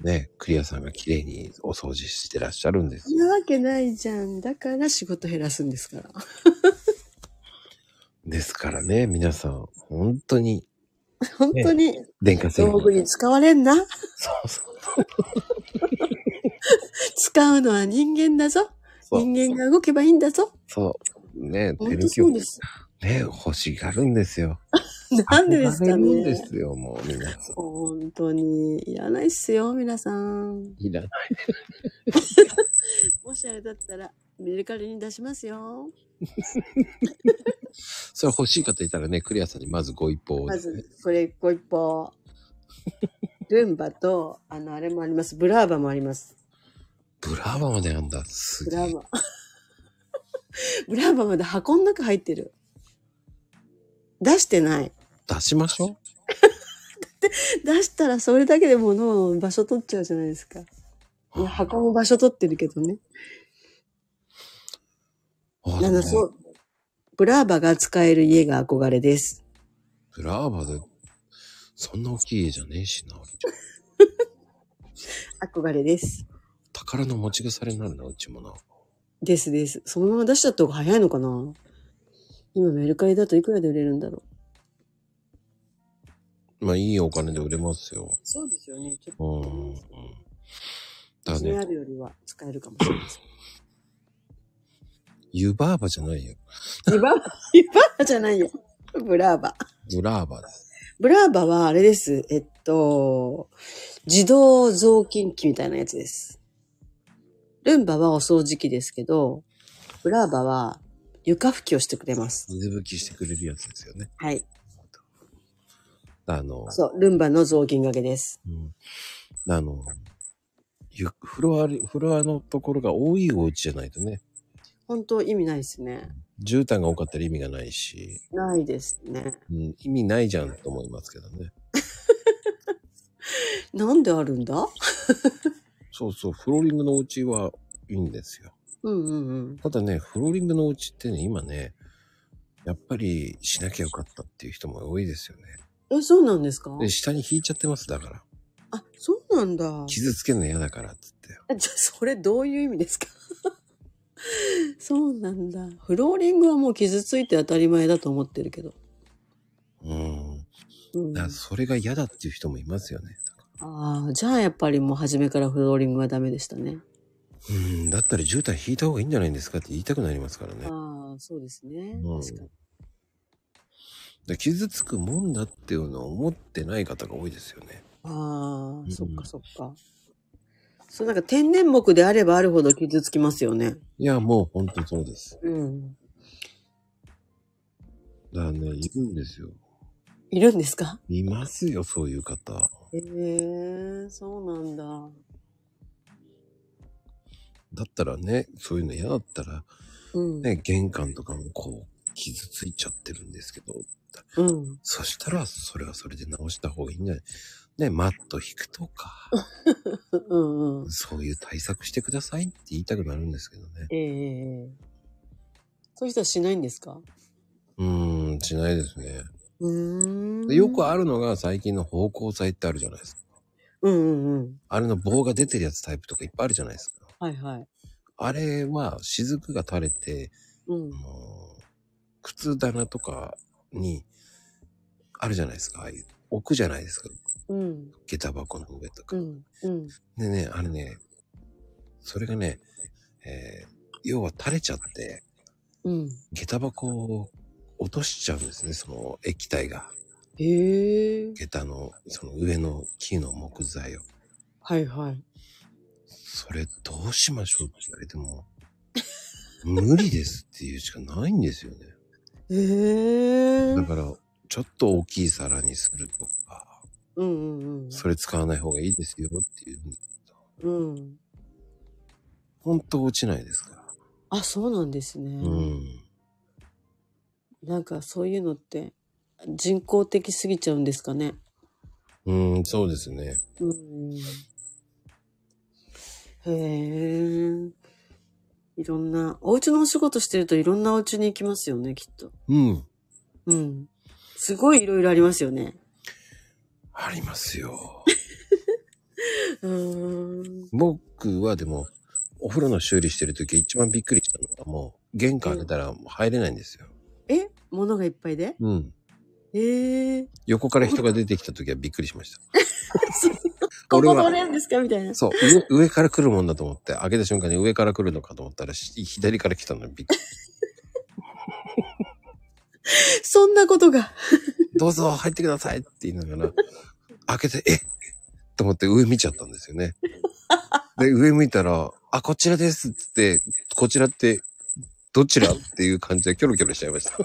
A: ね、クリアさんが綺麗にお掃除してらっしゃるんです
C: そん
A: よ。
C: なわけないじゃん。だから仕事減らすんです から。
A: ですからね、皆さん、本当に
C: 本当に
A: 電化製品。
C: 道具に使われんな。
A: そうそう。
C: 使うのは人間だぞ。
A: そう
C: 人間が動けばいいんだぞ。
A: そう。ね、手
C: 本
A: 抜き
C: 当そ
A: を
C: うです。
A: ね、欲しがるんですよ。
C: なんでですか
A: 憧れるんで
C: ね。
A: すよ、もうみんな。
C: 本当にいらないっすよ、皆さん。
A: いらない。
C: もしあれだったら、メルカリに出しますよ。
A: それ欲しい方いたらね、クリアさんにまずご一報を。
C: まず、これご一歩。ルンバと、あの、あれもあります。ブラーバもあります。
A: ブラボーまであんだ。す
C: ブ
A: げ
C: ラ
A: え
C: ー。バ。 ブラーバまだ箱の中入ってる。出してない。
A: 出しましょ。
C: 出したらそれだけで物を場所取っちゃうじゃないですか。いうや、箱も場所取ってるけどね。
A: あ
C: なんか
A: でもね
C: そう、ブラーバが使える家が憧れです。
A: ブラーバで、そんな大きい家じゃねえしな。
C: 憧れです。
A: 宝の持ち腐れになるな、うちもな。
C: ですです。そのまま出しちゃった方が早いのかな今メルカリだといくらで売れるんだろう。
A: まあ、いいお金で売れますよ。
C: そうですよね。ちょっ
A: うん。うんだ
C: と、ね、
A: ね
C: あ、るよりは使えるかもしれません。
A: 湯バーバじゃないよ。
C: リバーバ、リバーバじゃないよ。ブラーバ。
A: ブラーバだ。
C: ブラーバはあれです。えっと、自動雑巾機みたいなやつです。ルンバはお掃除機ですけど、ブラーバは床拭きをしてくれます。
A: 水拭きしてくれるやつですよね。
C: はい。
A: あの、
C: そう、ルンバの雑巾掛けです。
A: うん。あの、ゆフロア、フロアのところが多いお家じゃないとね。
C: 本当意味ないですね。
A: 絨毯が多かったら意味がないし、
C: ないですね。
A: うん、意味ないじゃんと思いますけどね。
C: なんであるんだ
A: そうそう、フローリングのお家はいいんですよ。
C: うんうんうん。
A: ただね、フローリングのお家ってね、今ね、やっぱりしなきゃよかったっていう人も多いですよね。
C: え、そうなんですか
A: で、下に引いちゃってます、だから。
C: あ、そうなんだ。じ
A: 傷つけるの嫌だからっつって。
C: ゃあ、それどういう意味ですか そうなんだ。フローリングはもう傷ついて当たり前だと思ってるけど。
A: うん。
C: うん、
A: だからそれが嫌だっていう人もいますよね。だか
C: ああ、じゃあやっぱりもう初めからフローリングはダメでしたね。
A: らうん、だったら絨毯引いた方がいいんじゃないんですかって言いたくなりますからね。
C: ああ、そうですね。
A: うん
C: 確かに。
A: で傷つくもんだっていうのを思ってない方が多いですよね。
C: ああ、
A: うん
C: そっかそっか。そう、なんか天然木であればあるほど傷つきますよね。
A: いや、もう本当そうです。
C: うん。
A: だからね、いるんですよ。
C: いるんですか
A: いますよ、そういう方。
C: へえそうなんだ。
A: だったらね、そういうの嫌だったら、
C: うん。
A: ね、玄関とかもこう、傷ついちゃってるんですけど、
C: うん。
A: そしたら、それはそれで直した方がいいんじゃないね、マット引くとか、
C: うんうん。
A: そういう対策してくださいって言いたくなるんですけどね。
C: ええそういう人はしないんですか
A: うーん、しないですね。
C: うーん。
A: でよくあるのが最近の方向剤ってあるじゃないですか。
C: うんうんうん。
A: あれの棒が出てるやつタイプとかいっぱいあるじゃないですか。
C: はいはい。
A: あれは、雫が垂れて、
C: うん
A: あの。ー靴棚とかに、あるじゃないですか。ああいう、置くじゃないですか。
C: うん。
A: 下駄箱の上とか。
C: うん。うん。
A: でね、あれね、それがね、えー要は垂れちゃって、
C: うん。
A: 下駄箱を落としちゃうんですね、その液体が。
C: へえ
A: 下駄の、その上の木の木材を。
C: はいはい。
A: それどうしましょうって言われても、無理ですっていうしかないんですよね。
C: ええ
A: だから、ちょっと大きい皿にするとか、
C: うんうんうん。
A: それ使わない方がいいですよっていう。
C: うん。
A: 本当落ちないですから。
C: あ、そうなんですね。
A: うん。
C: なんかそういうのって人工的すぎちゃうんですかね。
A: うん、そうですね。
C: うん。へえ。いろんな、お家のお仕事してるといろんなお家に行きますよね、きっと。
A: うん。
C: うん。すごいいろいろありますよね。
A: ありますよ。
C: うーん。
A: 僕はでも、お風呂の修理してる時一番びっくりしたのがもう、玄関開けたらもう入れないんですよ。
C: え物がいっぱいで
A: うん。
C: ええ
A: 横から人が出てきた時はびっくりしました。
C: こ
A: 俺
C: こ
A: は
C: 乗れんですかみたいな。
A: そう、上、上から来るもんだと思って、開けた瞬間に上から来るのかと思ったら、し左から来たのにびっくり。
C: そんなことが。
A: どうぞ入ってくださいって言いながら、開けて、えっと思って上見ちゃったんですよね。で、上向いたら、あ、こちらですっつって、こちらって、どちらっていう感じでキョロキョロしちゃいました。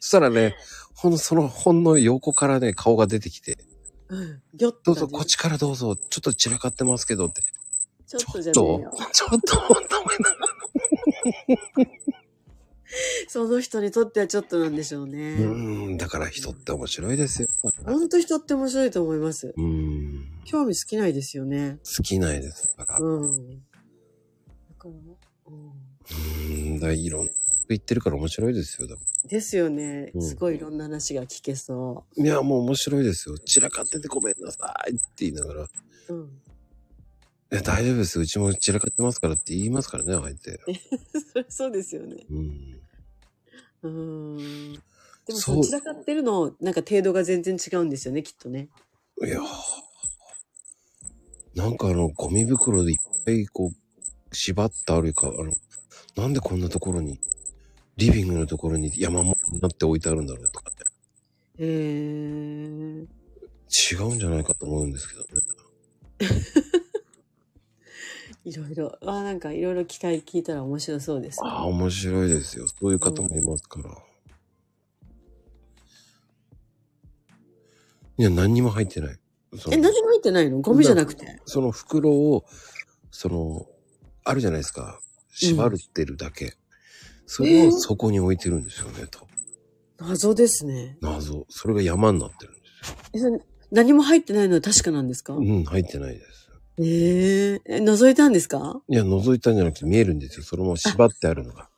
A: そしたらね、ほんの、その、ほんの横からね、顔が出てきて、
C: うん。ぎょっ
A: ど
C: と
A: うぞ、こっちからどうぞ、ちょっと散らかってますけどって、
C: ちょっとじゃねえ
A: どう
C: よ。
A: ちょっと、思ったもんな
C: その人にとってはちょっとなんでしょうね。
A: うーん、だから人って面白いですよ。
C: ほんと人って面白いと思います。
A: うーん、
C: 興味尽きないですよね。
A: 好きないですから。う
C: うん。だから、うん。
A: ーん、だからいろんなこと言ってるから面白いですよ。だか
C: ですよね。
A: うん
C: すごいいろんな話が聞けそ
A: らいや、もう面白いですよ。散らかっててごめんなさいって言いながら、
C: う。うん。
A: え大丈夫です。うちも散らかってますからって言いますからね、相手。
C: そりゃそうですよね。
A: うん。
C: うん。でも
A: そ
C: そうの散らかってるの、なんか程度が全然違うんですよね、きっとね。
A: いやーなんかあの、ゴミ袋でいっぱいこう、縛ってあるか、あの、なんでこんなところに、リビングのところに山もになって置いてあるんだろうとかね。
C: へえ。
A: 違うんじゃないかと思うんですけどね。
C: いろいろ。あなんかいろいろ機会聞いたら面白そうです、ね。
A: ああ、面白いですよ。そういう方もいますから。いや、何にも入ってない。その
C: え、何も入ってないのゴミじゃなくて。
A: その袋を、その、あるじゃないですか。縛るってるだけ。それをそこに置いてるんですよね、と。
C: 謎ですね。
A: 謎。それが山になってるんですよ。
C: えそれ何も入ってないのは確かなんですか
A: うん、入ってないです。
C: えー、え、覗いたんですか
A: いや、覗いたんじゃなくて見えるんですよ。そのまま縛ってあるのが。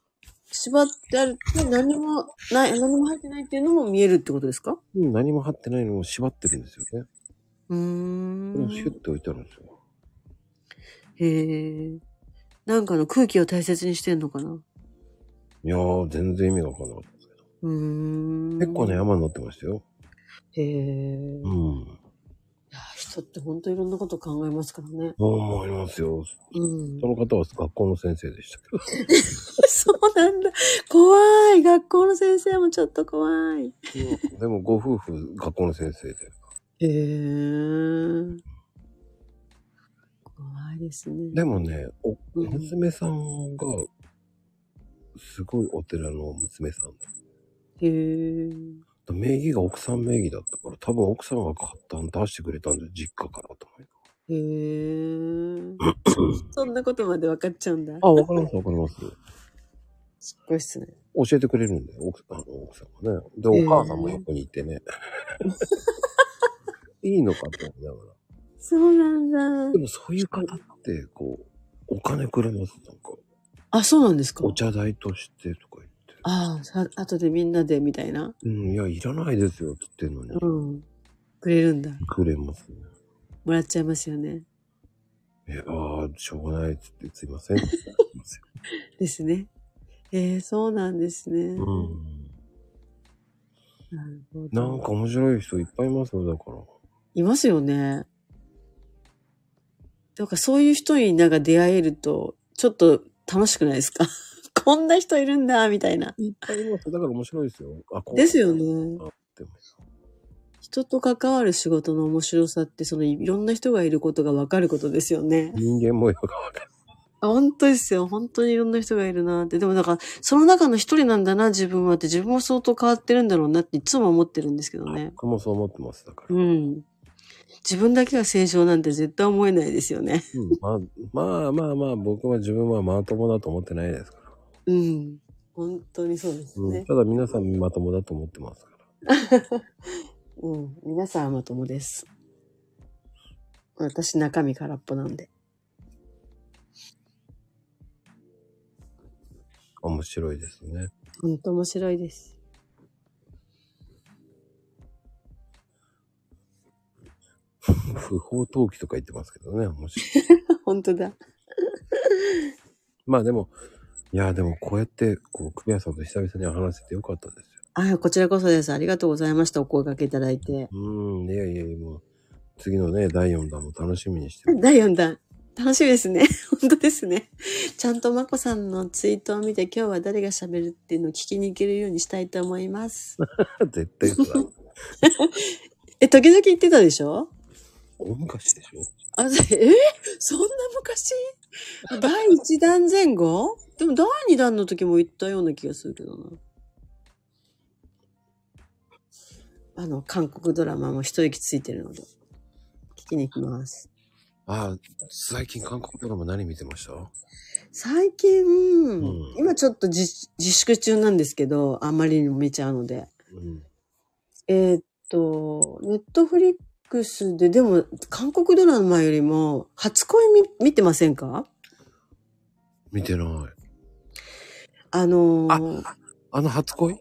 C: 縛ってあるって何もない、何も入ってないっていうのも見えるってことですか
A: うん、何も貼ってないのを縛ってるんですよね。
C: うー
A: これをシュ
C: ん。
A: ッて置いてあるんですよ。
C: へえ。なんかの空気を大切にしてんのかな
A: いやー、全然意味がわかんなかった。
C: うーん。
A: 結構ね、。山になってましたよ。
C: へえ。
A: う
C: い
A: ん。
C: や、人ってほんといろんなこと考えますからね。
A: そう思いますよ。
C: うん
A: そ。の方は学校の先生でしたけど。
C: そうなんだ。怖い。学校の先生もちょっと怖い。
A: でもご夫婦、学校の先生で。
C: へえ。怖いですね。
A: でもね、お、
C: うん
A: 娘さんが、すごいお寺の娘さんで。
C: へえ。
A: 名義が奥さん名義だったから、多分奥さんが買ったん出してくれたんだよ、実家からと思い
C: へ え。そんなことまで分かっちゃうんだ。
A: あ、わかります、わかります。
C: すっごいっすね。
A: 教えてくれるんだよ、奥あの奥さんがね。で、お
C: えー
A: 母さんも横にい てね。いいのかと思いながら。
C: そうなん
A: で
C: だ。
A: もそういう方って、こう、お金くれます、なんか。
C: あ、そうなんですか
A: お茶代としてとか言って。
C: ああ、さ後でみんなでみたいな。
A: うん、いや、いらないですよ、って言ってんのに
C: う。ん。くれるんだ。
A: くれますね。
C: もらっちゃいますよね。
A: いやー、しょうがないっつって、すいませんって言いますよ。
C: ですね。えー、そうなんです
A: う
C: ね。
A: ん。
C: なるほど。
A: なんか面白い人いっぱいいますよ、だから。
C: いますよね。なんかそういう人になんか出会えると、ちょっと楽しくないですか こんな人いるんだ、みたいな。
A: いっぱいいます。だから面白いですよ。あ、こう
C: ですよね。
A: あってます
C: 人と関わる仕事の面白さって、そのいろんな人がいることが分かることですよね。
A: 人間模様がわかる。
C: あ本当ですよ。本当にいろんな人がいるなって。でもなんか、その中の一人なんだな、自分はって、自分も相当変わってるんだろうなっていつも思ってるんですけどね。
A: 僕もそう思ってます、だから。
C: うん。自分だけが正常なんて絶対思えないですよね。
A: うんまあ、まあまあまあ、僕は自分はまともだと思ってないですから。
C: うん。本当にそうです
A: う
C: ね
A: ん、。ただ皆さんまともだと思ってますから。
C: うん。皆さんまともです。私中身空っぽなんで。
A: 面白いですね。
C: 本当面白いです。
A: 不法投棄とか言ってますけどね、面白い。
C: 本当だ。
A: まあでも、いや、でもこうやって、こう、クリアさんと久々に話せてよかったですよ。
C: あ、こちらこそです。ありがとうございました。お声掛けいただいて。
A: うん、いやいやいや、もう、次のね、第4弾も楽しみにしてます。
C: 第4弾。楽しみですね。 本当ですね。ちゃんとまこさんのツイートを見て今日は誰が喋るっていうのを聞きに行けるようにしたいと思います。
A: 絶対嘘だ。
C: え、時々言ってたでしょ
A: 大昔でしょ
C: あ、そえそんな昔第1弾前後でも第2弾の時も言ったような気がするけどな。あの、韓国ドラマも一息ついてるので、聞きに行きます。
A: ああ、最近韓国ドラマ何見てました
C: 最近、
A: ん
C: 今ちょっと自自粛中なんですけど、あんまりにも見ちゃうので。
A: うん。
C: えーっと、ネットフリックスで、でも、韓国ドラマよりも、初恋見見てませんか
A: 見てない。
C: あのー
A: あの初恋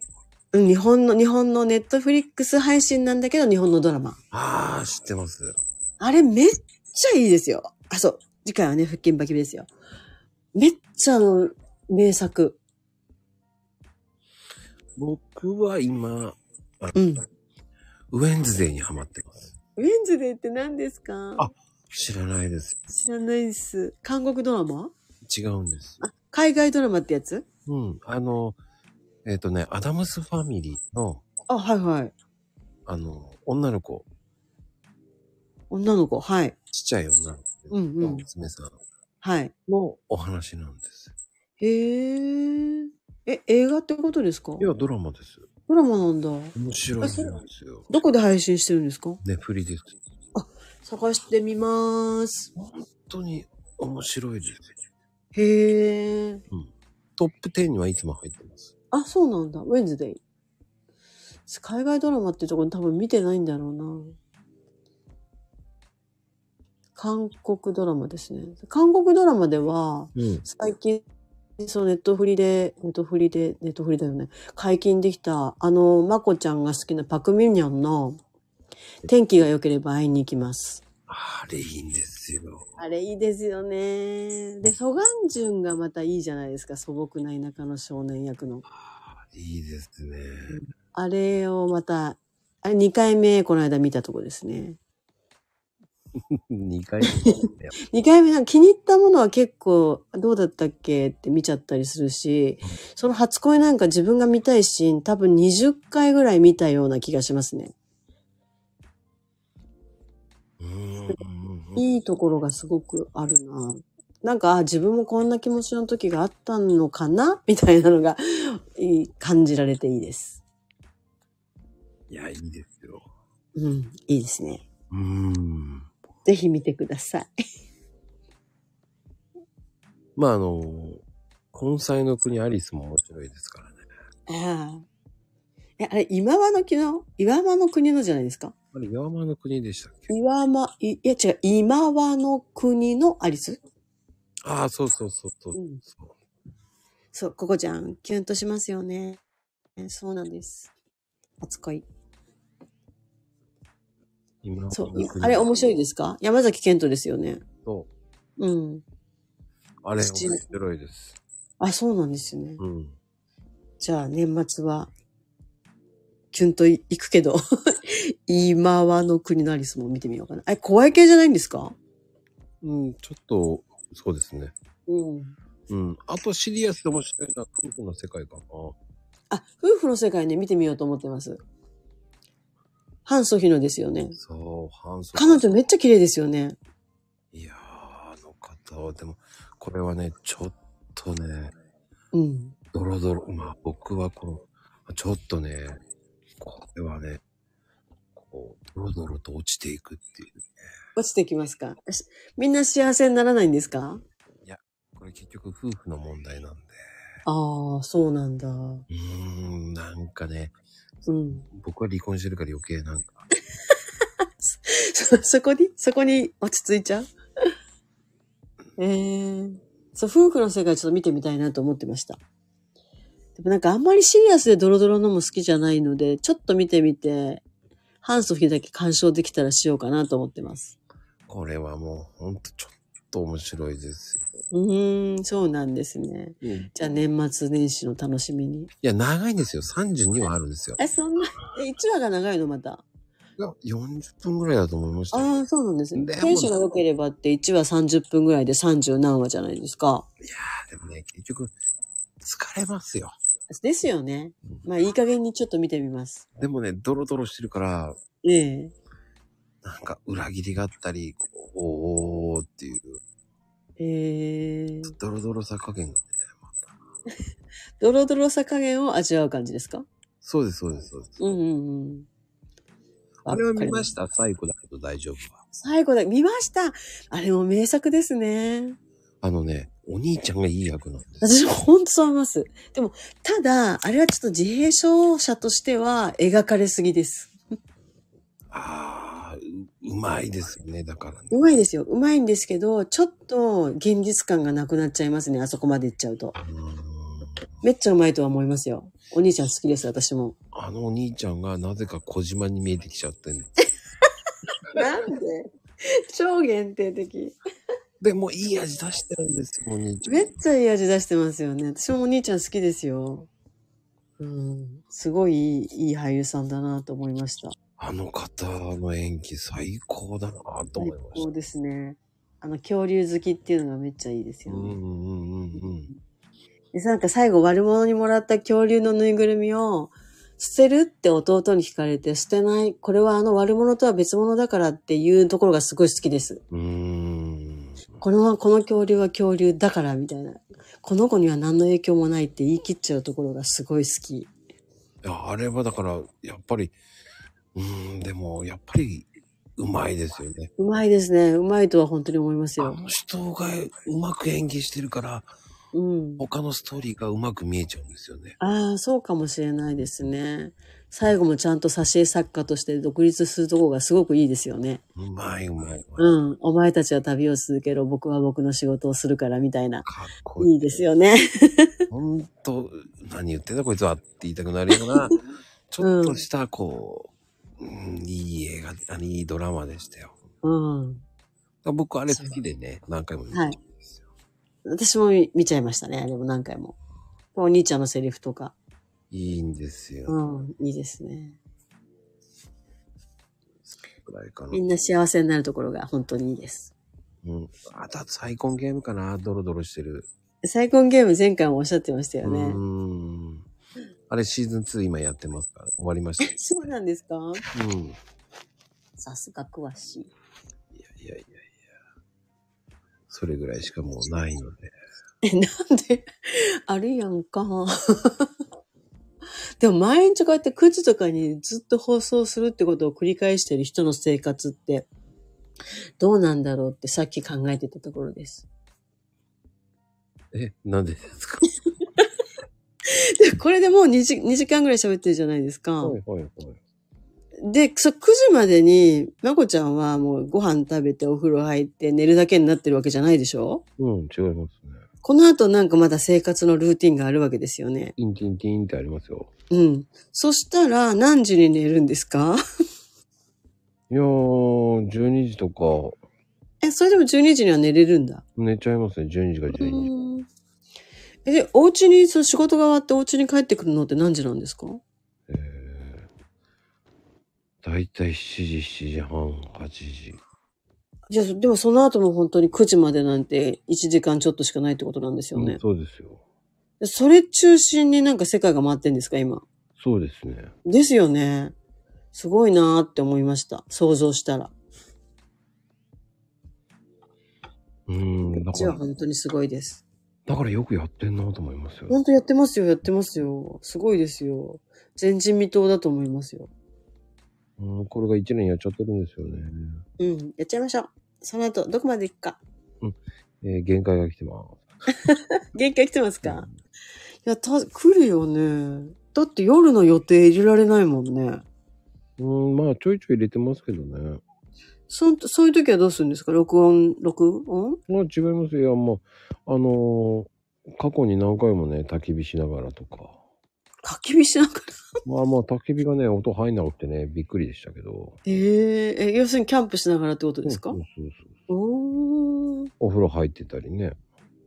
C: うん日本の、日本のネットフリックス配信なんだけど、日本のドラマ。
A: ああ、知ってます。
C: あれめっちゃいいですよ。あ、そう。次回はね、腹筋バキですよ。めっちゃあの、名作。
A: 僕は今、
C: うん。
A: ウェンズデーにハマってます。
C: ウェンズデーって何ですか
A: あ知らないです。
C: 知らないです。韓国ドラマ
A: 違うんです。
C: 海外ドラマってやつ
A: うん。あの、えっ、とね、アダムスファミリーの、
C: あ、はいはい。
A: あの、女の子、
C: 女の子、はい。
A: ちっちゃい女の子、
C: うんうん
A: 娘さん
C: はい。
A: のお話なんです。
C: へえ。え、映画ってことですか
A: いや、ドラマです。
C: ドラマなんだ。
A: 面白いんですよ。
C: どこで配信してるんですか
A: ね、フリです。
C: 探してみます。
A: 本当に面白いです。
C: へえ。
A: トップ10にはいつも入ってます。
C: あ、そうなんだ。ウェンズデイ。海外ドラマってとこ多分見てないんだろうな。韓国ドラマですね。韓国ドラマでは、
A: うん。
C: 最近、そう、ネットフリで、ネットフリで、ネットフリだよね。解禁できた、あの、まこちゃんが好きなパクミニョンの、天気が良ければ会いに行きます。
A: あれいいんですよ。
C: あれいいですよね。で、ソガンジュンがまたいいじゃないですか。素朴な田舎の少年役の。
A: いいです ね。
C: あれをまた、あれ2回目、この間見たとこですね。
A: 2回目。
C: 2回目、なんか気に入ったものは結構、どうだったっけって見ちゃったりするし、その初恋なんか自分が見たいシーン、多分20回ぐらい見たような気がしますね。
A: うんうんうん。
C: いいところがすごくあるな。なんか、あ自分もこんな気持ちの時があったのかな みたいなのが、いい感じられていいです。
A: いや、いいですよ。
C: うん、いいですね。
A: うん。
C: ぜひ見てください。
A: まあ、あの、根菜の国アリスも面白いですからね。
C: ああ。え、あれ、今和の国の、岩間の国のじゃないですか
A: あれ、岩間の国でしたっけ
C: 岩間、いいや違う、今和の国のアリス
A: ああ、そうそうそうそう
C: うん
A: そう。
C: そう、ここちゃん、キュンとしますよね。えそうなんです。初恋。
A: 今
C: そ
A: の
C: う、
A: 国
C: あれ面白いですか山崎賢人ですよね。
A: そう。
C: うん。
A: あれ、
C: 土
A: 面白いです。
C: あ、そうなんですね。
A: うん。
C: じゃあ、年末は、キュンとい行くけど、 今和の国のアリスも見てみようかな。え、怖い系じゃないんですか
A: うん、ちょっと、そうですね。
C: うん。
A: うん。あと、シリアスで面白いのは夫婦の世界かな。
C: あ、夫婦の世界ね、見てみようと思ってます。ハンソヒノですよね。
A: そう、反則。
C: 彼女めっちゃ綺麗ですよね。
A: いやー、あの方は、でも、これはね、ちょっとね、
C: うん。
A: ドロドロ、まあ僕はこの、ちょっとね、これはね、こう、ドロドロと落ちていくっていう。
C: 落ちてきますかしみんな幸せにならないんですか
A: これ結局夫婦の問題なんで。
C: ああ、そうなんだ。
A: うーん、なんかね、
C: うん。
A: 僕は離婚してるから余計なんか。
C: そ、 そこにそこに落ち着いちゃう ええそう、夫婦の世界ちょっと見てみたいなと思ってました。でもなんかあんまりシリアスでドロドロのも好きじゃないので、ちょっと見てみて、ハンソフィーだけ鑑賞できたらしようかなと思ってます。
A: これはもう、ほんとちょっと面白いです
C: うーん、そうなんですね。
A: よ。い
C: じゃあ年末年始の楽しみに。
A: や、長いんですよ。32はあるんですよ。
C: え、そんな、え、1話が長いのま た。
A: いや40分ぐらいだと思いましたよ。
C: ああ、そうなんですね。
A: でも
C: 天使が良ければって1話30分ぐらいで30何話じゃないですか。
A: でもね、結局、疲れますよ。
C: ですよね。まあ、いい加減にちょっと見てみます。
A: でもね、ドロドロしてるから、
C: ええ。
A: なんか裏切りがあったり、こうおーおーおーっていう、
C: ええ。
A: ドロドロさ加減がね、また。
C: ドロドロさ加減を味わう感じですか
A: そうです、そうです、そうです。
C: うんうんうん。
A: あれは見ま
C: した。
A: した最後だけど大丈夫は。
C: 最後だ、見ましたあれも名作ですね。
A: あのね、お兄ちゃんがいい役なんです。
C: 私も本当そう思います。でも、ただ、あれはちょっと自閉症者としては描かれすぎです。
A: ああ、ううまいですよね、だからね。
C: うまいですよ。うまいんですけど、ちょっと現実感がなくなっちゃいますね。あそこまで行っちゃうと。
A: うーん
C: めっちゃうまいとは思いますよ。お兄ちゃん好きです、私も。
A: あのお兄ちゃんがなぜか小島に見えてきちゃってんの
C: なんで超限定的。
A: でもいい味出してるんですよ、お兄ちゃん。
C: めっちゃいい味出してますよね。私もお兄ちゃん好きですよ。うん。すごいいいいい俳優さんだなと思いました。
A: あの方の演技最高だなと思いまし
C: そ
A: た
C: う。ですね。あの、恐竜好きっていうのがめっちゃいいですよ
A: うんう
C: ね。
A: んうんうん。
C: で、なんか最後悪者にもらった恐竜のぬいぐるみを、捨てるって弟に聞かれて、捨てない。これはあの悪者とは別物だからっていうところがすごい好きです。
A: うーん。
C: この、この恐竜は恐竜だからみたいな。この子には何の影響もないって言い切っちゃうところがすごい好き。
A: いや、あれはだから、やっぱり、うーん、でも、やっぱり、うまいですよね。
C: うまいですね。うまいとは本当に思います
A: あ
C: よ。
A: の人がうまく演技してるから、
C: うん。
A: 他のストーリーがうまく見えちゃうんですよね。
C: ああ、そうかもしれないですね。最後もちゃんと挿絵作家として独立するとこがすごくいいですよね。
A: うまいうまいうまい。
C: うん。お前たちは旅を続けろ、僕は僕の仕事をするから、みたいな。
A: かっこいい。
C: いいですよね。
A: ほんと、何言ってんだこいつはって言いたくなるよう な、ちょっとした、こう、うんいい映画、あいいドラマでしたよ。
C: うん。
A: 僕あれ好きでね、何回も見てるんですよ。
C: 私も見見ちゃいましたね。でも何回も。お兄ちゃんのセリフとか。
A: いいんですよ。
C: うん。いいですね。
A: くらいかな
C: み。んな幸せになるところが本当にいいです。
A: うん。あとはサイコンゲームかな、ドロドロしてる。
C: サイコンゲーム前回もおっしゃってましたよ
A: う
C: ね。
A: ーん。あれシーズン2今やってますから、終わりまし
C: そうなんですか
A: た。うん。い
C: さすが詳し
A: や
C: い。
A: いやいやいや。それぐらいしかもうないので。
C: え、なんで あるやんか。 でも毎日こうやって9時とかにずっと放送するってことを繰り返してる人の生活ってどうなんだろうってさっき考えてたところです。
A: え、なんでですか
C: でこれでもう2時 ,2 時間ぐらい喋ってるじゃないですか。
A: はいはいはい。
C: で、そ9時までにまこちゃんはもうご飯食べてお風呂入って寝るだけになってるわけじゃないでしょ
A: うん、違いますね。
C: この後なんかまだ生活のルーティンがあるわけですよね。
A: ティンティンティンってありますよ。
C: うん。そしたら何時に寝るんですか
A: いやー、12時とか、
C: え、それでも12時には寝れるんだ。
A: 寝ちゃいますね。12時から12時。
C: え、お家に、その仕事が終わってお家に帰ってくるのって何時なんですか
A: えー、だいたい7時、7時半、8時。
C: じゃあ、でもその後も本当に9時までなんて1時間ちょっとしかないってことなんですよ
A: う
C: ね
A: ん。そうですよ。
C: それ中心になんか世界が回ってんですか、今。
A: そうですね。
C: ですよね。すごいなーって思いました。想像したら。
A: うーん、だ
C: うち
A: か
C: は
A: ら、
C: 本当にすごいです。
A: だからよくやってんなと思いますよ。
C: 本当やってますよ、やってますよ。すごいですよ。前人未到だと思いますよ。
A: うん、これが1年やっちゃってるんですよね。
C: うん、やっちゃいましょう。その後、どこまで行くか。
A: えー、限界が来てます。
C: 限界来てますか、いや、た、来るよね。だって夜の予定入れられないもんね。
A: うん、まあちょいちょい入れてますけどね。
C: そん、そういう時はどうするんですか録音、録音
A: まあ違いますよ。いやもう、あのー過去に何回もね、焚き火しながらと か。
C: 焚き火しながら。
A: まあまあ、焚き火がね、音入んなくてね、びっくりでしたけど。
C: えええ、要するにキャンプしながらってことですか
A: そうそうそう
C: おー。
A: お風呂入ってたりね。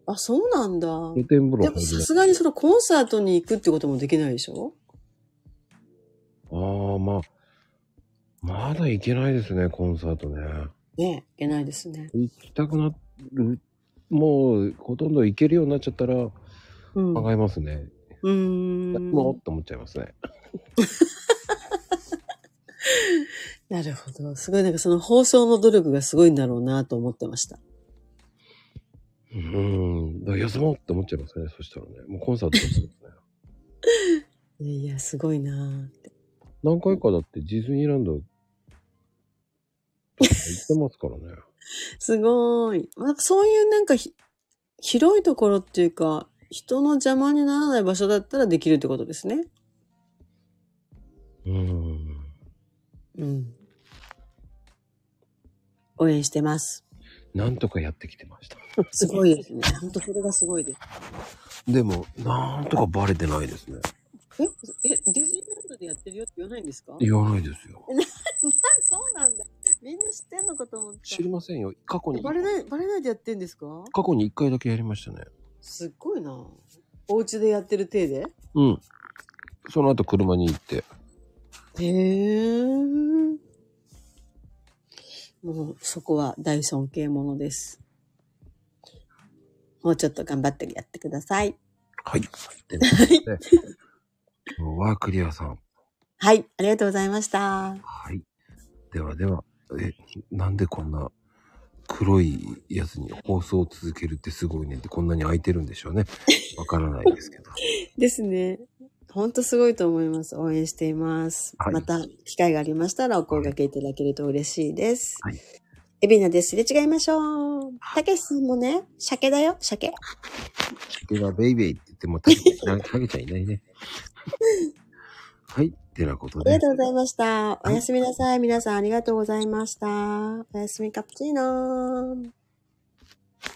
C: あ、そうなんだ。
A: 露天風呂
C: で
A: 入
C: も
A: り
C: さ
A: な
C: すがにそのコンサートに行くってこともできないでしょ
A: ああ、まあ。まだ行けないですね、コンサートね。
C: ねえ、いけないですね。
A: 行きたくなる。もう、ほとんど行けるようになっちゃったら
C: うん。
A: 考
C: う
A: えますね。
C: ー
A: や
C: ん。
A: もうって思っちゃいますね。
C: なるほど。すごい、なんかその放送の努力がすごいんだろうなと思ってました。
A: うん。だから休もうって思っちゃいますね、そしたらね。もうコンサートだったんですね。
C: いやいや、すごいなって。
A: 何回かだってディズニーランドとか行ってますからね。
C: すごい。まあ、そういうなんかひ広いところっていうか、人の邪魔にならない場所だったらできるってことですね。
A: うん。
C: うん。応援し てます。
A: なんとかやってきてました。
C: すごいですね。本当それがすごいです。
A: でも、なんとかバレてないですね。
C: え、え、ディズニーランドでやってるよって言わないんですか
A: 言わないですよ。
C: そうなんだ。みんな知ってんのかと思っ
A: 知りませんよ。過去
C: た。
A: に、
C: バレない、バレないでやってんですか
A: 過去に一回だけやりましたね。
C: すっごいなお家でやってる体で
A: うん。その後車に行って。
C: へえ。もう、そこは大尊敬者です。もうちょっと頑張ってやってください。
A: はい。ってなってね今日はクリアさん。
C: はい、ありがとうございました。
A: はい。ではでは、え、なんでこんな黒いやつに放送を続けるってすごいねってこんなに空いてるんでしょうね。わからないですけど。
C: ですね。ほんとすごいと思います。応援しています。
A: はい
C: また、機会がありましたらお声掛けいただけると嬉しいです。
A: はい
C: 海老名ですれ違いましょう。たけしさんもね、鮭だよ、鮭。
A: では、ベイベイって言っても、たけちゃん、たけちゃんいないね。はい。てなこと
C: あり
A: で
C: が。とうございました。おやすみなさい。皆さんありがとうございました。おやすみカプチーノー。